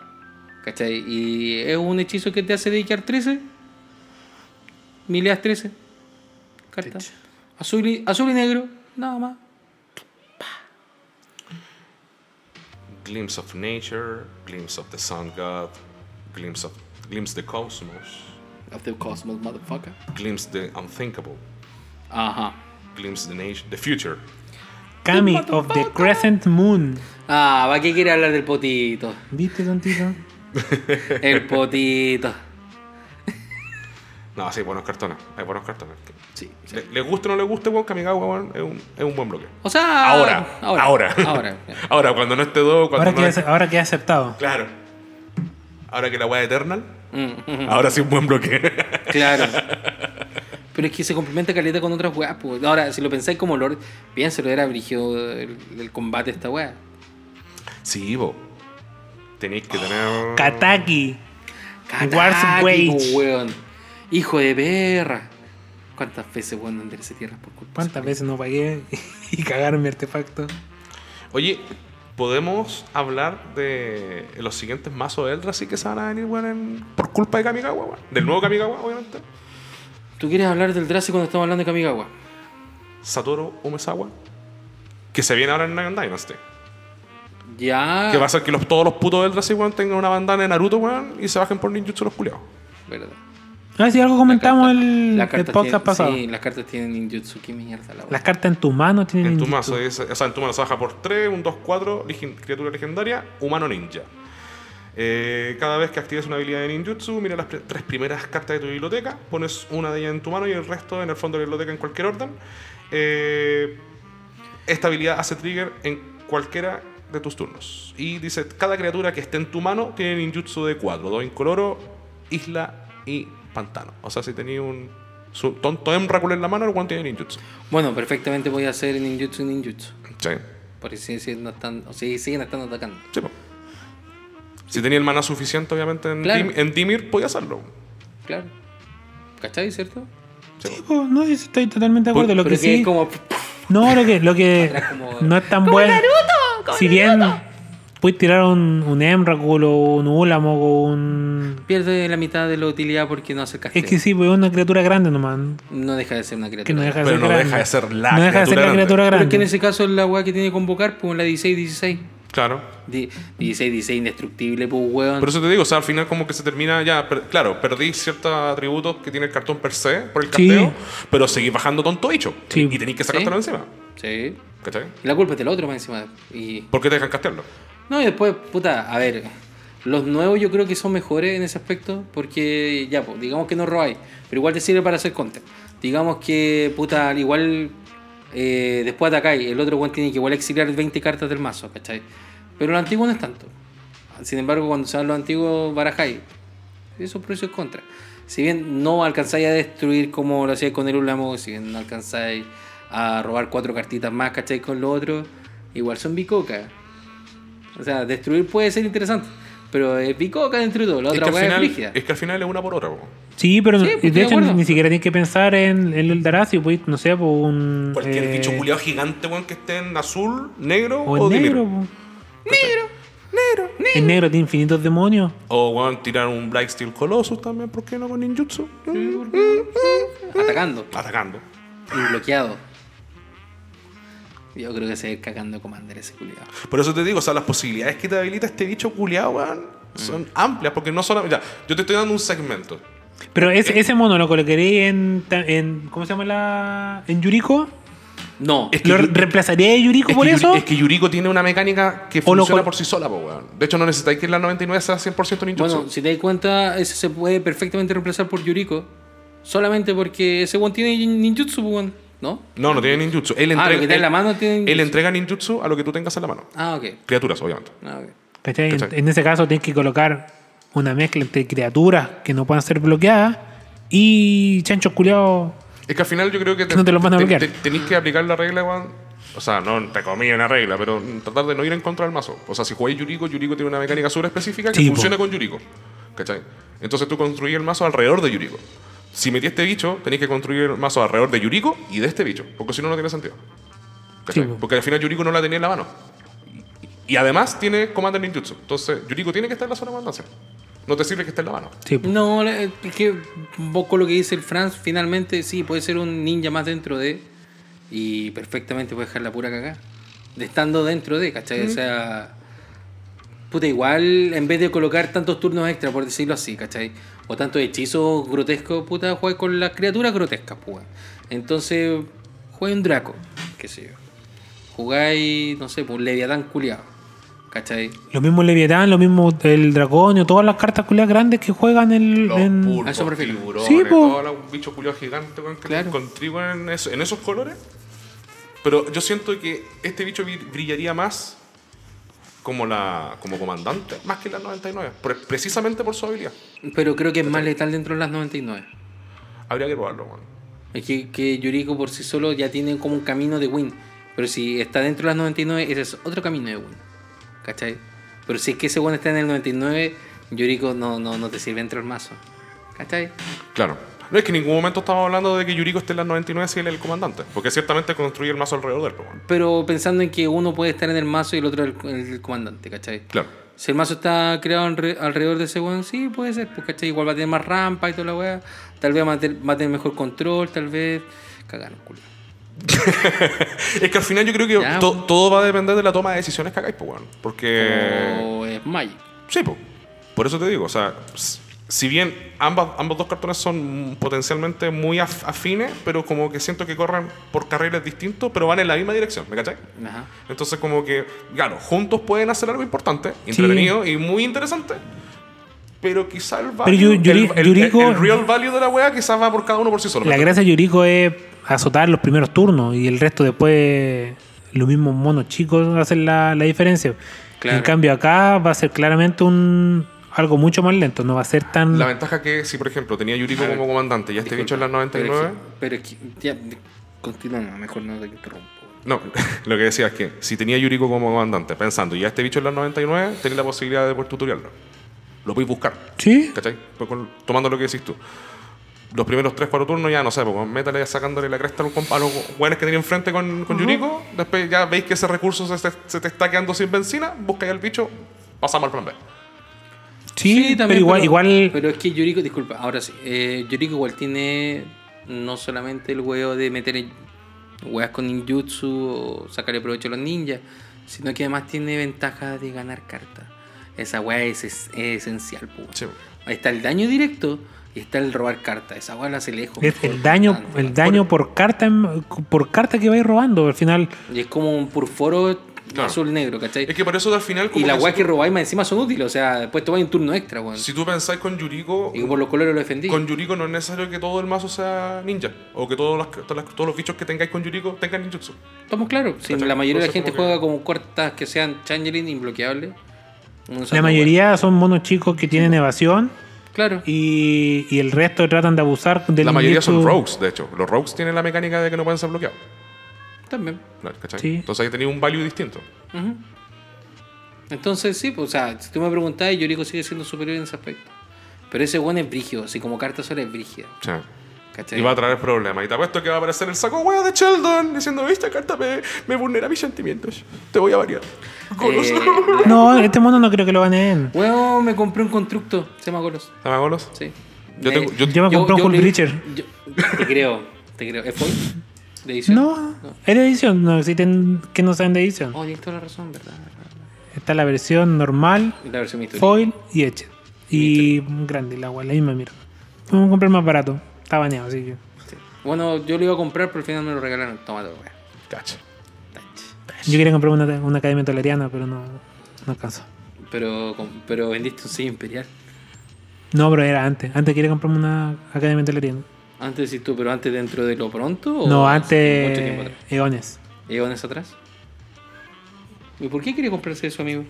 Speaker 1: ¿cachai? Y es un hechizo que te hace dedicar 13, mileas 13, cartas. Azul y, azul y negro, nada más.
Speaker 2: Glimpse of Nature, Glimpse of the Sun God, Glimpse of Glimpse the Cosmos,
Speaker 1: Of the cosmos, motherfucker.
Speaker 2: Glimpse the Unthinkable,
Speaker 1: Ajá.
Speaker 2: Glimpse the Nation, the Future.
Speaker 3: Kami of the Crescent Moon.
Speaker 1: Ah, ¿para qué quiere hablar del potito?
Speaker 3: ¿Viste, tontito?
Speaker 1: El potito.
Speaker 2: No, sí, buenos cartones, hay buenos cartones.
Speaker 1: Sí.
Speaker 2: Le, le guste o no le guste, weón, Kamigawa, weón, es un, es un buen bloque.
Speaker 1: O sea,
Speaker 2: Ahora, ahora, ahora,
Speaker 1: Ahora.
Speaker 2: Ahora, cuando no esté dos, cuando
Speaker 3: Ahora
Speaker 2: no
Speaker 3: que,
Speaker 2: esté-
Speaker 3: ha- ahora que ha aceptado.
Speaker 2: Claro. Ahora que la weá es Eternal,
Speaker 1: Mm,
Speaker 2: ahora sí es un buen bloque.
Speaker 1: Claro. Pero es que se complementa caleta con otras weas. pues. Ahora, si lo pensáis como Lord, piénselo, era brígido el, el combate de esta wea.
Speaker 2: sí, bo. Tenéis que tener.
Speaker 3: Kataki.
Speaker 1: Kataki,
Speaker 3: Wars Wage.
Speaker 1: po, weón. Hijo de perra. ¿Cuántas veces, weón, enderecé tierras por culpa? de
Speaker 3: ¿Cuántas veces no pagué y cagaron mi artefacto?
Speaker 2: Oye, ¿podemos hablar de los siguientes mazos Eldrazi que se van a venir, weón, en- por culpa de Kamigawa, weón? Del nuevo Kamigawa, obviamente.
Speaker 1: esa- ¿Tú quieres hablar del Drace cuando estamos hablando de Kamigawa?
Speaker 2: Satoru Umezawa. Que se viene ahora en Neon Dynasty.
Speaker 1: Ya.
Speaker 2: Que va a hacer que los, todos los putos Eldrazi, weón, tengan una bandana de Naruto, weón, y se bajen por ninjutsu los culiados.
Speaker 1: Verdad.
Speaker 3: A ver si algo comentamos
Speaker 1: Carta-
Speaker 3: el,
Speaker 1: las
Speaker 3: el
Speaker 1: cartas
Speaker 3: podcast
Speaker 1: tienen-
Speaker 3: pasado.
Speaker 1: Sí, las cartas tienen ninjutsu. Qué mierda la wea.
Speaker 3: Las cartas en tus manos tienen
Speaker 2: En tu
Speaker 3: ninjutsu.
Speaker 2: mazo, es- o sea, en tu mazo se baja por 3, un 2-4, legen- criatura legendaria, humano ninja. Eh, cada vez que actives una habilidad de ninjutsu, mira las pre- tres primeras cartas de tu biblioteca, pones una de ellas en tu mano y el resto en el fondo de la biblioteca en cualquier orden. Eh, esta habilidad hace trigger en cualquiera de tus turnos. Y dice, cada criatura que esté en tu mano tiene ninjutsu de 4, 2 incoloro, isla y pantano. O sea, si tenía un su- tonto Emrakul en la mano, el guante tiene ninjutsu.
Speaker 1: Bueno, perfectamente voy a hacer ninjutsu y ninjutsu.
Speaker 2: Sí.
Speaker 1: Porque si, si no están, o si siguen estando atacando.
Speaker 2: Sí, po. Si tenía el maná suficiente, obviamente, en,
Speaker 1: Claro.
Speaker 2: Dim- en Dimir, podía hacerlo.
Speaker 1: Claro. ¿Cachai, cierto?
Speaker 2: Sí, po.
Speaker 3: Oh, No, sí, estoy totalmente de acuerdo.
Speaker 1: Pero
Speaker 3: lo que
Speaker 1: que
Speaker 3: sí.
Speaker 1: es como.
Speaker 3: No, lo que, lo que
Speaker 1: Atrás como-
Speaker 3: no es tan bueno. si bien puedes tirar un, un Emrakul o un Ulamog o un.
Speaker 1: Pierde la mitad de la utilidad porque no hace
Speaker 3: Es que
Speaker 1: castigo.
Speaker 3: sí, pues es una criatura grande nomás.
Speaker 1: No deja de ser una criatura.
Speaker 3: Que no deja de
Speaker 2: Pero
Speaker 3: ser
Speaker 2: no
Speaker 3: grande.
Speaker 2: deja de ser la
Speaker 3: No deja de ser la
Speaker 2: criatura
Speaker 3: criatura
Speaker 1: Pero
Speaker 3: grande.
Speaker 1: es que en ese caso es la weá que tiene que convocar, pues la 16-16.
Speaker 2: Claro.
Speaker 1: Di- 16-16 indestructible, pues
Speaker 3: Ah.
Speaker 1: weón.
Speaker 2: Por eso te digo, o sea, al final como que se termina ya... per- claro, perdí ciertos atributos que tiene el cartón per se por el
Speaker 3: Sí.
Speaker 2: carteo, pero seguís bajando tonto bicho.
Speaker 3: Sí.
Speaker 2: Y tenéis que sacártelo encima.
Speaker 1: Sí.
Speaker 2: ¿Cachai?
Speaker 1: Y la culpa es del otro más encima. Y...
Speaker 2: ¿Por qué te dejan castearlo?
Speaker 1: No, y después, puta, a ver. Los nuevos yo creo que son mejores en ese aspecto porque ya, pues, digamos que no robáis, pero igual te sirve para hacer content. Digamos que, puta, igual eh, después atacáis, el otro weón tiene que igual exiliar 20 cartas del mazo, ¿cachai? Pero lo antiguo no es tanto. Sin embargo, cuando se dan los antiguos, barajáis. Eso es pro y eso es contra. Si bien no alcanzáis a destruir como lo hacíais con el Ulamo, si bien no alcanzáis a robar cuatro cartitas más, ¿cachai? Con lo otro, igual son bicoca. O sea, destruir puede ser interesante, pero es bicoca dentro de todo. La
Speaker 2: Es que,
Speaker 1: otra
Speaker 2: al
Speaker 1: hueá es
Speaker 2: final,
Speaker 1: brígida.
Speaker 2: es que al final es una por hora. po.
Speaker 3: Sí, pero
Speaker 1: Sí,
Speaker 3: no-
Speaker 1: pues,
Speaker 3: y
Speaker 1: estoy
Speaker 3: de
Speaker 1: de
Speaker 3: hecho
Speaker 1: acuerdo.
Speaker 3: ni siquiera tienes que pensar en en el Eldaraz y pues, no sé, por un.
Speaker 2: Cualquier
Speaker 3: eh,
Speaker 2: bicho culiado gigante, weón, que esté en azul, negro o,
Speaker 3: O en
Speaker 2: Dimir.
Speaker 3: negro, po. En negro tiene infinitos demonios.
Speaker 2: O weón, tirar un Black Steel Colossus también, ¿por qué no con ninjutsu?
Speaker 1: Atacando
Speaker 2: Atacando.
Speaker 1: y bloqueado. Yo creo que se ve cagando Commander ese culiado.
Speaker 2: Por eso te digo, o sea, las posibilidades que te habilita este bicho culiado, weón, son amplias, porque no solamente. Ya, yo te estoy dando un segmento.
Speaker 3: Pero
Speaker 2: Eh.
Speaker 3: ese, ese mono lo colocaría en, ta- en. ¿Cómo se llama la.? En Yuriko.
Speaker 1: No,
Speaker 2: Es que
Speaker 3: ¿Lo
Speaker 2: Yuri-
Speaker 3: reemplazaría de Yuriko
Speaker 2: Es
Speaker 3: por
Speaker 2: que, Yuri-
Speaker 3: eso?
Speaker 2: es que Yuriko tiene una mecánica que
Speaker 3: O lo
Speaker 2: funciona
Speaker 3: cual-
Speaker 2: por sí sola, po, weón. De hecho, no necesitáis que la 99 sea 100% ninjutsu.
Speaker 1: Bueno, si te das cuenta, eso se puede perfectamente reemplazar por Yuriko. Solamente porque ese one tiene ninjutsu, pues, weón, ¿no?
Speaker 2: no, no tiene ninjutsu. Él
Speaker 1: Ah,
Speaker 2: entrega,
Speaker 1: lo que te da en
Speaker 2: él-
Speaker 1: la mano tiene
Speaker 2: él
Speaker 1: ninjutsu.
Speaker 2: entrega ninjutsu a lo que tú tengas en la mano.
Speaker 1: Ah, ok.
Speaker 2: Criaturas, obviamente.
Speaker 1: Ah, ok.
Speaker 3: ¿Cachai? En,
Speaker 2: ¿Cachai?
Speaker 3: en ese caso tienes que colocar una mezcla entre criaturas que no puedan ser bloqueadas y chanchos culiados.
Speaker 2: Es que al final yo creo que
Speaker 3: No te los van a bloquear.
Speaker 2: tenéis que aplicar la regla, weón. O sea, no entre comillas una regla, pero tratar de no ir en contra del mazo. O sea, si jugáis Yuriko, Yuriko tiene una mecánica súper específica que
Speaker 3: Sí, po.
Speaker 2: funciona con Yuriko. ¿Cachai? Entonces tú construís el mazo alrededor de Yuriko. Si metí este bicho, tenéis que construir el mazo alrededor de Yuriko y de este bicho. Porque si no, no tiene sentido. ¿Cachai?
Speaker 3: Sí, po.
Speaker 2: porque al final Yuriko no la tenía en la mano. Y, y además tiene Commander Ninjutsu. Entonces, Yuriko tiene que estar en la zona de abundancia. No te sirve que esté en la mano.
Speaker 3: Sí, pues. po.
Speaker 1: No, la- es que un poco lo que dice el Franz, finalmente sí, puede ser un ninja más dentro de. Y perfectamente puede dejar la pura cagada. De estando dentro de, ¿cachai? O sea. Puta, igual en vez de colocar tantos turnos extra, por decirlo así, ¿cachai? O tantos hechizos grotescos, puta, juega con las criaturas grotescas, puta. Entonces, juega un Draco, qué sé yo. Jugáis, no sé, por Leviatán culiado, ¿cachai?
Speaker 3: Lo mismo el Leviatán, lo mismo el Draconio, todas las cartas culiadas grandes que juegan el,
Speaker 2: Los
Speaker 3: en-
Speaker 2: pulpos,
Speaker 1: A eso me refiero.
Speaker 2: tiburones,
Speaker 3: Sí, po.
Speaker 2: todos los bichos culiados gigantes weón, que
Speaker 1: Claro.
Speaker 2: te encontré, weón, en, eso- en esos colores. Pero yo siento que este bicho bri- brillaría más como la como comandante, más que la 99, pre- precisamente por su habilidad.
Speaker 1: Pero creo que es más letal dentro de las 99.
Speaker 2: Habría que probarlo, weón.
Speaker 1: Es que, que Yuriko por sí solo ya tiene como un camino de win. Pero si está dentro de las 99, ese es otro camino de win. ¿Cachai? Pero si es que ese one está en el 99, Yuriko no, no, no te sirve dentro del mazo. ¿Cachai?
Speaker 2: Claro. No es que en ningún momento estamos hablando de que Yuriko esté en las 99 si él es el comandante, porque ciertamente construye el mazo alrededor del weón.
Speaker 1: Pero pensando en que uno puede estar en el mazo y el otro el, el comandante, ¿cachai?
Speaker 2: Claro.
Speaker 1: Si el mazo está creado enre- alrededor de ese one, sí, puede ser. Pues, ¿cachai? Igual va a tener más rampa y toda la weá. Tal vez va a tener, va a tener mejor control, tal vez. Cagaron, culo.
Speaker 2: Es que al final yo creo que
Speaker 1: Ya,
Speaker 2: to-
Speaker 1: weón.
Speaker 2: todo va a depender de la toma de decisiones que hagáis, pues, weón. Porque.
Speaker 1: O es Magic.
Speaker 2: Sí, po. por eso te digo, o sea, s- si bien ambas, ambos dos cartones son potencialmente muy af- afines, pero como que siento que corren por carriles distintos, pero van en la misma dirección, ¿me cachai?
Speaker 1: Ajá.
Speaker 2: Entonces como que, claro, juntos pueden hacer algo importante, entretenido y muy interesante. Pero quizá el value,
Speaker 3: Yu- Yuri-
Speaker 2: el, el-
Speaker 3: Yuriko-
Speaker 2: el real value de la wea quizás va por cada uno por sí solo.
Speaker 3: La gracia de Yuriko es azotar los primeros turnos y el resto después los mismos monos chicos hacen la, la diferencia.
Speaker 1: Claro.
Speaker 3: En cambio acá va a ser claramente un algo mucho más lento, no va a ser tan...
Speaker 2: La ventaja que si, por ejemplo, tenía Yuriko como comandante y a este bicho en las 99...
Speaker 1: Pero es que, ya, continúa, no, mejor no te interrumpo.
Speaker 2: No, lo que decía es que si tenía Yuriko como comandante, pensando, ya este bicho en las 99, tenés la posibilidad de poder tutorial. Lo podéis buscar,
Speaker 3: Sí,
Speaker 2: ¿cachai? Pues con- tomando lo que decís tú. Los primeros 3-4 turnos ya no sé, pues métale sacándole la cresta a los, compa- a los buenos que tenía enfrente con, con Yuriko. Después ya veis que ese recurso se, te- se te está quedando sin benzina, buscáis al bicho, pasamos al plan B.
Speaker 3: sí, pero igual... igual
Speaker 1: Pero es que Yuriko, disculpa, ahora sí. eh, Yuriko igual tiene no solamente el huevo de meter en- hueas con ninjutsu o sacarle provecho a los ninjas, sino que además tiene ventaja de ganar cartas. Esa hueá es, es- es esencial, pú.
Speaker 2: Sí.
Speaker 1: Ahí Está el daño directo y está el robar cartas. Esa hueá la hace lejos.
Speaker 3: Es
Speaker 1: mejor,
Speaker 3: el daño,
Speaker 1: bastante.
Speaker 3: el daño por carta en- por carta que vais robando. Al final,
Speaker 1: Y es como un purforo
Speaker 2: Claro.
Speaker 1: azul-negro, ¿cachai?
Speaker 2: Es que por eso al final,
Speaker 1: Y
Speaker 2: como
Speaker 1: las
Speaker 2: que
Speaker 1: weas
Speaker 2: si,
Speaker 1: que robáis más encima son útiles, o sea, después tomáis un turno extra, weón.
Speaker 2: si tú pensáis con Yuriko,
Speaker 1: Y por los colores lo defendí.
Speaker 2: Con Yuriko no es necesario que todo el mazo sea ninja. O que todos, las- todas las- todos los bichos que tengáis con Yuriko tengan ninjutsu.
Speaker 1: Estamos claros. Si
Speaker 2: ¿Cachai?
Speaker 1: la mayoría de la
Speaker 2: Entonces,
Speaker 1: gente
Speaker 2: como que-
Speaker 1: juega como cartas que sean changeling, imbloqueables. uno saca
Speaker 3: la
Speaker 1: una
Speaker 3: mayoría son monos chicos que tienen evasión
Speaker 1: Claro.
Speaker 3: Y, y el resto tratan de abusar del
Speaker 2: La mayoría son
Speaker 3: ninjutsu.
Speaker 2: rogues, de hecho. Los rogues tienen la mecánica de que no pueden ser bloqueados.
Speaker 1: También.
Speaker 2: Claro, ¿cachai?
Speaker 3: Sí.
Speaker 2: Entonces ahí tenía un value distinto.
Speaker 1: Ujú. Entonces, sí, pues, o sea, si tú me preguntás, Yoriko sigue siendo superior en ese aspecto. Pero ese weón es brígido, así como carta sola es brígida.
Speaker 2: O sea,
Speaker 1: ¿Cachai? Eh,
Speaker 2: y va a traer problemas. Y te apuesto que va a aparecer el saco hueá de Sheldon diciendo: Esta carta me, me vulnera mis sentimientos. Te voy a variar. Golos.
Speaker 1: Eh,
Speaker 3: No, este mundo no creo que lo baneen.
Speaker 1: Weón, me compré un constructo, se llama Golos.
Speaker 2: ¿Te llamas golos?
Speaker 1: Sí.
Speaker 2: Yo
Speaker 1: Me-
Speaker 2: tengo- yo-
Speaker 3: Yo me compré un Hulk
Speaker 1: leí-
Speaker 3: Breacher.
Speaker 1: yo- Te creo, te creo. ¿Es foil? ¿De edición?
Speaker 3: No, es de edición, no existen que no sean de edición.
Speaker 1: Oh, tienes toda la razón, ¿verdad?
Speaker 3: Está la versión normal,
Speaker 1: La versión histórica.
Speaker 3: foil y etched. Y grande el agua, la misma mierda. Podemos comprar más barato, está bañado, así que.
Speaker 1: Sí. Bueno, yo lo iba a comprar, pero al final me lo regalaron. Toma todo, weón.
Speaker 2: Cacha.
Speaker 3: Yo quería comprar una, una academia toleriana, pero no, no alcanzó.
Speaker 1: Pero, con- pero vendiste un sello imperial.
Speaker 3: No, pero era antes. Antes quería comprarme una academia toleriana.
Speaker 1: Antes decís tú, pero antes dentro de lo pronto o
Speaker 3: No,
Speaker 1: hace Oh, Mucho tiempo
Speaker 3: antes.
Speaker 1: atrás.
Speaker 3: Eones.
Speaker 1: ¿Eones atrás? ¿Y por qué quería comprarse eso, amigo?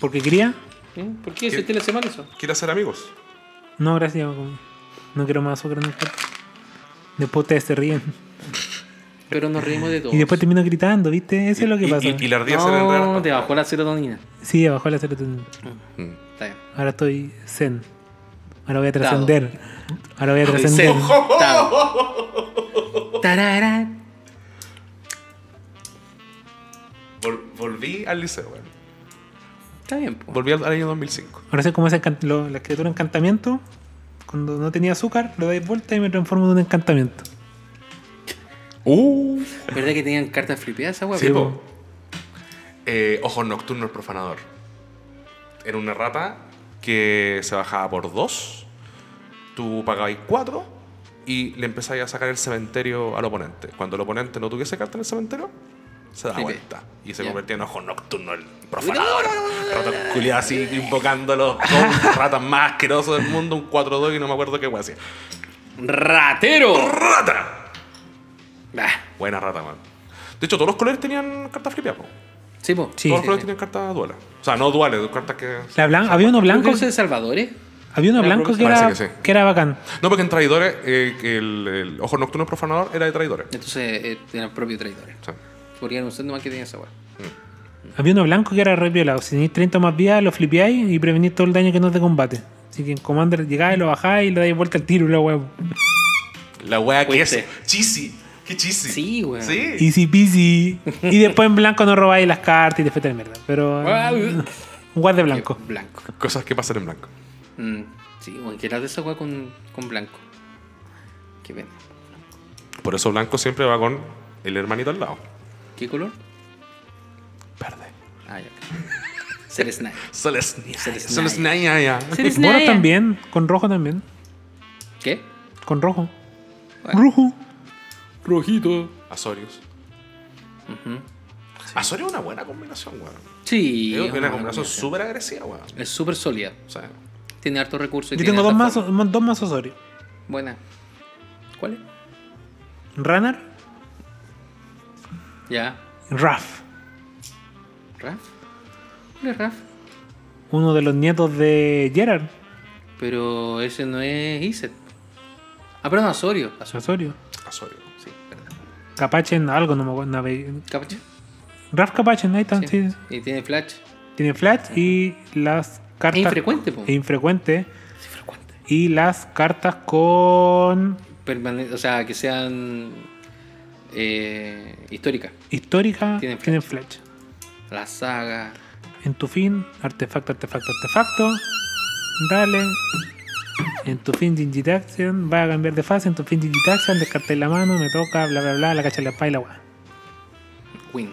Speaker 3: Porque quería.
Speaker 1: ¿Eh? ¿Por qué se te le hace mal eso?
Speaker 2: ¿Quieres ser amigos?
Speaker 3: No, gracias. como- No quiero más azúcar en el cuerpo. Después ustedes se ríen.
Speaker 1: Pero nos reímos de todo.
Speaker 3: Y después termino gritando, ¿viste? Eso es lo que
Speaker 2: Y-
Speaker 3: pasa.
Speaker 2: Y, y la ardilla se le enreda
Speaker 1: No,
Speaker 2: las
Speaker 1: te bajó la serotonina.
Speaker 3: Sí, bajó la serotonina.
Speaker 2: patas.
Speaker 1: Está bien.
Speaker 3: Ahora estoy zen. Ahora voy a trascender. Ahora voy a
Speaker 1: Estoy
Speaker 3: trascender.
Speaker 1: sentado. Tararán.
Speaker 2: Mm. Vol- volví al liceo, weón.
Speaker 1: Está bien, po.
Speaker 2: Volví al, al año 2005.
Speaker 3: Ahora sé cómo es encan- lo- la criatura encantamiento. Cuando no tenía azúcar, lo dais vuelta y me transformo en un encantamiento.
Speaker 2: Uh.
Speaker 1: ¿Verdad que tenían cartas flipeadas esa weá?
Speaker 2: Sí, po. Eh, Ojos Nocturnos Profanador. Era una rata que se bajaba por dos. Tú pagabas cuatro y le empezabas a sacar el cementerio al oponente. Cuando el oponente no tuviese carta en el cementerio, se da
Speaker 1: Flipe.
Speaker 2: vuelta. Y se
Speaker 1: Ya.
Speaker 2: convertía en Ojos Nocturnos el Profanador. Rata culiada así invocando a los dos ratas más asquerosos del mundo. Un 4-2 y no me acuerdo qué guay hacía.
Speaker 1: ¡Ratero!
Speaker 2: ¡Rata!
Speaker 1: Bah.
Speaker 2: Buena rata, man. De hecho, todos los colores tenían cartas flipeadas, po.
Speaker 1: Sí, po.
Speaker 3: Sí.
Speaker 2: Todos los colores tienen cartas duales. O sea, no duales, cartas que.
Speaker 3: La blan- había uno
Speaker 1: ¿Blanco
Speaker 3: blanco,
Speaker 1: de ¿eh? Salvadores?
Speaker 3: había uno
Speaker 1: la
Speaker 3: blanco que,
Speaker 2: provincia.
Speaker 3: era,
Speaker 2: Parece que sí.
Speaker 3: que era bacán.
Speaker 2: No, porque en traidores, eh, que el, el ojo nocturno profanador era de traidores.
Speaker 1: Entonces eh, eran propios traidores.
Speaker 2: O sea,
Speaker 1: Porque eran usted nomás que tenía esa weá.
Speaker 3: Había uno blanco que era re violado. Si tenéis 30 más vidas, lo flipeáis y prevenís todo el daño que no es de combate. Así que en Commander llegáis, lo bajáis y le dais vuelta al tiro, la huevo.
Speaker 2: la wea que
Speaker 1: Fuiste.
Speaker 2: es. Chisi. Qué chisi.
Speaker 1: Sí, weón.
Speaker 2: Sí.
Speaker 3: Easy peasy. y después en blanco no robáis las cartas y después te mierda. Pero. eh,
Speaker 1: Guau.
Speaker 3: un guarde blanco.
Speaker 1: Eh, Blanco.
Speaker 2: Cosas que pasan en blanco.
Speaker 1: Mm, sí, weón. Que era de esa weá con, con blanco. Qué pena.
Speaker 2: Por eso blanco siempre va con el hermanito al lado.
Speaker 1: ¿Qué color?
Speaker 2: Verde.
Speaker 1: Ah, ya. Ser Sniper.
Speaker 2: Celestia.
Speaker 1: Celestia.
Speaker 2: Celestia, ya.
Speaker 3: Moro Este, también, con rojo también.
Speaker 1: ¿Qué?
Speaker 3: Con rojo.
Speaker 1: Bueno.
Speaker 3: Rojo.
Speaker 1: Rojito.
Speaker 2: Azorius. Azorius es una buena combinación, weón.
Speaker 1: Sí.
Speaker 2: Digo que
Speaker 1: es
Speaker 2: una
Speaker 1: buena combinación.
Speaker 2: combinación súper agresiva, weón.
Speaker 1: Es súper sólida.
Speaker 2: O sea,
Speaker 1: Tiene harto recurso.
Speaker 3: Yo tengo dos mazos, dos mazos Osorio.
Speaker 1: Buena. ¿Cuál es?
Speaker 3: Runner,
Speaker 1: Ya.
Speaker 3: Raf.
Speaker 1: ¿Raf? ¿Cuál es Raf?
Speaker 3: Uno de los nietos de Gerard.
Speaker 1: Pero ese no es Iset. Ah, perdón, Azorio. Azorio,
Speaker 3: Osorio.
Speaker 2: Azorius.
Speaker 1: sí, verdad.
Speaker 3: Capachen, algo, no me acuerdo. nave-
Speaker 1: Capache.
Speaker 3: Raf Capachen, ahí está. Ah, sí.
Speaker 1: Sí. Y tiene flash.
Speaker 3: Tiene flash y las cartas.
Speaker 1: Es infrecuente, po.
Speaker 3: e infrecuente.
Speaker 1: Es frecuente.
Speaker 3: Y las cartas con.
Speaker 1: Permane- o sea, que sean eh, históricas.
Speaker 3: Histórica
Speaker 1: Tienen
Speaker 3: tienen
Speaker 1: flash.
Speaker 3: flash.
Speaker 1: La saga.
Speaker 3: En tu fin, artefacto, artefacto, artefacto. Dale. En tu fin, Action Va a cambiar de fase. En tu fin, Action Descartáis la mano, me toca, bla, bla, bla. La cacha en la espalda y la guá.
Speaker 1: Queen.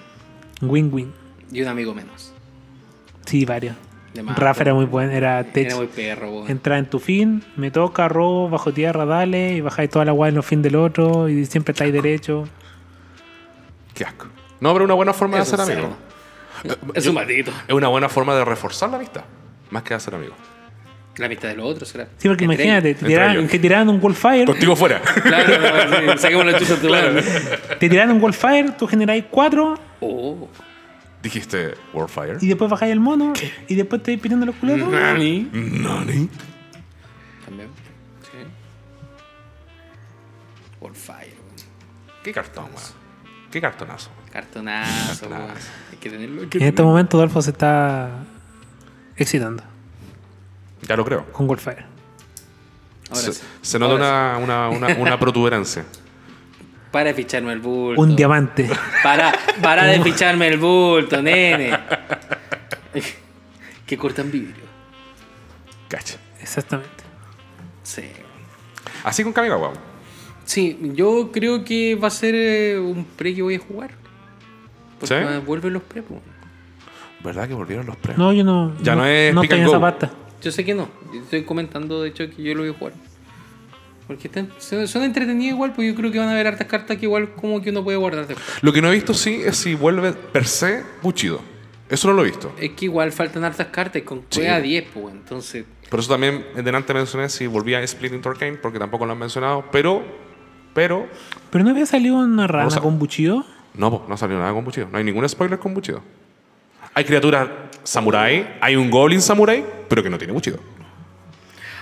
Speaker 3: Win-win.
Speaker 1: Y un amigo menos.
Speaker 3: Sí, varios.
Speaker 1: De más,
Speaker 3: Rafa era
Speaker 1: po.
Speaker 3: muy bueno, era tech.
Speaker 1: Era muy perro, po.
Speaker 3: Entra en tu fin, me toca, robo, bajo tierra, dale, y bajáis toda la guay en los fin del otro, y siempre estáis derecho.
Speaker 2: Qué asco. No, pero una buena forma
Speaker 1: Es
Speaker 2: de
Speaker 1: un Eh,
Speaker 2: hacer amigos.
Speaker 1: Es un maldito.
Speaker 2: Es una buena forma de reforzar la amistad. Más que hacer amigos.
Speaker 1: La mitad de los otros será.
Speaker 3: Sí, porque
Speaker 1: Entre
Speaker 3: imagínate,
Speaker 1: ellos.
Speaker 3: te
Speaker 2: Entre
Speaker 3: tiraran,
Speaker 2: ellos.
Speaker 3: que tiraran un Wildfire,
Speaker 2: Contigo fuera.
Speaker 1: Claro, sí, saquemos la chucha a tu lado.
Speaker 3: te tiraran un Wildfire, tú generáis 4,
Speaker 1: Oh,
Speaker 2: Dijiste Warfire.
Speaker 3: Y después bajáis el mono. Y después te vais pintando los culeros.
Speaker 2: Mm.
Speaker 1: Nani.
Speaker 2: Nani.
Speaker 1: También. Sí. Por fire, weón.
Speaker 2: Qué cartón, weón. Qué cartonazo.
Speaker 1: Cartonazo, weón.
Speaker 2: Cartonazo.
Speaker 1: Hay que tenerlo. hay que
Speaker 3: En este
Speaker 1: tenerlo.
Speaker 3: momento Adolfo se está excitando
Speaker 2: Ya lo creo.
Speaker 3: con Warfire.
Speaker 1: Ahora
Speaker 2: se,
Speaker 1: sí.
Speaker 2: se nota
Speaker 1: Ahora
Speaker 2: una, una, una, una protuberancia.
Speaker 1: sí. Para de ficharme el bulto.
Speaker 3: Un diamante.
Speaker 1: Para, para de ficharme el bulto, nene. que cortan vidrio.
Speaker 2: Cacha.
Speaker 3: Exactamente.
Speaker 1: Sí.
Speaker 2: Así con Kamigawa. weón.
Speaker 1: Sí, yo creo que va a ser eh, un pre que voy a jugar. Porque
Speaker 2: ¿Sí?
Speaker 1: va- vuelven los pre. pues. po.
Speaker 2: ¿Verdad que volvieron los premios?
Speaker 3: No, yo no.
Speaker 2: Ya no es
Speaker 3: No
Speaker 2: pick
Speaker 3: estoy en
Speaker 2: and
Speaker 3: esa
Speaker 2: go.
Speaker 3: pasta.
Speaker 1: Yo sé que no. Yo Estoy comentando, de hecho, que yo lo voy a jugar. Porque están- son, son entretenidos igual, pues yo creo que van a haber hartas cartas que igual como que uno puede guardar después.
Speaker 2: Lo que no he visto, sí, es si vuelve per se Buchido. Eso no lo he visto.
Speaker 1: Es que igual faltan hartas cartas y con
Speaker 2: Sí.
Speaker 1: juega 10, pues entonces...
Speaker 2: Por eso también delante mencioné si volvía Splitting Torcane, porque tampoco lo han mencionado. Pero, pero,
Speaker 3: Pero no había salido una rana
Speaker 2: Rosa.
Speaker 3: con buchillo.
Speaker 2: no, po, no salió nada con Buchido. No hay ningún spoiler con Buchido. Hay criaturas samurai, hay un goblin samurai, pero que no tiene Buchido.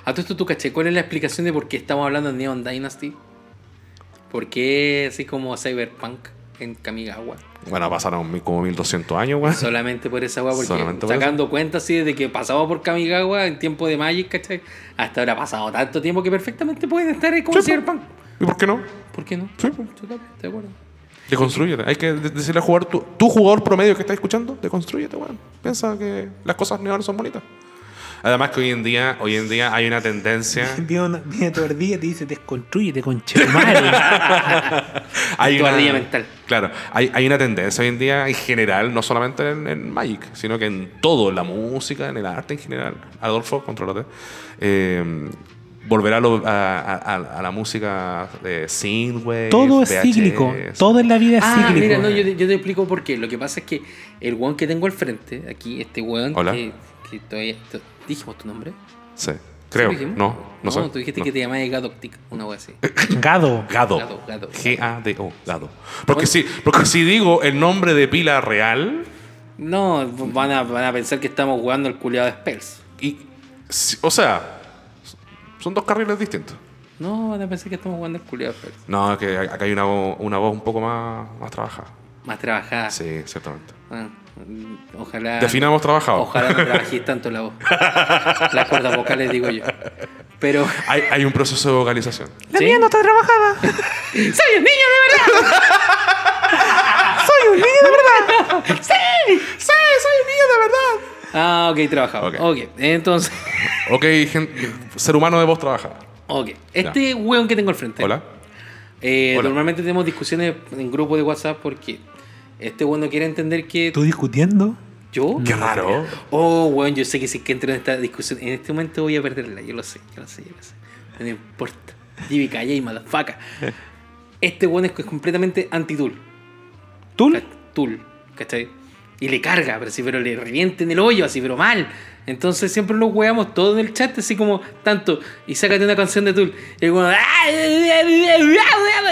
Speaker 1: A todo esto tú caché, ¿cuál es la explicación de por qué estamos hablando de Neon Dynasty? ¿Por qué así como Cyberpunk en Kamigawa?
Speaker 2: Bueno, pasaron mil- como 1200 años, weón.
Speaker 1: Solamente por esa agua, porque
Speaker 2: Solamente por
Speaker 1: sacando cuenta así de que pasaba por Kamigawa en tiempo de Magic, ¿cachai? Hasta ahora ha pasado tanto tiempo que perfectamente pueden estar ahí como
Speaker 2: Sí, po.
Speaker 1: Cyberpunk.
Speaker 2: pues. ¿Y por qué no?
Speaker 1: ¿Por qué no?
Speaker 2: Sí, po.
Speaker 1: Totalmente de acuerdo.
Speaker 2: Deconstrúyete. Hay que de- decirle al jugador, tu, tu jugador promedio que está escuchando, deconstrúyete, weón. Piensa que las cosas neón son bonitas. Además que hoy en día, hoy en día hay una tendencia.
Speaker 3: Viene una- viene tu ardilla y te dice, desconstrúyete con madre.
Speaker 2: hay
Speaker 1: Tu ardilla mental.
Speaker 2: Claro, hay, hay una tendencia hoy en día en general, no solamente en, en Magic, sino que en todo, en la música, en el arte en general. Adolfo, controlate. volver a, lo- a- a- a- a la música de Synthwave.
Speaker 3: Todo es
Speaker 2: VHS.
Speaker 3: cíclico. Todo en la vida es
Speaker 1: Ah,
Speaker 3: cíclico.
Speaker 1: mira,
Speaker 2: eh.
Speaker 1: no, yo, te- yo te explico por qué. Lo que pasa es que el weón que tengo al frente, aquí, este weón
Speaker 2: Hola.
Speaker 1: que, que todavía. to- ¿Dijimos tu nombre?
Speaker 2: Sí,
Speaker 1: ¿Sí
Speaker 2: creo.
Speaker 1: lo dijimos?
Speaker 2: No, no, sé.
Speaker 1: tú dijiste
Speaker 2: No.
Speaker 1: que te llamabas Gadoctic, una wea así.
Speaker 3: Gado.
Speaker 2: Gado.
Speaker 1: Gado, Gado.
Speaker 2: G-A-D-O. Gado. Porque, si, porque si digo el nombre de pila real,
Speaker 1: No, van a, van a pensar que estamos jugando al culiado de Spells.
Speaker 2: y, si- o sea, son dos carriles distintos.
Speaker 1: No, van a pensar que estamos jugando al culiado de Spells.
Speaker 2: No, es que acá hay una, vo- una voz un poco más, más trabajada.
Speaker 1: Más trabajada.
Speaker 2: Sí, ciertamente.
Speaker 1: Ah, ojalá.
Speaker 2: Definamos trabajado.
Speaker 1: Ah. Ojalá no trabajéis tanto la voz. Las cuerdas vocales, digo yo. Pero.
Speaker 2: Hay, hay un proceso de vocalización.
Speaker 3: La
Speaker 1: ¿Sí?
Speaker 3: mía no está trabajada.
Speaker 1: ¡Soy un niño de verdad!
Speaker 3: Soy un niño de verdad.
Speaker 1: ¡Sí!
Speaker 2: ¡Sí! ¡Soy un niño de verdad!
Speaker 1: Ah, ok, trabajado.
Speaker 2: Ok.
Speaker 1: ok, entonces.
Speaker 2: Ok, gen- ser humano de voz trabajada.
Speaker 1: Ok, este weón que tengo al frente.
Speaker 2: Hola.
Speaker 1: Eh,
Speaker 2: Hola.
Speaker 1: Normalmente tenemos discusiones en grupo de WhatsApp porque este weón no quiere entender que
Speaker 3: ¿Tú discutiendo?
Speaker 1: yo.
Speaker 2: Qué raro.
Speaker 1: Oh, weón, yo sé que si es que entro en esta discusión, en este momento voy a perderla. Yo lo sé, yo lo sé, yo lo sé. No me importa. Divi calla y madafaca. Este weón es completamente anti-tool.
Speaker 3: ¿Tú?
Speaker 1: Ca- Tul, ¿cachai? Y le carga, pero sí, pero le revienta en el hoyo, así, pero mal. Entonces siempre lo weamos todo en el chat, así como tanto, y sácate una canción de Tul. Y el weón, ¡ah!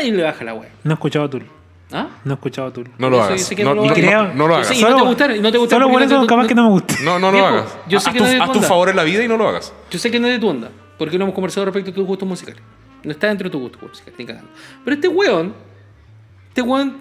Speaker 1: y le baja la wea.
Speaker 3: No he escuchado a Tul.
Speaker 1: ¿Ah?
Speaker 3: No he escuchado a Tul.
Speaker 2: No lo
Speaker 1: Yo
Speaker 2: hagas.
Speaker 1: sé que
Speaker 2: No,
Speaker 1: no lo
Speaker 2: no-
Speaker 1: hagas.
Speaker 2: no-
Speaker 3: Creo-
Speaker 2: no lo
Speaker 1: Yo
Speaker 2: hagas.
Speaker 1: sé- Sí, no te gustaron, y no te gustaron
Speaker 3: Solo por
Speaker 1: porque no
Speaker 3: eso
Speaker 1: te-
Speaker 3: capaz
Speaker 1: no-
Speaker 3: que no me guste.
Speaker 2: No, no lo
Speaker 1: Viejo,
Speaker 2: hagas.
Speaker 1: yo sé
Speaker 2: haz,
Speaker 1: que
Speaker 2: tu,
Speaker 1: no
Speaker 2: haz tu
Speaker 1: onda.
Speaker 2: favor en la vida y no lo hagas.
Speaker 1: Yo sé que no es de tu onda, porque no hemos conversado respecto a tus gustos musicales. No está dentro de tu gusto musical, ni cagando. Pero este weón, este weón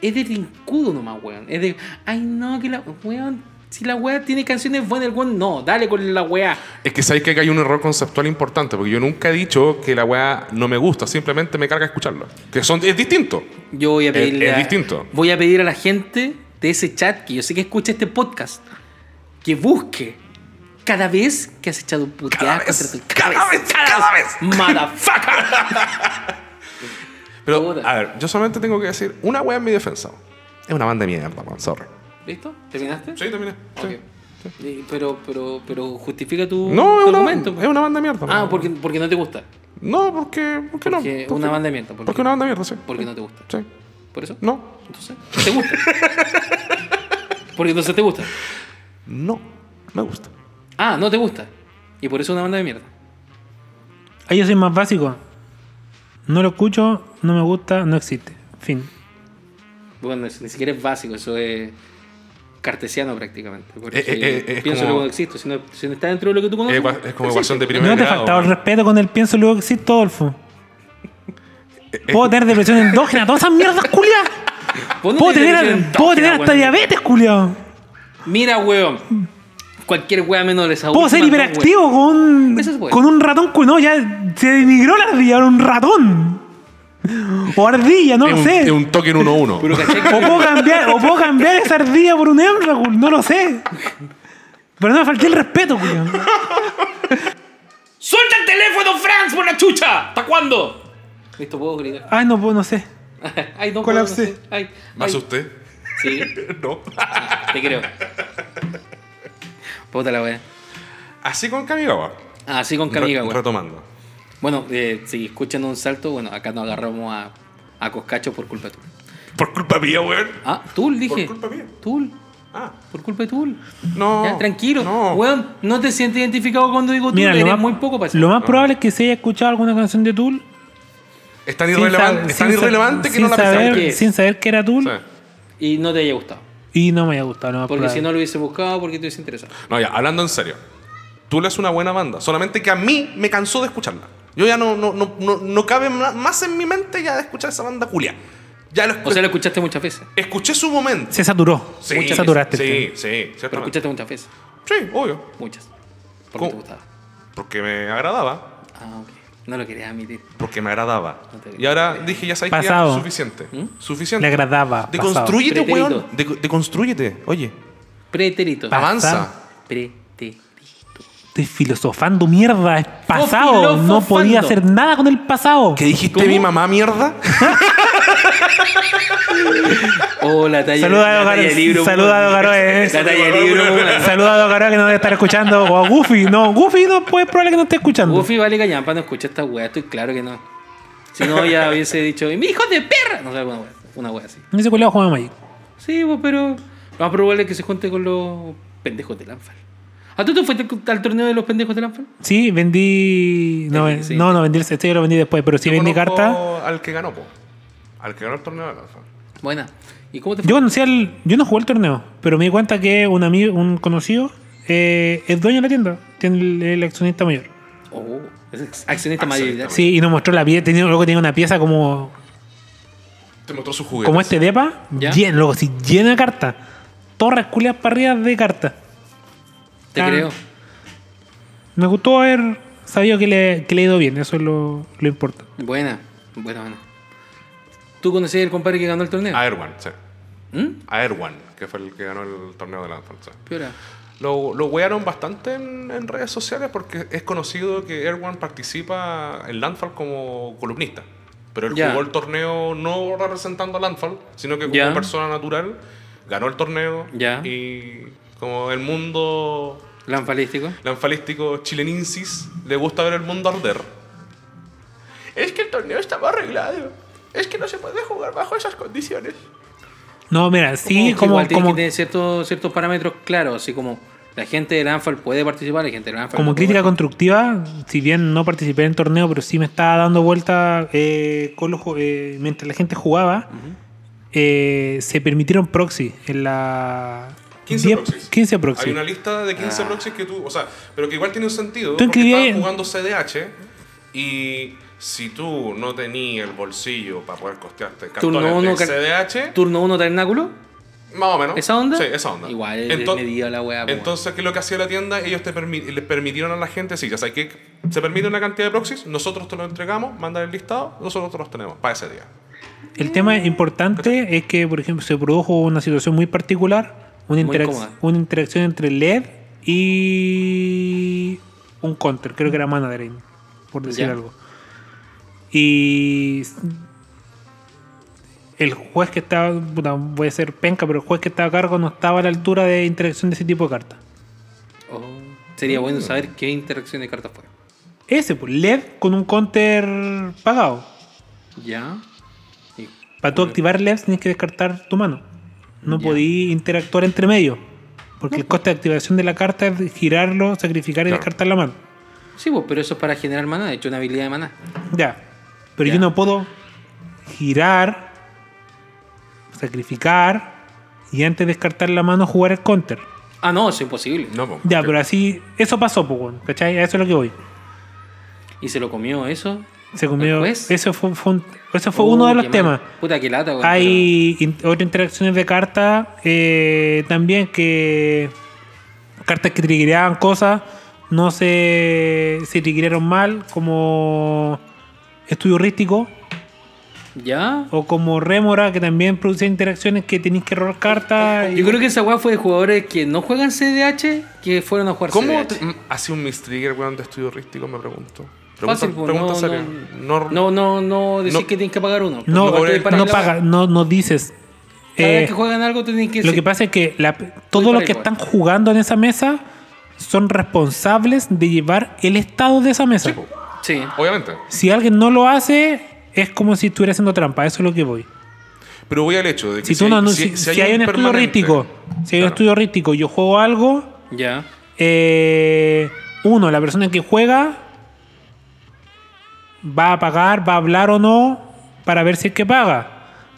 Speaker 1: es de rincudo nomás, weón. Es de, ay no, que la, weón, si la weá tiene canciones buenas, el weón no, dale con la weá.
Speaker 2: Es que sabéis que acá hay un error conceptual importante, porque yo nunca he dicho que la weá no me gusta, simplemente me carga escucharla. Que son, es distinto.
Speaker 1: Yo voy a
Speaker 2: Es-
Speaker 1: pedirle.
Speaker 2: es
Speaker 1: a-
Speaker 2: distinto.
Speaker 1: Voy a pedir a la gente de ese chat que yo sé que escucha este podcast que busque cada vez que has echado putear
Speaker 2: Cada vez,
Speaker 1: contra tu
Speaker 2: cada
Speaker 1: cabeza.
Speaker 2: vez, cada vez.
Speaker 1: Motherfucker.
Speaker 2: Pero,
Speaker 1: Puta.
Speaker 2: a ver, yo solamente tengo que decir una weá en mi defensa. Es una banda de mierda, weón, sorry.
Speaker 1: ¿Listo? ¿Terminaste?
Speaker 2: Sí, terminé. sí.
Speaker 1: Ok. Y- Pero, pero, pero justifica tu,
Speaker 2: No,
Speaker 1: tu
Speaker 2: es una,
Speaker 1: argumento.
Speaker 2: es una banda de mierda.
Speaker 1: Ah,
Speaker 2: weón.
Speaker 1: porque, porque no te gusta.
Speaker 2: No, porque, ¿por qué no?
Speaker 1: Porque
Speaker 2: ¿Por
Speaker 1: una
Speaker 2: qué?
Speaker 1: banda de mierda, ¿por
Speaker 2: Porque
Speaker 1: qué?
Speaker 2: una banda de mierda, sí.
Speaker 1: Porque no te gusta.
Speaker 2: Sí.
Speaker 1: ¿Por eso?
Speaker 2: No.
Speaker 1: Entonces, ¿te gusta? porque entonces te gusta.
Speaker 2: No. Me gusta.
Speaker 1: Ah, no te gusta. Y por eso una banda de mierda.
Speaker 3: Ah, yo soy más básico. No lo escucho, no me gusta, no existe. Fin.
Speaker 1: Bueno, eso ni siquiera es básico, eso es cartesiano prácticamente. Porque
Speaker 2: Eh, eh, eh, es
Speaker 1: pienso
Speaker 2: como-
Speaker 1: luego no existo. Si no, si no está dentro de lo que tú conoces.
Speaker 2: Es
Speaker 1: no
Speaker 2: gua- es como
Speaker 1: existe.
Speaker 2: ecuación de primer
Speaker 3: No te
Speaker 2: grado.
Speaker 3: faltaba el
Speaker 2: weón.
Speaker 3: respeto con el pienso luego que existo, Adolfo.
Speaker 2: Eh,
Speaker 3: Puedo tener depresión endógena, todas esas mierdas, culiadas.
Speaker 1: Vos no
Speaker 3: Puedo
Speaker 1: tenés
Speaker 3: tener,
Speaker 1: depresión
Speaker 3: puedo
Speaker 1: endógena,
Speaker 3: tener hasta
Speaker 1: weón.
Speaker 3: diabetes, culiado.
Speaker 1: Mira, weón. Cualquier weá menos esa
Speaker 3: Puedo ser
Speaker 1: última, no, weón.
Speaker 3: hiperactivo con, un-
Speaker 1: Eso es bueno.
Speaker 3: con un ratón. cu- No, ya se denigró la ardilla, ahora un ratón. O ardilla, no
Speaker 2: Es
Speaker 3: lo
Speaker 2: un-
Speaker 3: sé.
Speaker 2: Es un toque en 1-1.
Speaker 1: Pero cachai
Speaker 3: O puedo cambiar, o puedo cambiar esa ardilla por un hembra, cul- no lo sé. Pero no me falté el respeto, culiao.
Speaker 1: ¡Suelta el teléfono, Franz, por la chucha! ¿Hasta cuándo? Listo, puedo gritar.
Speaker 3: Ay, no puedo, no sé.
Speaker 1: Ay, no puedo,
Speaker 3: Colapsé.
Speaker 1: no sé. Ay,
Speaker 2: ¿Más
Speaker 1: ay.
Speaker 2: usted?
Speaker 1: Sí,
Speaker 2: No.
Speaker 1: te creo. Puta la weá.
Speaker 2: Así con Kamigawa.
Speaker 1: Así con Camiga,
Speaker 2: Re-
Speaker 1: weón.
Speaker 2: Retomando.
Speaker 1: Bueno, eh, si escuchan un salto, bueno, acá nos agarramos a, a Coscacho por culpa tuya.
Speaker 2: Por culpa mía, weón.
Speaker 1: Ah, Tul, dije.
Speaker 2: culpa mía.
Speaker 1: Tul.
Speaker 2: Ah,
Speaker 1: Por culpa de Tul.
Speaker 2: no.
Speaker 1: ya, tranquilo.
Speaker 2: No.
Speaker 1: Weón, no te sientes identificado cuando digo Tul.
Speaker 3: Mira, lo
Speaker 1: eres
Speaker 3: más,
Speaker 1: muy poco para eso.
Speaker 3: lo más probable es que se haya escuchado alguna canción de Tool.
Speaker 2: Es tan
Speaker 3: sin
Speaker 2: irrelevante,
Speaker 3: sab-
Speaker 2: es tan
Speaker 3: sin sa-
Speaker 2: irrelevante que
Speaker 3: sin
Speaker 2: no la
Speaker 3: saber-
Speaker 1: ¿Qué
Speaker 2: pensaste.
Speaker 1: es?
Speaker 3: Sin saber que era Tool.
Speaker 2: Sí.
Speaker 1: Y no te haya gustado.
Speaker 3: Y no me haya gustado. lo más
Speaker 1: Porque si
Speaker 3: probable.
Speaker 1: no lo hubiese buscado, porque te hubiese interesado.
Speaker 2: No, ya, hablando en serio. Tula es una buena banda, solamente que a mí me cansó de escucharla. Yo ya no, no, no, no, no cabe ma- más en mi mente ya de escuchar esa banda Julia. Ya lo escu-
Speaker 1: O sea, lo escuchaste muchas veces.
Speaker 2: escuché su momento.
Speaker 3: Se saturó.
Speaker 2: Sí,
Speaker 3: Se saturaste. el
Speaker 2: Sí,
Speaker 3: tema.
Speaker 2: sí,
Speaker 1: Pero
Speaker 2: ciertamente.
Speaker 1: escuchaste muchas veces.
Speaker 2: Sí, obvio.
Speaker 1: Muchas. Porque
Speaker 2: ¿Cómo?
Speaker 1: te gustaba.
Speaker 2: Porque me agradaba.
Speaker 1: Ah, ok. No lo querías admitir.
Speaker 2: Porque me agradaba.
Speaker 1: No te- ¿Mm?
Speaker 2: Y ahora dije, ya sabes que ya
Speaker 3: Pasado.
Speaker 2: suficiente. Suficiente.
Speaker 3: Me agradaba.
Speaker 2: Deconstrúyete,
Speaker 1: Pretérito.
Speaker 2: weón. Deco- Deconstrúyete. Oye,
Speaker 1: Pretérito.
Speaker 3: Pa-
Speaker 2: avanza.
Speaker 1: Pretérito.
Speaker 3: Estoy filosofando mierda. Es pasado. No podía hacer nada con el pasado.
Speaker 2: ¿Qué dijiste
Speaker 1: ¿Cómo?
Speaker 2: mi mamá, mierda?
Speaker 1: Oh, la talla,
Speaker 3: Saluda
Speaker 1: la
Speaker 3: a
Speaker 1: talla de
Speaker 3: Dogaroe.
Speaker 1: libro.
Speaker 3: Saluda a
Speaker 1: weón.
Speaker 3: Dogaroe. eh.
Speaker 1: La talla de libro. weón.
Speaker 3: Saluda a Dogaroe que no debe estar escuchando. O a Goofy. No, Goofy no puede probable que no esté escuchando.
Speaker 1: Goofy vale callampa, no escucha esta weá, estoy claro que no. Si no, ya hubiese dicho, ¡mi hijo de perra! No sé, alguna weá, una weá así.
Speaker 3: Ese culiao juega Magic.
Speaker 1: Sí, pues, pero lo más probable es que se junte con los pendejos del Anfal. ¿A tú te fuiste al torneo de los pendejos del Anfal?
Speaker 3: Sí, vendí. No,
Speaker 1: Sí, sí.
Speaker 3: no, no, vendí el este yo lo vendí después, pero sí
Speaker 2: Yo
Speaker 3: vendí
Speaker 2: conozco
Speaker 3: carta.
Speaker 2: Al que ganó, po. Al que ganó el torneo de lanza.
Speaker 1: Buena. ¿Y cómo te fue?
Speaker 3: Yo conocí al. Yo no jugué el torneo, pero me di cuenta que un amigo, un conocido, eh, es dueño de la tienda. Tiene el, el accionista mayor.
Speaker 1: Oh, es accionista mayoritario.
Speaker 3: Sí, y nos mostró la pieza. Tenía, luego tenía una pieza como.
Speaker 2: Te mostró su juguete.
Speaker 3: como este depa.
Speaker 1: ¿Ya?
Speaker 3: Lleno, luego sí, llena de cartas. Torres culias parridas de cartas.
Speaker 1: Te
Speaker 3: Ah.
Speaker 1: creo.
Speaker 3: Me gustó haber sabido que le, que le ha ido bien, eso es lo, lo importante.
Speaker 1: Buena, buena, buena. ¿Tú conocías el compadre que ganó el torneo?
Speaker 2: A Erwan, sí.
Speaker 1: ¿Mm?
Speaker 2: A Erwan, que fue el que ganó el torneo de lanza. sí.
Speaker 1: Piora.
Speaker 2: Lo, lo wearon bastante en, en redes sociales porque es conocido que Erwan participa en Landfall como columnista. Pero él
Speaker 1: Ya.
Speaker 2: jugó el torneo no representando a Landfall, sino que como
Speaker 1: Ya.
Speaker 2: persona natural ganó el torneo
Speaker 1: Ya.
Speaker 2: y como el mundo
Speaker 1: Lanfalístico.
Speaker 2: lanfalístico chilenensis le gusta ver el mundo arder. Es que el torneo estaba arreglado. Es que no se puede jugar bajo esas condiciones.
Speaker 3: No, mira, sí,
Speaker 1: que
Speaker 3: como,
Speaker 1: igual tiene
Speaker 3: como,
Speaker 1: que tener ciertos, ciertos parámetros claros, así como la gente del Anfal puede participar, la gente del Anfal
Speaker 3: como
Speaker 1: no
Speaker 3: crítica
Speaker 1: puede
Speaker 3: constructiva, si bien no participé en el torneo, pero sí me estaba dando vuelta eh, con los ju- eh, mientras la gente jugaba, eh, se permitieron proxy en la...
Speaker 2: 15
Speaker 3: diez-
Speaker 2: proxies.
Speaker 3: 15 proxy.
Speaker 2: Hay una lista de 15
Speaker 1: Ah.
Speaker 2: proxies que tú, o sea, pero que igual tiene un sentido.
Speaker 3: Tú
Speaker 2: porque
Speaker 3: escribías-
Speaker 2: estaban jugando CDH y si tú no tenías el bolsillo para poder costearte
Speaker 1: Turno
Speaker 2: cartones
Speaker 1: uno,
Speaker 2: de
Speaker 1: car-
Speaker 2: CDH,
Speaker 1: jugar. Turno 1 Ternáculo,
Speaker 2: más o menos.
Speaker 1: ¿esa onda?
Speaker 2: Sí, esa onda.
Speaker 1: Igual
Speaker 2: Ento-
Speaker 1: me dio la pues, weá. po,
Speaker 2: Entonces, ¿qué es lo que hacía la tienda? Ellos te permi- les permitieron a la gente, sí, ya sabes que se permite una cantidad de proxies, nosotros te lo entregamos, mandar el listado, nosotros te los tenemos para ese día.
Speaker 3: El tema importante es que, por ejemplo, se produjo una situación muy particular, una,
Speaker 1: Muy
Speaker 3: interac-
Speaker 1: incómoda.
Speaker 3: una interacción entre LED y un counter, creo que era Mandarin, por decir
Speaker 1: Ya.
Speaker 3: algo. Y el juez que estaba, puta, voy a ser penca, pero el juez que estaba a cargo no estaba a la altura de interacción de ese tipo de cartas.
Speaker 1: weón. Oh, sería bueno saber qué interacción de cartas fue.
Speaker 3: Ese, pues, LED con un counter pagado.
Speaker 1: Ya. Y-
Speaker 3: Para tú activar LEVs tienes que descartar tu mano. No
Speaker 1: Ya.
Speaker 3: podí interactuar entre medio. Porque el coste de activación de la carta es girarlo, sacrificar y
Speaker 2: Claro.
Speaker 3: descartar la mano.
Speaker 1: Sí, pues, pero eso es para generar maná, de hecho, una habilidad de maná.
Speaker 3: Ya. Pero
Speaker 1: Ya.
Speaker 3: yo no puedo girar, sacrificar y antes de descartar la mano jugar el counter.
Speaker 1: Ah, no, eso es imposible.
Speaker 2: No, pues. po.
Speaker 3: Ya, pero así, eso pasó, pues, weón, ¿cachai? A eso es lo que voy.
Speaker 1: Y se lo comió eso.
Speaker 3: Se comió.
Speaker 1: juez?
Speaker 3: Eso fue, fue un- eso fue
Speaker 1: Uh,
Speaker 3: uno de
Speaker 1: pues. qué
Speaker 3: los
Speaker 1: mal.
Speaker 3: temas.
Speaker 1: Puta, qué lata, weón,
Speaker 3: Hay in- otras interacciones de cartas eh, también que. Cartas que triggereaban cosas no se, se triggerearon mal, como estudio rístico
Speaker 1: pero- ¿Ya?
Speaker 3: o como rémora, que también producen interacciones que tenéis que robar cartas. y-
Speaker 1: Yo creo que esa weá fue de jugadores que no juegan CDH que fueron a jugar
Speaker 2: ¿Cómo
Speaker 1: CDH.
Speaker 2: te- mm, hace un mistrigger, weón, de estudio rístico? Me pregunto. Pregunta,
Speaker 1: Fácil, pues,
Speaker 2: pregunta
Speaker 1: no,
Speaker 2: seria.
Speaker 1: no, no,
Speaker 2: No,
Speaker 1: no, no decís
Speaker 2: no-
Speaker 1: que tienes que pagar uno.
Speaker 3: No, eh,
Speaker 1: Porque
Speaker 2: no
Speaker 1: para
Speaker 3: no
Speaker 1: la-
Speaker 3: pagas, no, no dices.
Speaker 1: Cada
Speaker 3: Eh,
Speaker 1: vez que juegan algo tenés que
Speaker 3: Lo que
Speaker 1: decir-
Speaker 3: pasa es que la- todos los que
Speaker 1: parejo.
Speaker 3: están jugando en esa mesa son responsables de llevar el estado de esa mesa.
Speaker 2: Sí, po.
Speaker 1: Sí.
Speaker 2: Obviamente.
Speaker 3: si alguien no lo hace, es como si estuviera haciendo trampa. Eso es lo que voy.
Speaker 2: Pero voy al hecho de que
Speaker 3: Si, tú no, no- si- si hay un estudio
Speaker 2: permanente-
Speaker 3: rístico, si hay
Speaker 2: Claro.
Speaker 3: un estudio rístico, yo juego algo,
Speaker 1: Ya.
Speaker 3: eh, uno, la persona que juega va a pagar, va a hablar o no para ver si es que paga.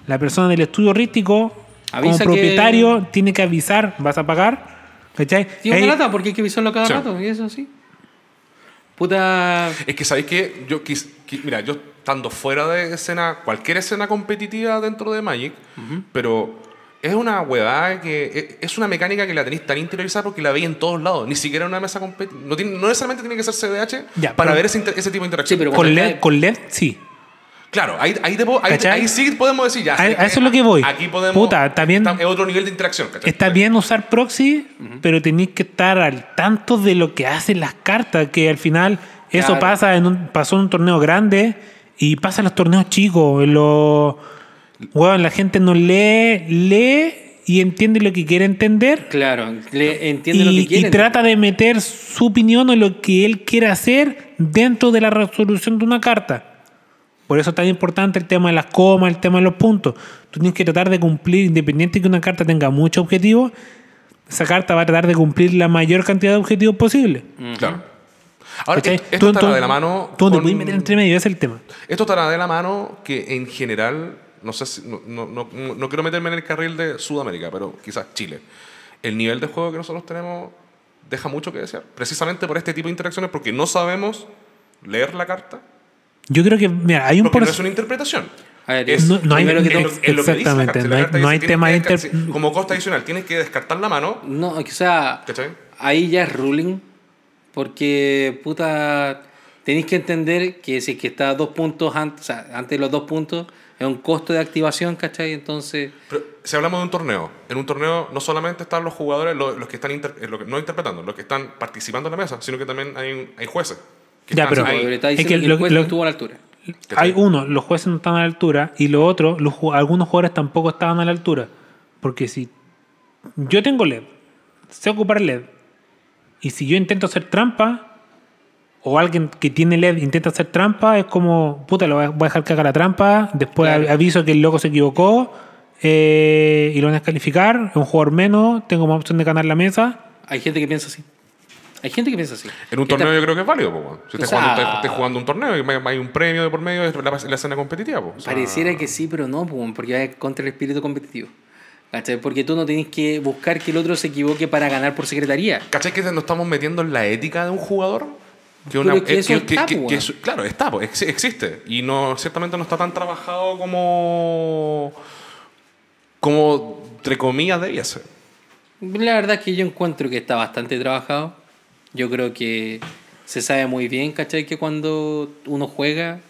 Speaker 3: La persona del estudio rístico,
Speaker 1: Avisa que-
Speaker 3: como propietario, tiene que avisar, vas a pagar. ¿Cachai?
Speaker 1: Y es una
Speaker 3: Ahí-
Speaker 1: lata porque hay que avisarlo cada
Speaker 2: Sí.
Speaker 1: rato y eso sí. Puta.
Speaker 2: Es que sabéis que yo quis- qui- mira, yo estando fuera de escena, cualquier escena competitiva dentro de Magic, pero es una huevada que e, es- es una mecánica que la tenéis tan interiorizada porque la veis en todos lados, ni siquiera en una mesa competitiva, no, tiene- no necesariamente tiene que ser CDH
Speaker 3: Ya,
Speaker 2: para
Speaker 3: pero-
Speaker 2: ver ese, inter- ese tipo de interacción.
Speaker 1: Sí, pero
Speaker 3: con
Speaker 1: cuando
Speaker 3: LED,
Speaker 1: cae-
Speaker 3: con LED, sí.
Speaker 2: claro, ahí, ahí, te puedo- ahí-
Speaker 3: ¿Cachai?
Speaker 2: ahí sí podemos decir ya.
Speaker 3: A-
Speaker 2: ¿sabes
Speaker 3: a
Speaker 2: qué?
Speaker 3: eso es lo que voy.
Speaker 2: Aquí podemos
Speaker 3: Puta, también-
Speaker 2: está- es otro nivel de interacción, ¿cachai?
Speaker 3: Está bien usar proxy, pero tenéis que estar al tanto de lo que hacen las cartas, que al final eso
Speaker 1: Claro.
Speaker 3: pasa en un, pasó en un torneo grande y pasa en los torneos chicos. En los, Weón, la gente no lee, lee y entiende lo que quiere entender
Speaker 1: Claro, le entiende
Speaker 3: y,
Speaker 1: lo que
Speaker 3: y
Speaker 1: quieren.
Speaker 3: trata de meter su opinión o lo que él quiere hacer dentro de la resolución de una carta. Por eso es tan importante el tema de las comas, el tema de los puntos. Tú tienes que tratar de cumplir, independiente de que una carta tenga muchos objetivos, esa carta va a tratar de cumplir la mayor cantidad de objetivos posible.
Speaker 2: Claro. Ahora,
Speaker 3: ¿Cachai?
Speaker 2: esto, esto
Speaker 3: Tú-
Speaker 2: estará
Speaker 3: tú-
Speaker 2: de la mano.
Speaker 3: Tú no te
Speaker 2: con-
Speaker 3: puedes meter entre medio, ese es el tema.
Speaker 2: Esto estará de la mano que en general, no sé si- no, no- no- no quiero meterme en el carril de Sudamérica, pero quizás Chile. El nivel de juego que nosotros tenemos deja mucho que desear, precisamente por este tipo de interacciones, porque no sabemos leer la carta,
Speaker 3: Yo creo que, mira, hay un
Speaker 2: porque no
Speaker 3: por-
Speaker 2: es una interpretación.
Speaker 1: A ver,
Speaker 2: Es
Speaker 3: no- no hay-
Speaker 2: primero que todo,
Speaker 3: ex-
Speaker 2: es lo que dice la
Speaker 3: exactamente,
Speaker 2: carta.
Speaker 3: no hay-
Speaker 2: La carta
Speaker 3: no
Speaker 2: dice,
Speaker 3: hay
Speaker 2: tienes
Speaker 3: tema
Speaker 2: que
Speaker 3: de
Speaker 2: descar-
Speaker 3: inter-
Speaker 2: Como costa adicional, tienes que descartar la mano.
Speaker 1: No, quizá
Speaker 2: ¿Cachai?
Speaker 1: ahí ya es ruling. Porque, puta, tenéis que entender que si es que está dos puntos antes, o sea, antes de los dos puntos, es un costo de activación, ¿cachai? Entonces,
Speaker 2: Pero si hablamos de un torneo, en un torneo no solamente están los jugadores, lo- los, que están inter- eh, lo que- no interpretando, los que están participando en la mesa, sino que también hay, un- hay jueces. que
Speaker 3: Ya,
Speaker 2: están
Speaker 3: pero-
Speaker 2: ahí.
Speaker 1: pero está
Speaker 3: Es
Speaker 1: diciendo
Speaker 3: que
Speaker 1: que, el
Speaker 3: lo-
Speaker 1: juez
Speaker 3: lo-
Speaker 1: no estuvo a la altura.
Speaker 2: ¿Cachai?
Speaker 3: hay uno, los jueces no están a la altura y lo otro, los ju- algunos jugadores tampoco estaban a la altura. Porque si yo tengo LED, sé ocupar LED, y si yo intento hacer trampa, o alguien que tiene LED intenta hacer trampa, es como, puta, lo voy a voy a dejar que haga la trampa, después
Speaker 1: Claro.
Speaker 3: a- aviso que el loco se equivocó eh, y lo van a descalificar, es un jugador menos, tengo más opción de ganar la mesa.
Speaker 1: Hay gente que piensa así. Hay gente que piensa así.
Speaker 2: En un
Speaker 1: Que está-
Speaker 2: torneo yo creo que es válido, po, weón.
Speaker 1: O
Speaker 2: Si estás
Speaker 1: sea-
Speaker 2: jugando, estás- estás jugando un torneo y hay- hay un premio de por medio, es la, la escena competitiva, po. O sea,
Speaker 1: Pareciera que sí, pero no, pues, porque va contra el espíritu competitivo. ¿Cachai? Porque tú no tenés que buscar que el otro se equivoque para ganar por secretaría.
Speaker 2: ¿Cachai que nos estamos metiendo en la ética de un jugador? Que
Speaker 1: Pero es que
Speaker 2: eh,
Speaker 1: eso está, po, weón.
Speaker 2: eso- claro, está, po, ex- existe. Y no, ciertamente no está tan trabajado como. como, entre comillas, debía ser.
Speaker 1: La verdad es que yo encuentro que está bastante trabajado. Yo creo que se sabe muy bien, ¿cachai? Que cuando uno juega,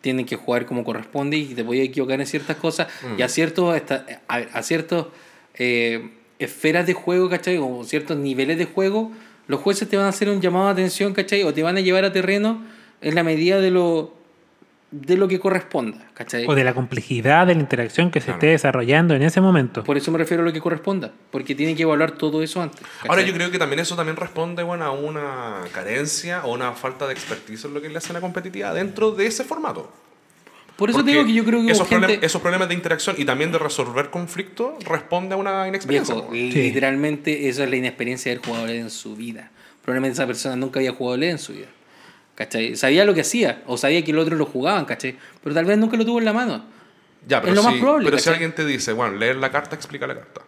Speaker 1: tienen que jugar como corresponde y te voy a equivocar en ciertas cosas y a ciertos, esta- a, a ciertos eh, esferas de juego, ¿cachai? O ciertos niveles de juego, los jueces te van a hacer un llamado de atención, ¿cachai? O te van a llevar a terreno en la medida de lo, de lo que corresponda, ¿cachai?
Speaker 3: O de la complejidad de la interacción que se esté desarrollando en ese momento.
Speaker 1: Por eso me refiero a lo que corresponda, porque tienen que evaluar todo eso antes.
Speaker 2: Ahora
Speaker 1: ¿cachai?
Speaker 2: yo creo que también eso también responde bueno, a una carencia o una falta de expertise en lo que es la escena competitiva dentro de ese formato.
Speaker 1: Por eso
Speaker 2: Porque
Speaker 1: te digo que yo creo que
Speaker 2: esos,
Speaker 1: hubo gente...
Speaker 2: problem- esos problemas de interacción y también de resolver conflicto responde a una inexperiencia.
Speaker 1: Viejo,
Speaker 2: po.
Speaker 1: literalmente eso es la inexperiencia del jugador en su vida. Probablemente esa persona nunca había jugado LED en su vida. ¿Cachai? Sabía lo que hacía, o sabía que el otro lo jugaban, ¿cachai? Pero tal vez nunca lo tuvo en la mano.
Speaker 2: ya, pero
Speaker 1: es lo
Speaker 2: si,
Speaker 1: más probable,
Speaker 2: Pero si
Speaker 1: ¿cachai?
Speaker 2: alguien te dice, bueno, leer la carta, explica la carta.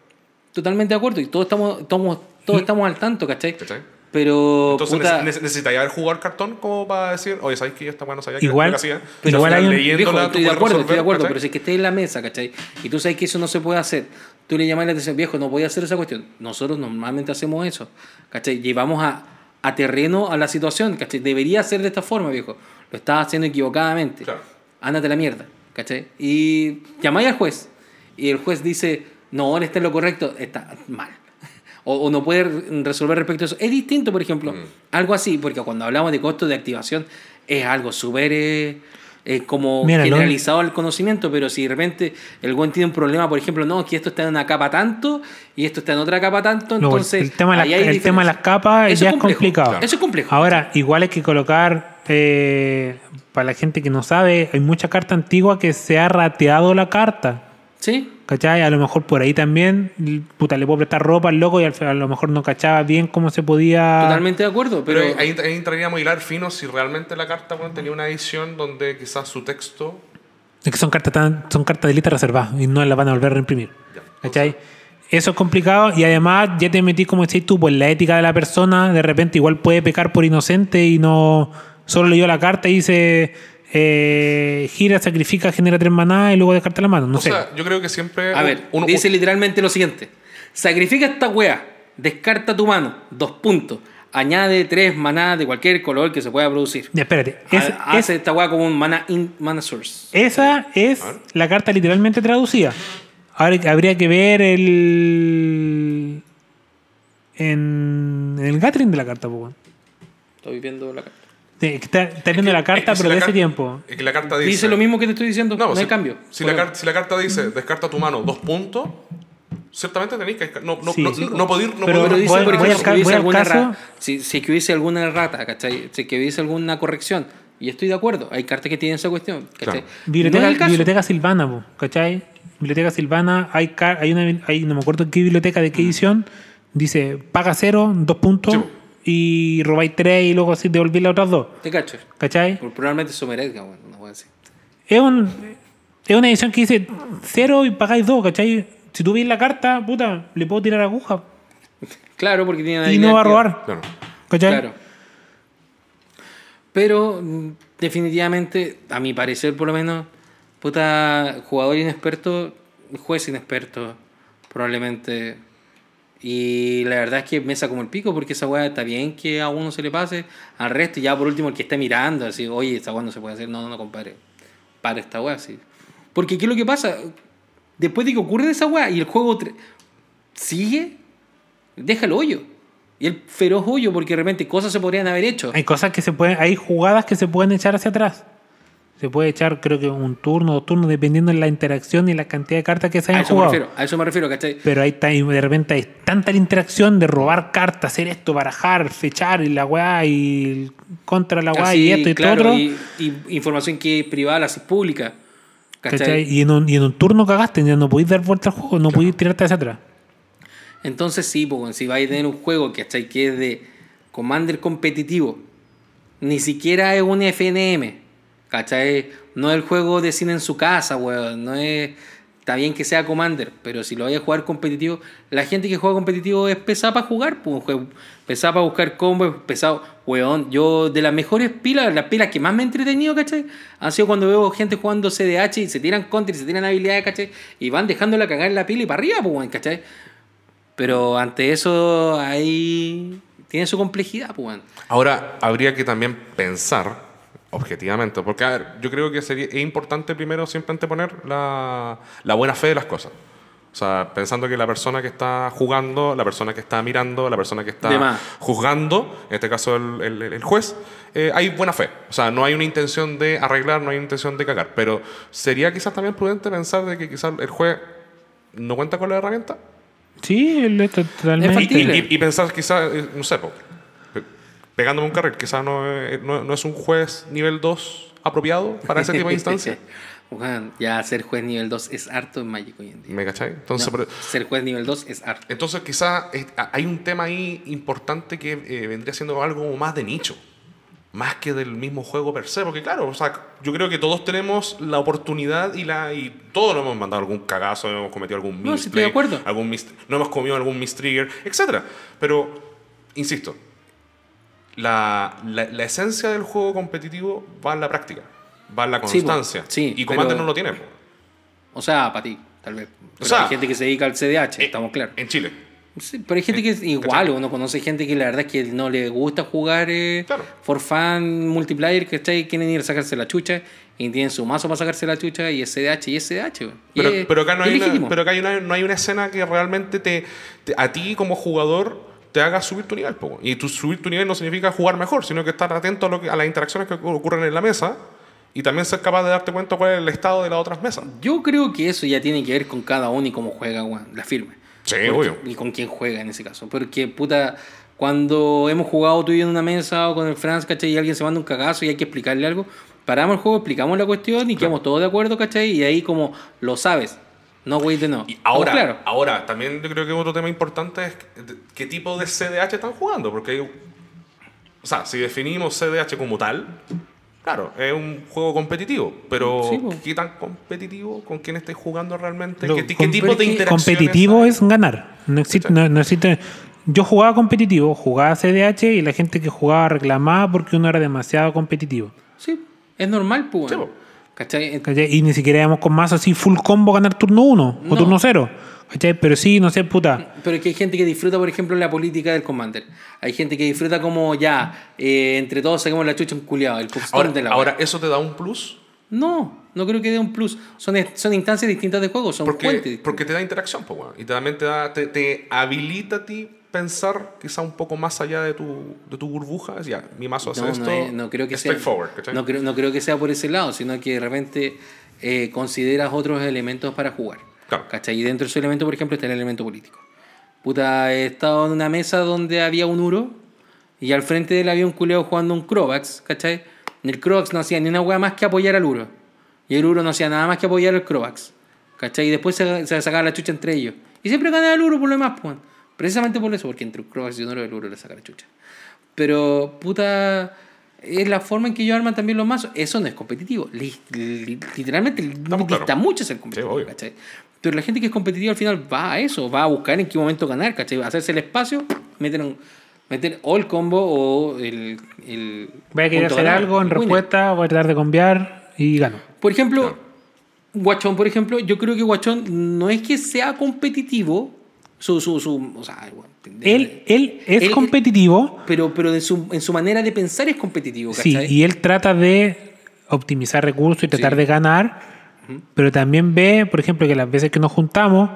Speaker 1: Totalmente de acuerdo. Y todos estamos, estamos, todos estamos al tanto, ¿cachai?
Speaker 2: ¿Cachai?
Speaker 1: Pero.
Speaker 2: Entonces
Speaker 1: Oh, puta,
Speaker 2: neces- neces- necesitaría haber jugado al cartón como para decir, oye, ¿sabes que yo esta weá no sabía que-
Speaker 3: Igual-
Speaker 2: que hacía?
Speaker 3: pero
Speaker 2: Y
Speaker 3: igual
Speaker 2: al final
Speaker 3: hay un-
Speaker 2: leyéndola
Speaker 1: viejo,
Speaker 2: tú
Speaker 1: estoy de
Speaker 2: puedes
Speaker 1: acuerdo, estoy
Speaker 2: resolver,
Speaker 1: de acuerdo,
Speaker 2: ¿cachai?
Speaker 1: pero si es que esté en la mesa, ¿cachai? Y tú sabes que eso no se puede hacer. Tú le llamas la atención, viejo, no voy a hacer esa cuestión. Nosotros normalmente hacemos eso, ¿cachai? Llevamos a, a terreno a la situación, ¿cachai? Debería ser de esta forma, viejo. Lo estás haciendo equivocadamente.
Speaker 2: Claro.
Speaker 1: Ándate a la mierda, ¿cachai? Y llamáis al juez. Y el juez dice, no, este es lo correcto, está mal. O, o no puede re- resolver respecto a eso. Es distinto, por
Speaker 2: Mm.
Speaker 1: ejemplo, algo así, porque cuando hablamos de costo de activación, es algo súper eh, eh, como
Speaker 3: Mira, lo-
Speaker 1: generalizado al conocimiento, pero si de repente el buen tiene un problema, por ejemplo, no, es que esto está en una capa tanto y esto está en otra capa tanto,
Speaker 3: No,
Speaker 1: entonces.
Speaker 3: el tema, de las-
Speaker 1: ahí hay
Speaker 3: el tema de las
Speaker 1: diferencia.
Speaker 3: capas
Speaker 1: Eso
Speaker 3: ya es
Speaker 1: complejo,
Speaker 3: complicado.
Speaker 1: claro. Eso es complejo.
Speaker 3: Ahora, igual hay que colocar, eh, para la gente que no sabe, hay mucha carta antigua que se ha rateado la carta.
Speaker 1: ¿Sí?
Speaker 3: ¿Cachai? A lo mejor por ahí también, l- puta, le puedo prestar ropa al loco y al- a lo mejor no cachaba bien cómo se podía.
Speaker 1: Totalmente de acuerdo, pero.
Speaker 2: Pero ahí, ahí entraríamos a hilar fino si realmente la carta bueno, tenía una edición donde quizás su texto.
Speaker 3: Es que son cartas, tan- son cartas de lista reservadas y no las van a volver a reimprimir. ¿Cachai? Eso es complicado y además ya te metí, como decís tú, pues la ética de la persona. De repente igual puede pecar por inocente y no. Solo leyó la carta y dice. eh, gira, sacrifica, genera tres manadas y luego descarta la mano. No
Speaker 2: o
Speaker 3: sé.
Speaker 2: sea, yo creo que siempre.
Speaker 1: A
Speaker 2: un-
Speaker 1: ver,
Speaker 2: uno-
Speaker 1: dice
Speaker 2: un-
Speaker 1: literalmente lo siguiente: sacrifica esta wea, descarta tu mano, dos puntos, añade tres manadas de cualquier color que se pueda producir.
Speaker 3: Ya, espérate.
Speaker 1: Ha-
Speaker 3: Es- es-
Speaker 1: hace esta wea como un mana, in, mana source.
Speaker 3: esa es la carta literalmente traducida. Ahora habría que ver el. En, en el gathering de la carta, pues. weón.
Speaker 1: Estoy viendo la carta.
Speaker 3: Sí, que Está, está viendo la carta,
Speaker 2: es que
Speaker 3: pero
Speaker 2: la
Speaker 3: de ese
Speaker 2: car-
Speaker 3: tiempo.
Speaker 2: Es que la carta dice.
Speaker 1: Dice lo mismo que te estoy diciendo, no,
Speaker 2: pues,
Speaker 1: hay
Speaker 2: si-
Speaker 1: cambio.
Speaker 2: Si la,
Speaker 1: Bueno,
Speaker 2: carta, si la carta dice, descarta tu mano, dos puntos, ciertamente tenéis que. No, no,
Speaker 3: Sí.
Speaker 2: no,
Speaker 3: Sí,
Speaker 2: no podéis- no
Speaker 3: Pero-
Speaker 2: podéis-
Speaker 1: pero dice, por
Speaker 3: voy- voy
Speaker 1: ejemplo,
Speaker 3: al
Speaker 1: si
Speaker 3: ca-
Speaker 1: hubiese
Speaker 3: voy al
Speaker 1: alguna
Speaker 3: caso-
Speaker 1: ra- si, si es que hubiese alguna rata, ¿cachai? Si es que hubiese alguna corrección. Y estoy de acuerdo, hay cartas que tienen esa cuestión. ¿cachai?
Speaker 2: Claro.
Speaker 1: No
Speaker 3: Biblioteca,
Speaker 1: era el caso.
Speaker 3: biblioteca Silvana, po, ¿cachai? Biblioteca Silvana, hay, ca- hay una, hay- no me acuerdo qué biblioteca, de qué edición, dice paga cero, dos puntos,
Speaker 2: Mm. Sí, po.
Speaker 3: y robáis tres y luego así devolvéis las otras dos,
Speaker 1: Te cacho.
Speaker 3: ¿cachai?
Speaker 1: Por- Probablemente eso merezca, bueno, no voy a decir.
Speaker 3: Es, un- es una edición que dice cero y pagáis dos, ¿cachai? Si tú veis la carta, puta, le puedo tirar aguja
Speaker 1: Claro, porque tiene
Speaker 3: y no va a robar,
Speaker 2: Claro.
Speaker 3: ¿cachai?
Speaker 1: Claro. Pero mm, definitivamente, a mi parecer por lo menos, puta, jugador inexperto, juez inexperto, probablemente. Y la verdad es que me como el pico porque esa weá está bien que a uno se le pase, al resto, y ya por último el que está mirando, así, oye, esa weá no se puede hacer, no, no, no, compadre, para esta weá, así. Porque ¿qué es lo que pasa? Después de que ocurre esa weá y el juego tre- sigue, deja el hoyo. Y el feroz hoyo, porque de repente cosas se podrían haber hecho.
Speaker 3: Hay cosas que se pueden, hay jugadas que se pueden echar hacia atrás. Se puede echar, creo que un turno, dos turnos, dependiendo de la interacción y la cantidad de cartas que se
Speaker 1: A
Speaker 3: hayan
Speaker 1: eso me
Speaker 3: jugado.
Speaker 1: refiero, a eso me refiero, ¿cachai?
Speaker 3: Pero ahí está, y de repente hay tanta la interacción de robar cartas, hacer esto, barajar, fechar y la weá y el- contra la weá
Speaker 1: Así,
Speaker 3: y esto y todo
Speaker 1: claro,
Speaker 3: otro.
Speaker 1: y- y información que es privada la haces pública. ¿cachai?
Speaker 3: ¿cachai? Y, en un, y en un turno cagaste, ya no podís dar vuelta al juego, no podís tirarte hacia atrás.
Speaker 1: Entonces sí, pues, weón, si vais a tener un juego ¿cachai? que es de Commander competitivo, ni siquiera es un FNM, ¿cachai? No es el juego de cine en su casa, weón, no es... Está bien que sea Commander, pero si lo vais a jugar competitivo, la gente que juega competitivo es pesada para jugar, pues, jue- pesada para buscar combos, pesado, weón. Yo, de las mejores pilas, las pilas que más me he entretenido, ¿cachai? Han sido cuando veo gente jugando CDH y se tiran contra y se tiran habilidades, ¿cachai? Y van dejándola cagar en la pila y para arriba, pues, weón, ¿cachai? Pero ante eso, ahí tiene su complejidad, pues, weón.
Speaker 2: Ahora, habría que también pensar objetivamente, porque a ver, yo creo que sería, es importante primero siempre anteponer la, la buena fe de las cosas. O sea, pensando que la persona que está jugando, la persona que está mirando, la persona que
Speaker 1: De
Speaker 2: está
Speaker 1: más.
Speaker 2: juzgando, en este caso el, el- el juez, eh, hay buena fe. O sea, no hay una intención de arreglar, no hay una intención de cagar. Pero sería quizás también prudente pensar de que quizás el juez no cuenta con la herramienta.
Speaker 3: Sí, el- esto totalmente.
Speaker 2: Y,
Speaker 1: factible.
Speaker 2: y- y pensar quizás, eh, no sé, po, pe- pegándome un carril, quizás no, es- no- no es un juez nivel 2 apropiado para ese tipo de instancias.
Speaker 1: Weón, ya ser juez nivel 2 es harto en Magic hoy en día.
Speaker 2: ¿Me cachai? Entonces, e,
Speaker 1: No,
Speaker 2: pero-
Speaker 1: ser juez nivel 2 es harto.
Speaker 2: entonces eh, quizás es- a- hay un tema ahí importante que eh, vendría siendo algo más de nicho. más que del mismo juego per se, porque claro, o sea, yo creo que todos tenemos la oportunidad y la y todos nos hemos mandado algún cagazo, hemos cometido algún
Speaker 1: No, sí, estoy de
Speaker 2: misplay,
Speaker 1: acuerdo.
Speaker 2: algún mis- no hemos comido algún mistrigger, etcétera. Pero insisto, la, la, la esencia del juego competitivo va en la práctica, va en la
Speaker 1: Sí, po.
Speaker 2: constancia.
Speaker 1: Sí,
Speaker 2: y Commander
Speaker 1: pero-
Speaker 2: no lo tiene. po.
Speaker 1: O sea, para ti, tal vez. Pero
Speaker 2: sea, Eh,
Speaker 1: hay gente que se dedica al CDH, estamos claros.
Speaker 2: En Chile.
Speaker 1: Sí, pero hay
Speaker 2: eh,
Speaker 1: gente que es igual, uno conoce gente que la verdad es que no le gusta jugar eh,
Speaker 2: Claro.
Speaker 1: for fun, multiplayer, ¿cachai? Quieren ir a sacarse la chucha y tienen su mazo para sacarse la chucha y es CDH y es CDH. weón. Y
Speaker 2: Pero,
Speaker 1: es-
Speaker 2: pero acá, no
Speaker 1: y Eh, es
Speaker 2: hay una,
Speaker 1: legítimo.
Speaker 2: pero acá hay una- no hay una escena que realmente te, te- a ti como jugador te haga subir tu nivel. po. Y tu, subir tu nivel no significa jugar mejor, sino que estar atento a, lo que- a las interacciones que ocurren en la mesa y también ser capaz de darte cuenta cuál es el estado de las otras mesas.
Speaker 1: Yo creo que eso ya tiene que ver con cada uno y cómo juega, weón, la firma.
Speaker 2: Sí,
Speaker 1: Porque-
Speaker 2: obvio.
Speaker 1: Y con quién juega en ese caso. Porque, puta, cuando hemos jugado tú y yo en una mesa o con el Franz, ¿cachai? Y alguien se manda un cagazo y hay que explicarle algo, paramos el juego, explicamos la cuestión y quedamos todos de acuerdo, ¿cachai? Y ahí como lo sabes. No, güey, de no.
Speaker 2: Y
Speaker 1: Estamos
Speaker 2: ahora,
Speaker 1: claros.
Speaker 2: ahora, también yo creo que otro tema importante es de- qué tipo de CDH están jugando, porque hay- o sea, si definimos CDH como tal, claro, es un juego competitivo, pero
Speaker 1: Sí, po.
Speaker 2: ¿qué tan competitivo? ¿Con quién estés jugando realmente?
Speaker 3: Lo
Speaker 2: ¿Qué, ti-
Speaker 3: com-
Speaker 2: qué tipo de
Speaker 1: que
Speaker 2: interacciones
Speaker 3: Competitivo
Speaker 2: hay?
Speaker 3: es ganar. No existe, no, no existe. Yo jugaba competitivo, jugaba CDH y la gente que jugaba reclamaba porque uno era demasiado competitivo.
Speaker 1: Sí, es normal, pues.
Speaker 2: Sí,
Speaker 1: weón.
Speaker 2: po.
Speaker 1: ¿Cachai? Ent-
Speaker 3: ¿cachai? Y ni siquiera íbamos con más así full combo ganar turno 1
Speaker 1: No.
Speaker 3: o turno 0. Pero sí, no sé, puta.
Speaker 1: Pero es que hay gente que disfruta, por ejemplo, la política del Commander. Hay gente que disfruta como ya, eh, entre todos saquemos la chucha un culiado, el cupstone
Speaker 2: Ahora,
Speaker 1: de la
Speaker 2: ahora,
Speaker 1: weá.
Speaker 2: ¿eso te da un plus?
Speaker 1: No, no creo que dé un plus. Son, son instancias distintas de juego, son fuentes.
Speaker 2: Porque,
Speaker 1: distintas.
Speaker 2: porque te da interacción, pues, weón. Y también te, da, te, te habilita a ti pensar quizá un poco más allá de tu, de tu burbuja. Es Ya, mi mazo hace
Speaker 1: no,
Speaker 2: esto.
Speaker 1: no, es- no creo que sea
Speaker 2: straightforward, ¿cachai?
Speaker 1: no creo, no creo que sea por ese lado sino que de repente eh, consideras otros elementos para jugar
Speaker 2: Claro.
Speaker 1: ¿cachai? y dentro de ese elemento por ejemplo está el elemento político puta he estado en una mesa donde había un uro y al frente de él había un culeo jugando un Crovax ¿cachai? Y el Crovax no hacía ni una hueá más que apoyar al uro y el uro no hacía nada más que apoyar al Crovax ¿cachai? y después se, se sacaba la chucha entre ellos y siempre ganaba el uro por lo demás pues. precisamente por eso porque entre un Crovax y un uro el uro le saca la chucha pero, puta, es la forma en que ellos arman también los mazos. Eso no es competitivo. Li- li- literalmente
Speaker 2: Estamos
Speaker 1: dista
Speaker 2: claros.
Speaker 1: mucho ser competitivo,
Speaker 2: Sí, obvio.
Speaker 1: ¿cachai? Pero la gente que es competitiva al final va a eso, va a buscar en qué momento ganar, ¿cachai? Hacerse el espacio, meter, un- meter o el combo o el. el
Speaker 3: Voy a querer
Speaker 1: punto
Speaker 3: hacer
Speaker 1: ganado.
Speaker 3: algo en
Speaker 1: Winner.
Speaker 3: respuesta, voy a tratar de cambiar y gano.
Speaker 1: Por ejemplo, Guachón, por ejemplo, yo creo que Guachón no es que sea competitivo. Su, su, su, o sea,
Speaker 3: Él, él es
Speaker 1: Él-
Speaker 3: competitivo,
Speaker 1: pero, pero en, su, en su manera de pensar es competitivo,
Speaker 3: sí,
Speaker 1: ¿cachai?
Speaker 3: y él trata de optimizar recursos y tratar
Speaker 1: Sí.
Speaker 3: de ganar, pero también ve, por ejemplo, que las veces que nos juntamos,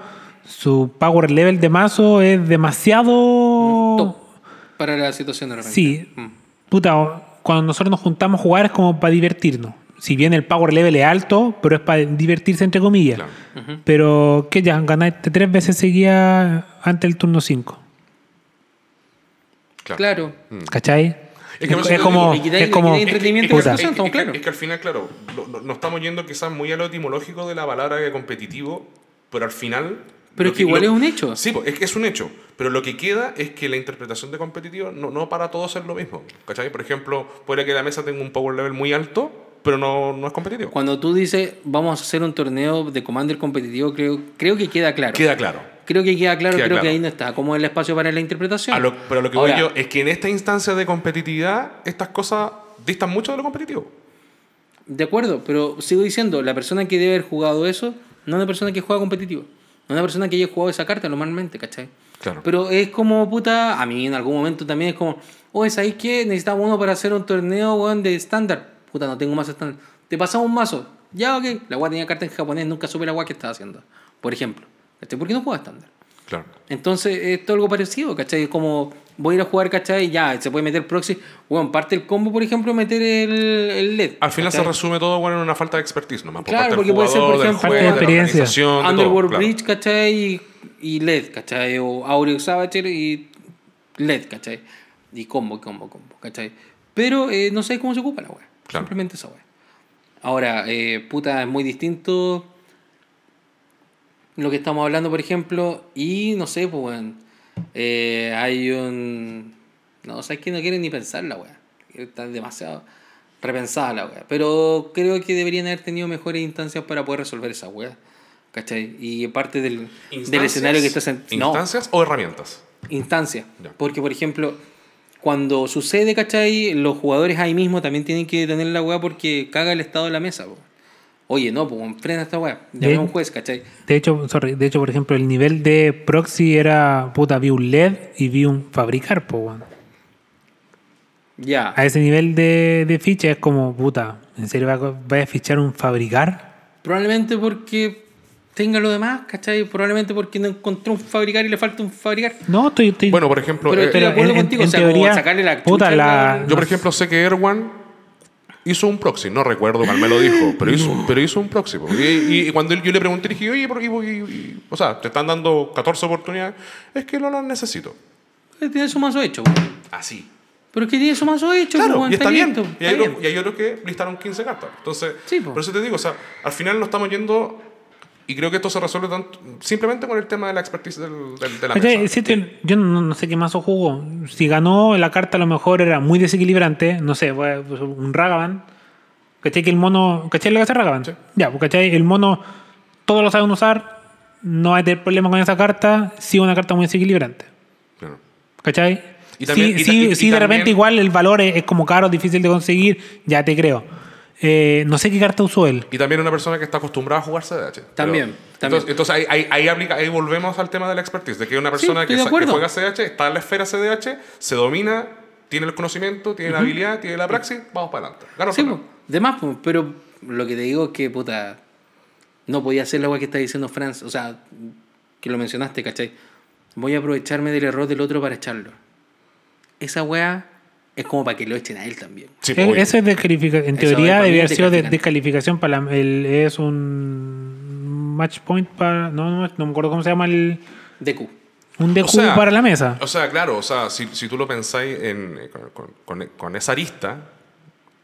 Speaker 3: su power level de mazo es demasiado...
Speaker 1: Mm, top para la situación de repente.
Speaker 3: Sí.
Speaker 1: Mm.
Speaker 3: Puta, o- cuando nosotros nos juntamos a jugar es como para divertirnos. Si bien el power level es alto, pero es para divertirse entre comillas.
Speaker 2: Claro.
Speaker 3: Pero que ya, ganaste tres veces seguía antes del turno 5.
Speaker 1: Claro.
Speaker 3: ¿Cachai?
Speaker 2: Es que por
Speaker 3: Es,
Speaker 2: eso
Speaker 3: es
Speaker 2: te
Speaker 3: como...
Speaker 1: digo, le quitáis-
Speaker 3: Es
Speaker 1: le
Speaker 3: como...
Speaker 1: quitáis entretenimiento y
Speaker 3: puta.
Speaker 1: diversión. estamos claros.
Speaker 2: es que al final, claro, lo- lo- nos estamos yendo quizás muy a lo etimológico de la palabra que competitivo, pero al final.
Speaker 1: Pero
Speaker 2: lo
Speaker 1: es que igual
Speaker 2: lo-
Speaker 1: es un hecho.
Speaker 2: Sí, pues, es que es un hecho. Pero lo que queda es que la interpretación de competitivo no, no para todos es lo mismo. ¿Cachai? Por ejemplo, puede que la mesa tenga un power level muy alto, pero no, no es competitivo.
Speaker 1: Cuando tú dices vamos a hacer un torneo de Commander competitivo, creo, creo que queda claro.
Speaker 2: Queda claro.
Speaker 1: Creo que queda claro,
Speaker 2: Queda
Speaker 1: creo que
Speaker 2: claro.
Speaker 1: ahí no está como el espacio para la interpretación.
Speaker 2: A lo- pero lo que
Speaker 1: Ahora,
Speaker 2: voy yo es que en esta instancia de competitividad, estas cosas distan mucho de lo competitivo.
Speaker 1: De acuerdo, pero sigo diciendo, la persona que debe haber jugado eso no es una persona que juega competitivo. No es una persona que haya jugado esa carta normalmente, ¿cachai?
Speaker 2: Claro.
Speaker 1: Pero es como, puta, a mí en algún momento también es como, oye, ¿sabéis qué? Necesitamos uno para hacer un torneo, weón, de estándar. Puta, no tengo más estándar. Te pasamos un mazo. Ya, ok. La weá tenía carta en japonés, nunca supe la weá que estaba haciendo. Por ejemplo. ¿Cachai? ¿Por qué no juega estándar?
Speaker 2: Claro.
Speaker 1: Entonces, es todo algo parecido, ¿cachai? Es Como voy a ir a jugar, ¿cachai? Ya, se puede meter proxy. Bueno, parte el combo, por ejemplo, meter el, el LED.
Speaker 2: Al final se
Speaker 1: ¿cachai?
Speaker 2: resume todo bueno, en una falta de expertise nomás. por
Speaker 1: Claro,
Speaker 2: parte
Speaker 1: porque
Speaker 2: del
Speaker 1: puede ser, por
Speaker 2: jugador, del
Speaker 1: ejemplo,
Speaker 2: juez,
Speaker 3: Falta de
Speaker 2: la
Speaker 3: experiencia.
Speaker 2: organización, de todo,
Speaker 1: Underworld
Speaker 2: claro.
Speaker 1: Bridge, ¿cachai? Y, y LED, ¿cachai? O Audio Saboteur y LED, ¿cachai? Y combo, combo, combo, ¿cachai? Pero eh, no sé cómo se ocupa la wea.
Speaker 2: Claro.
Speaker 1: Simplemente esa wea. Ahora, eh, puta, es muy distinto lo que estamos hablando, por ejemplo, y no sé, pues, weón, eh, hay un... No, o sea, es que no quieren ni pensar la wea. está demasiado repensada la wea. Pero creo que deberían haber tenido mejores instancias para poder resolver esa wea. ¿Cachai? Y parte del, del escenario que estás en. No,
Speaker 2: ¿Instancias o herramientas?
Speaker 1: instancia.
Speaker 2: Ya.
Speaker 1: Porque, por ejemplo, cuando sucede, ¿cachai? Los jugadores ahí mismo también tienen que tener la weá porque caga el estado de la mesa. po. Oye, no, pues frena esta weá. Llame a un juez, ¿cachai?
Speaker 3: De hecho, sorry, de hecho, por ejemplo, el nivel de proxy era puta, vi un LED y vi un fabricar, po, weón.
Speaker 1: Ya.
Speaker 3: A ese nivel de, de ficha es como, puta, ¿en serio va- vaya a fichar un fabricar?
Speaker 1: Probablemente porque tenga lo demás, ¿cachai? Probablemente porque no encontró un fabricar y le falta un fabricar.
Speaker 3: No, estoy. estoy
Speaker 2: Bueno, por ejemplo,
Speaker 1: Pero
Speaker 2: eh,
Speaker 1: estoy de acuerdo contigo, o sea, como sacarle la
Speaker 3: puta,
Speaker 1: chucha
Speaker 3: la.
Speaker 1: al-
Speaker 2: yo por ejemplo sé que Erwan hizo un proxy, no recuerdo cuál me lo dijo, pero hizo, pero hizo un proxy. po. Y, y- y cuando él- yo le pregunté, le dije, oye, ¿por qué? por qué- y- y- o sea, te están dando 14 oportunidades, es que no las necesito.
Speaker 1: Tiene su mazo hecho, weón.
Speaker 2: Así.
Speaker 1: Pero es que tiene su mazo hecho,
Speaker 2: Claro,
Speaker 1: weón,
Speaker 2: y está bien.
Speaker 1: listo,
Speaker 2: Y
Speaker 1: está
Speaker 2: hay,
Speaker 1: bien.
Speaker 2: otros- y hay otros que listaron 15 cartas. Entonces,
Speaker 1: Sí, po.
Speaker 2: por eso te digo, o sea, al final nos estamos yendo y creo que esto se resuelve tanto, simplemente con el tema de la expertise del, del- de la
Speaker 3: Oye,
Speaker 2: mesa.
Speaker 3: sí, te- yo no, no sé qué mazo jugó. Si ganó la carta, a lo mejor era muy desequilibrante. No sé, fue- pues, un Ragavan. ¿Cachai que el mono. ¿Cachai lo que hace Ragavan? Ya, pues, ¿cachai? El mono todos lo saben usar. No hay problema con esa carta. Sí, una carta muy desequilibrante.
Speaker 2: Claro.
Speaker 3: ¿Cachai?
Speaker 2: Y también-
Speaker 3: sí,
Speaker 2: y ta-
Speaker 3: sí,
Speaker 2: y- y
Speaker 3: sí, de
Speaker 2: también-
Speaker 3: repente igual el valor es, es como caro, difícil de conseguir, ya te creo. Eh, no sé qué carta usó él.
Speaker 2: Y también una persona que está acostumbrada a jugar CDH. Pero-
Speaker 1: También, también.
Speaker 2: Entonces, entonces ahí, ahí, ahí aplica- ahí volvemos al tema de la expertise, de que una persona
Speaker 1: estoy
Speaker 2: que,
Speaker 1: de
Speaker 2: sa- que
Speaker 1: acuerdo.
Speaker 2: juega CDH está en la esfera CDH, se domina, tiene el conocimiento, tiene la habilidad, tiene la praxis, vamos para adelante. pues. Ganó
Speaker 1: Sí,
Speaker 2: el
Speaker 1: po,
Speaker 2: torneo.
Speaker 1: de más, po, pero lo que te digo es que, puta, no podía hacer la weá que está diciendo Franz, o sea, que lo mencionaste, ¿cachai? Voy a aprovecharme del error del otro para echarlo. Esa weá es como para que lo echen a él también.
Speaker 2: Sí,
Speaker 3: Él-
Speaker 2: obvio.
Speaker 3: eso E, es descalificación. En
Speaker 1: Eso es
Speaker 3: teoría
Speaker 1: para mí
Speaker 3: debía haber sido de-
Speaker 1: descalificante.
Speaker 3: descalificación para la- el, es un match point para no, no, no me acuerdo cómo se llama el
Speaker 1: DQ.
Speaker 3: un DQ
Speaker 2: O sea,
Speaker 3: para la mesa.
Speaker 2: O sea, claro, o sea, si, si tú lo pensáis en- eh, con, con- con- con esa arista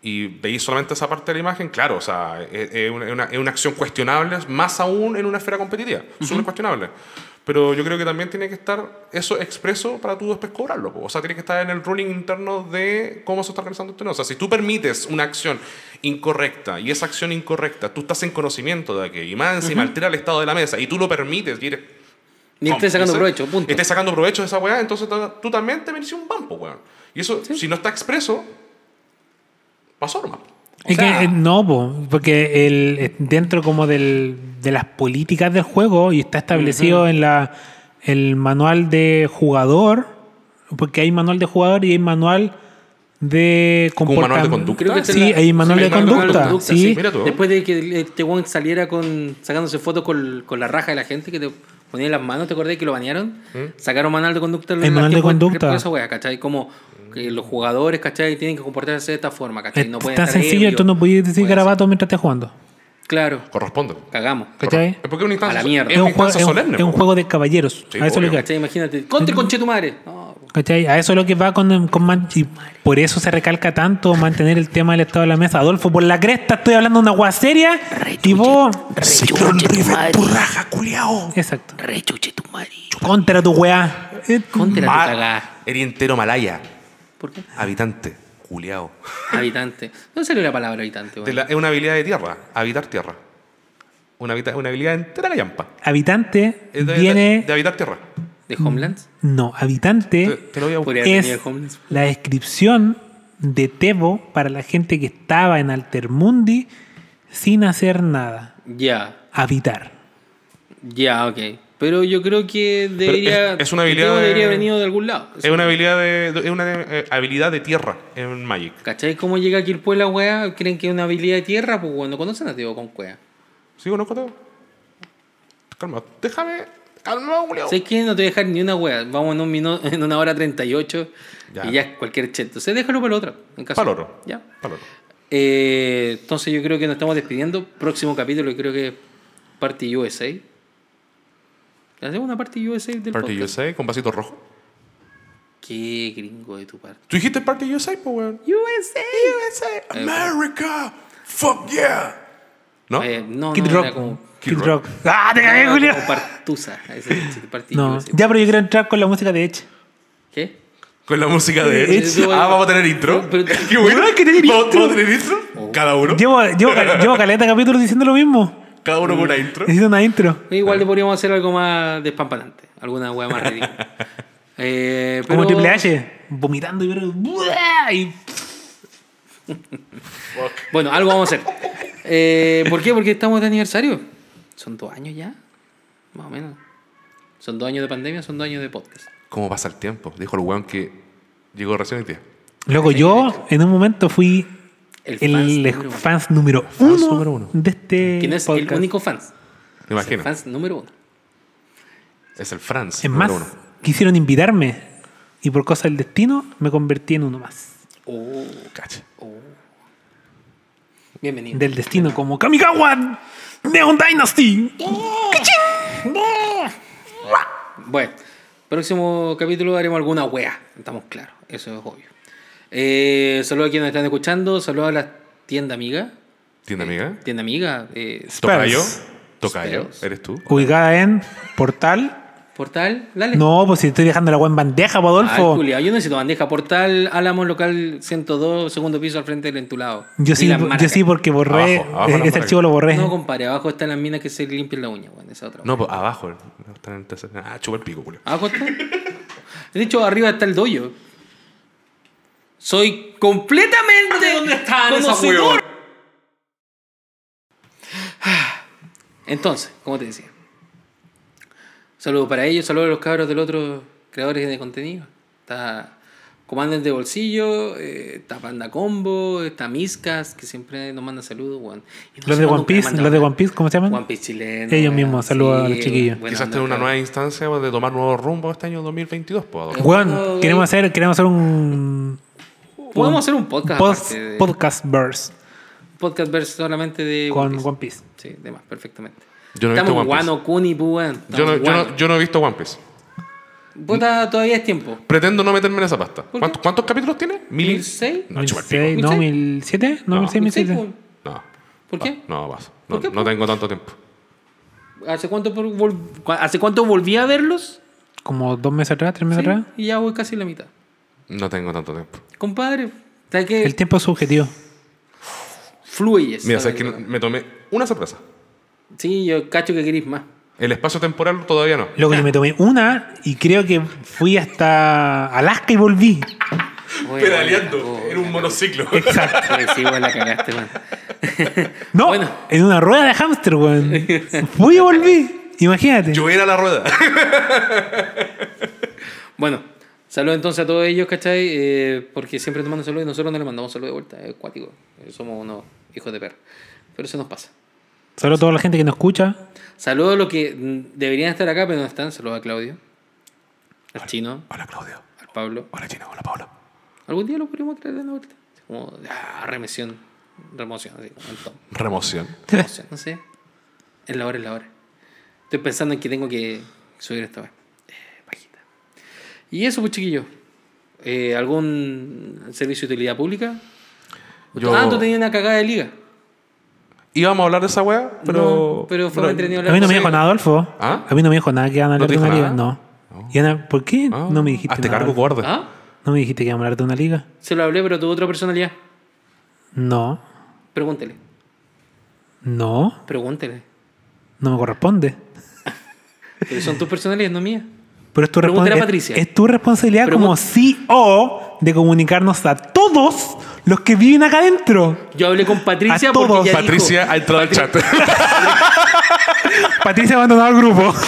Speaker 2: y veis solamente esa parte de la imagen, claro, o sea, es, es una, es una- es una acción cuestionable, más aún en una esfera competitiva, súper cuestionable. Pero yo creo que también tiene que estar eso expreso para tú después cobrarlo. po. O sea, tiene que estar en el ruling interno de cómo se está organizando el torneo. O sea, si tú permites una acción incorrecta y esa acción incorrecta, tú estás en conocimiento de que y más encima altera el estado de la mesa y tú lo permites y eres
Speaker 1: Ni esté sacando provecho, punto.
Speaker 2: Estés sacando provecho de esa weá, entonces ta- tú también te mereces un bampo, weón. Y eso, si no está expreso, pasó nomás.
Speaker 3: Es que, eh, no, po, porque el, eh, dentro como del, de las políticas del juego y está establecido en la el manual de jugador, porque hay manual de jugador y hay manual de
Speaker 2: Como un
Speaker 3: comportamiento.
Speaker 2: manual de conducta.
Speaker 1: Creo que esta
Speaker 3: Ah, Sí,
Speaker 1: es la-
Speaker 3: hay manual
Speaker 1: sí,
Speaker 3: de
Speaker 1: hay manual de
Speaker 3: conducta.
Speaker 1: conducta,
Speaker 3: sí.
Speaker 2: sí. Mira tú.
Speaker 1: Después de que este weón saliera con, sacándose fotos con, con la raja de la gente que te ponía las manos, ¿te acordás que lo banearon?
Speaker 2: ¿Mm?
Speaker 1: Sacaron manual de conducta.
Speaker 3: El manual de conducta.
Speaker 1: Eso, wea, ¿cachai? Como que los jugadores, ¿cachai? Tienen que comportarse de esta forma, ¿cachai?
Speaker 3: Es
Speaker 1: No pueden
Speaker 3: tan
Speaker 1: estar
Speaker 3: Eh, sencillo,
Speaker 1: ebrios.
Speaker 3: tú no podías decir
Speaker 1: Pueden
Speaker 3: garabato mientras estés jugando.
Speaker 1: ser- Claro,
Speaker 2: Corresponde.
Speaker 1: cagamos.
Speaker 3: ¿Cachai?
Speaker 2: Es porque es una instancia,
Speaker 1: A la mierda.
Speaker 2: Es
Speaker 1: Es
Speaker 2: una
Speaker 3: un juego,
Speaker 2: instancia
Speaker 3: es un-
Speaker 2: solemne.
Speaker 3: es un
Speaker 2: po.
Speaker 3: juego de caballeros.
Speaker 2: Sí,
Speaker 3: a eso es lo que
Speaker 2: obvio.
Speaker 3: va.
Speaker 1: ¿Cachai? Imagínate, contra el conche tu madre. No,
Speaker 3: ¿Cachai? A eso es lo que va con, con Man- y por eso se recalca tanto mantener el tema del estado de la mesa. Adolfo, por la cresta estoy hablando de una agua seria y vos...
Speaker 8: Rechuche tu madre.
Speaker 3: Exacto.
Speaker 8: Rechuche tu madre.
Speaker 3: Contra tu weá. Eh,
Speaker 1: contra
Speaker 2: Ma-
Speaker 1: tu cagá.
Speaker 2: Eres entero malaya.
Speaker 1: ¿Por qué?
Speaker 2: Habitante. Culeado.
Speaker 1: Habitante. ¿Dónde salió la palabra habitante, weón?
Speaker 2: De la- Es una habilidad de tierra. Habitar tierra. Una, habita- una habilidad entera la yampa.
Speaker 3: Habitante
Speaker 2: Es Eh, de,
Speaker 3: viene...
Speaker 2: de habitar tierra.
Speaker 1: ¿De Homelands?
Speaker 3: No,
Speaker 2: Te,
Speaker 3: habitante
Speaker 2: te lo voy a buscar.
Speaker 1: Podría haber
Speaker 3: es
Speaker 1: tenido Homelands.
Speaker 3: la descripción de Tebo para la gente que estaba en Altermundi sin hacer nada.
Speaker 1: Ya.
Speaker 3: Habitar.
Speaker 1: Ya, ok. Pero yo creo que debería.
Speaker 2: es- es una
Speaker 1: el
Speaker 2: habilidad
Speaker 1: tema
Speaker 2: de-
Speaker 1: debería haber venido de algún lado.
Speaker 2: Es una habilidad de, de- es una eh, habilidad de tierra en Magic.
Speaker 1: ¿Cachai cómo llega aquí el pueblo la weá? ¿Creen que es una habilidad de tierra? Pues cuando conocen a Teo con cuea.
Speaker 2: ¿Sí conozco todo? Calma, déjame. Calma, Julio.
Speaker 1: ¿Sabes qué? No te voy a dejar ni una weá. Vamos en, un minuto, en una hora 38
Speaker 2: Ya.
Speaker 1: y ya es cualquier cheto. Entonces déjalo para el otro. En caso.
Speaker 2: Para el otro.
Speaker 1: Ya.
Speaker 2: Palo, no.
Speaker 1: Eh, entonces yo creo que nos estamos despidiendo. Próximo capítulo creo que es Party USA. Hacemos una Party USA del
Speaker 2: Party
Speaker 1: podcast.
Speaker 2: USA con vasito rojo.
Speaker 1: Qué gringo de tu parte.
Speaker 2: ¿Tú dijiste Party USA, po, weón?
Speaker 1: USA.
Speaker 2: USA, America, fuck yeah. ¿No?
Speaker 1: Eh, no,
Speaker 3: Kid
Speaker 1: no,
Speaker 3: Rock.
Speaker 1: era como...
Speaker 3: Kid
Speaker 2: Kid
Speaker 3: Rock. ¡Ah, te cagué,
Speaker 1: No,
Speaker 3: Julio!
Speaker 1: como Partusa. ese es el partido
Speaker 3: No,
Speaker 1: ese.
Speaker 3: ya, pero yo quiero entrar con la música de Edge.
Speaker 1: ¿Qué?
Speaker 2: Con- Con la música de
Speaker 1: Eh, eh,
Speaker 2: Ah, vamos a tener intro.
Speaker 1: Pero- pero-
Speaker 2: Qué bueno.
Speaker 3: ¿Verdad que tener
Speaker 2: ¿Vamos-
Speaker 3: intro?
Speaker 2: ¿Vamos a tener intro?
Speaker 1: Oh.
Speaker 2: Cada uno.
Speaker 3: Llevo, llevo, cal- llevo caleta de capítulos diciendo lo mismo.
Speaker 2: Cada uno
Speaker 1: Mm.
Speaker 2: con una intro.
Speaker 3: Necesito una intro.
Speaker 1: Igual le podríamos hacer algo más despampanante. Alguna weá más ridícula. Eh,
Speaker 3: Como
Speaker 1: pero-
Speaker 3: Triple H, vomitando y ¡buah! y
Speaker 1: Bueno, algo vamos a hacer. Eh, ¿Por qué? Porque estamos de aniversario. Son dos años ya, más o menos. Son dos años de pandemia, son dos años de podcast.
Speaker 2: ¿Cómo pasa el tiempo? Dijo el weón que llegó recién hoy día.
Speaker 3: Loco, yo en un momento fui
Speaker 1: El
Speaker 3: el,
Speaker 1: fans número uno.
Speaker 3: fans número uno,
Speaker 2: Fans número uno.
Speaker 3: de este
Speaker 1: ¿Quién es
Speaker 3: podcast.
Speaker 1: el único fans?
Speaker 2: Me imagino.
Speaker 1: Fans número uno.
Speaker 2: Es el Franz.
Speaker 3: Es más,
Speaker 2: número uno.
Speaker 3: quisieron invitarme y por cosa del destino me convertí en uno más.
Speaker 1: Oh,
Speaker 2: Cacha.
Speaker 1: bienvenido.
Speaker 3: Del destino como Kamikawa Neon Dynasty.
Speaker 1: Bueno, próximo capítulo haremos alguna wea. Estamos claros, eso es obvio. Eh, saludos a quienes están escuchando, saludos a la tienda amiga.
Speaker 2: ¿Tienda amiga?
Speaker 1: Tienda amiga, eh,
Speaker 2: Tocayo.
Speaker 3: Spurs.
Speaker 2: Tocayo.
Speaker 1: Spurs.
Speaker 2: ¿Eres tú?
Speaker 3: Ubicada en Portal.
Speaker 1: portal, dale. Ah,
Speaker 3: No, pues si estoy dejando la agua en bandeja, Podolfo.
Speaker 1: Ay, culiao, yo necesito bandeja portal, Álamos local 102, segundo piso al frente del entulado.
Speaker 3: yo
Speaker 1: Y
Speaker 3: sí,
Speaker 1: las
Speaker 3: yo
Speaker 1: marcas.
Speaker 3: sí porque borré.
Speaker 2: Abajo, abajo
Speaker 3: eh,
Speaker 2: la
Speaker 3: ese
Speaker 2: marca.
Speaker 3: archivo lo borré.
Speaker 1: No, compadre, abajo están las minas que se limpian la uña, weón, esa otra.
Speaker 2: No, pues abajo. No, están en tercer- Ah, chupa el pico, culo.
Speaker 1: ¿Abajo está? De hecho, arriba está el doyo. Soy completamente ¿Dónde están Entonces, como te decía. Saludos para ellos, saludos a los cabros del otro creadores de contenido. Está Comandos de Bolsillo, eh, está Panda Combo, está Miscas, que siempre nos manda saludos, weón. Y no
Speaker 3: Los
Speaker 1: sé
Speaker 3: de
Speaker 1: cuándo
Speaker 3: One Piece,
Speaker 1: manda
Speaker 3: los de
Speaker 1: nada.
Speaker 3: One Piece, ¿cómo se llaman?
Speaker 1: One Piece chileno.
Speaker 3: Ellos
Speaker 1: weón.
Speaker 3: mismos, saludos a los chiquillos.
Speaker 1: weón,
Speaker 2: Quizás
Speaker 1: buena
Speaker 2: tener
Speaker 1: onda,
Speaker 2: una nueva
Speaker 1: cabrón.
Speaker 2: instancia de tomar nuevos rumbos este año 2022, pues. Adolfo.
Speaker 3: Weón, queremos hacer, queremos hacer un
Speaker 1: Podemos hacer un podcast.
Speaker 3: post,
Speaker 1: aparte de-
Speaker 3: podcast verse
Speaker 1: podcast versus solamente de
Speaker 3: con
Speaker 1: One Piece.
Speaker 3: One Piece.
Speaker 1: Sí, de más, perfectamente.
Speaker 2: Yo no he
Speaker 1: Estamos
Speaker 2: visto One Piece.
Speaker 1: guano, cuni, buan.
Speaker 2: Yo no, yo, no, yo no he visto One Piece.
Speaker 1: Puta, todavía es tiempo.
Speaker 2: Pretendo no meterme en esa pasta.
Speaker 1: qué?
Speaker 2: ¿Cuántos, cuántos capítulos tiene?
Speaker 1: ¿Mil seis?
Speaker 2: No, chupa el pico.
Speaker 3: 1006, no, 1007, no,
Speaker 2: No.
Speaker 3: 1006,
Speaker 1: Sí,
Speaker 3: 1007.
Speaker 1: po.
Speaker 2: No.
Speaker 1: ¿Por qué?
Speaker 2: No, vas. No,
Speaker 1: ¿Por qué, pues?
Speaker 2: no
Speaker 1: po?
Speaker 2: tengo tanto tiempo.
Speaker 1: ¿Hace cuánto, por- vol- cua- ¿Hace cuánto volví a verlos?
Speaker 3: Como dos meses atrás, tres meses
Speaker 1: Sí,
Speaker 3: atrás.
Speaker 1: y ya voy casi en la mitad.
Speaker 2: No tengo tanto tiempo.
Speaker 1: Compadre, ¿sabes qué?
Speaker 3: El tiempo es subjetivo.
Speaker 1: Fluyes.
Speaker 2: Mira,
Speaker 1: ¿sabes
Speaker 2: sabes que
Speaker 1: qué?
Speaker 2: me tomé una sorpresa.
Speaker 1: Sí, yo cacho que querís más.
Speaker 2: El espacio temporal todavía no.
Speaker 3: Luego yo me tomé una y creo que fui hasta Alaska y volví.
Speaker 1: Oye,
Speaker 2: Pedaleando
Speaker 1: weón, la
Speaker 2: en un monociclo.
Speaker 3: Exacto.
Speaker 1: cagó. Sí, weón, la cagaste, man.
Speaker 3: No,
Speaker 1: Bueno.
Speaker 3: en una rueda de hámster, weón. Fui y volví. Imagínate.
Speaker 2: Yo era la rueda.
Speaker 1: Bueno, saludos entonces a todos ellos, ¿cachai? Eh, porque siempre nos mandan saludos y nosotros no les mandamos saludos de vuelta, es cuático. Eh, Somos unos hijos de perra. Pero eso nos pasa.
Speaker 3: Solo toda la gente que nos escucha.
Speaker 1: Saludos a los que mm, deberían estar acá, pero no están. Saludos a Claudio, al Chino,
Speaker 2: Hola, Claudio.
Speaker 1: al Pablo.
Speaker 2: Hola, Chino. Hola, Paula.
Speaker 1: Algún día lo podríamos traer de vuelta. Así Como, ah, remoción, remoción, así como el Tom.
Speaker 2: Remoción.
Speaker 1: Remoción, no sé. Es la hora, es la hora. Estoy pensando en que tengo que subir esta vez. Pajita. Y eso, pues, chiquillos. Eh, ¿Algún servicio de utilidad pública?
Speaker 2: Yo-
Speaker 1: Ah, tú tenías una cagada de liga.
Speaker 2: Íbamos a hablar de esa weá, pero.
Speaker 1: No, pero fue entretenido
Speaker 3: A mí no me dijo nada, Adolfo.
Speaker 2: ¿Ah?
Speaker 3: A mí no me dijo nada que iban a hablar
Speaker 2: te
Speaker 3: de una
Speaker 2: dijo
Speaker 3: liga.
Speaker 2: nada?
Speaker 3: No. Y Ana, ¿por qué
Speaker 2: Ah,
Speaker 3: no me dijiste
Speaker 2: Hazte
Speaker 3: nada?
Speaker 2: cargo,
Speaker 3: Adolfo?
Speaker 2: cobarde.
Speaker 1: ¿Ah?
Speaker 3: ¿No me dijiste que iban a hablar de una liga?
Speaker 1: Se lo hablé, pero tuvo otra personalidad.
Speaker 3: No.
Speaker 1: Pregúntele,
Speaker 3: No.
Speaker 1: pregúntele.
Speaker 3: No me corresponde.
Speaker 1: Pero son tus personalidades, no mías.
Speaker 3: Pero es tu,
Speaker 1: Pregúntale
Speaker 3: respons-
Speaker 1: a
Speaker 3: es-
Speaker 1: Patricia.
Speaker 3: es tu responsabilidad como CEO de comunicarnos a todos los que viven acá adentro.
Speaker 1: Yo hablé con Patricia
Speaker 3: A
Speaker 1: porque
Speaker 3: todos.
Speaker 1: ella
Speaker 2: Patricia ha entrado al chat.
Speaker 3: Patricia abandonó el grupo.
Speaker 1: dijo...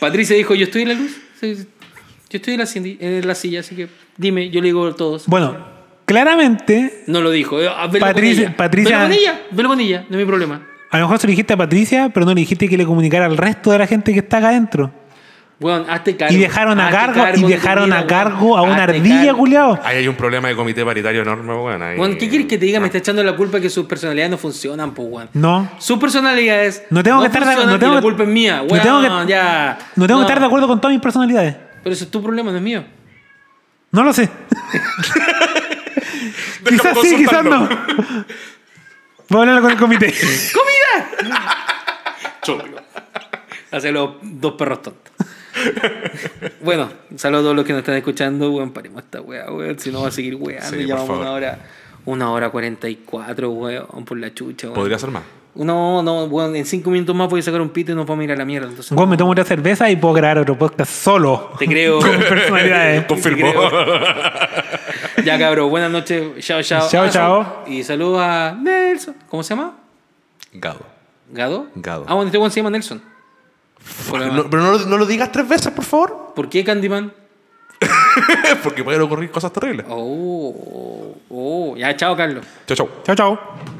Speaker 1: Patricia dijo, yo estoy en la luz. Sí, Yo estoy en la, cindi- en la silla, así que dime, yo le digo a todos.
Speaker 3: Bueno, claramente,
Speaker 1: No lo dijo. eh, ah, velo con
Speaker 3: Patricia-
Speaker 1: ella.
Speaker 3: Patricia-
Speaker 1: Velo con ella, velo con ella, no es mi problema.
Speaker 3: a lo mejor se lo dijiste a Patricia, pero no le dijiste que le comunicara al resto de la gente que está acá adentro.
Speaker 1: Weón, hazte cargo.
Speaker 3: Y dejaron a
Speaker 1: Hazte
Speaker 3: cargo- y
Speaker 1: de tu
Speaker 3: dejaron
Speaker 1: vida,
Speaker 3: a
Speaker 1: weón.
Speaker 3: cargo a una
Speaker 1: Hazte
Speaker 3: ardilla,
Speaker 1: cargo.
Speaker 3: culiao.
Speaker 2: Ahí hay un problema de comité paritario enorme, weón. ahí- Ah,
Speaker 1: Weón, ¿qué quieres que te diga? Me está echando la culpa que sus personalidades no funcionan, pues, weón.
Speaker 3: Ah. No.
Speaker 1: Sus personalidades
Speaker 3: No tengo que estar de-
Speaker 1: funcionan
Speaker 3: no tengo
Speaker 1: y la
Speaker 3: que-
Speaker 1: culpa es mía,
Speaker 3: no
Speaker 1: weón.
Speaker 3: tengo que-
Speaker 1: ya.
Speaker 3: No tengo que estar de acuerdo con todas mis personalidades.
Speaker 1: Pero eso es tu problema, no es mío.
Speaker 3: No lo sé. quizás sí, quizás no. Voy a hablarlo con el comité.
Speaker 1: Ah. Hace los dos perros tontos. Bueno, saludos a todos los que nos están escuchando, weón. Paremos esta weá, weón. Si no va a seguir weando.
Speaker 2: Sí,
Speaker 1: y
Speaker 2: por
Speaker 1: Llevamos
Speaker 2: favor.
Speaker 1: una hora. Una hora cuarenta y cuatro, weón, por la chucha, weón.
Speaker 2: Podría ser más.
Speaker 1: Eh, No, no, weón. En cinco minutos más voy a sacar un pito y nos vamos a ir a la mierda. Entonces,
Speaker 3: Weón, me tomo una cerveza y puedo grabar otro podcast solo.
Speaker 1: te creo.
Speaker 3: Con personalidades.
Speaker 2: Confirmó.
Speaker 1: ya, cabrón. Buenas noches. Chao, chao.
Speaker 3: Chao,
Speaker 1: Ah,
Speaker 3: chao.
Speaker 1: Y saludos a Nelson. ¿Cómo se llama?
Speaker 2: Gado.
Speaker 1: ¿Gado?
Speaker 2: Gado.
Speaker 1: Ah, bueno, este weón se llama Nelson. Hola,
Speaker 2: No- pero no, lo- no lo digas tres veces, por favor.
Speaker 1: ¿Por qué Candyman?
Speaker 2: Porque pueden ocurrir cosas terribles.
Speaker 1: Oh, oh. Ya, chao, Carlos.
Speaker 2: Chao, chao.
Speaker 3: Chao, chao.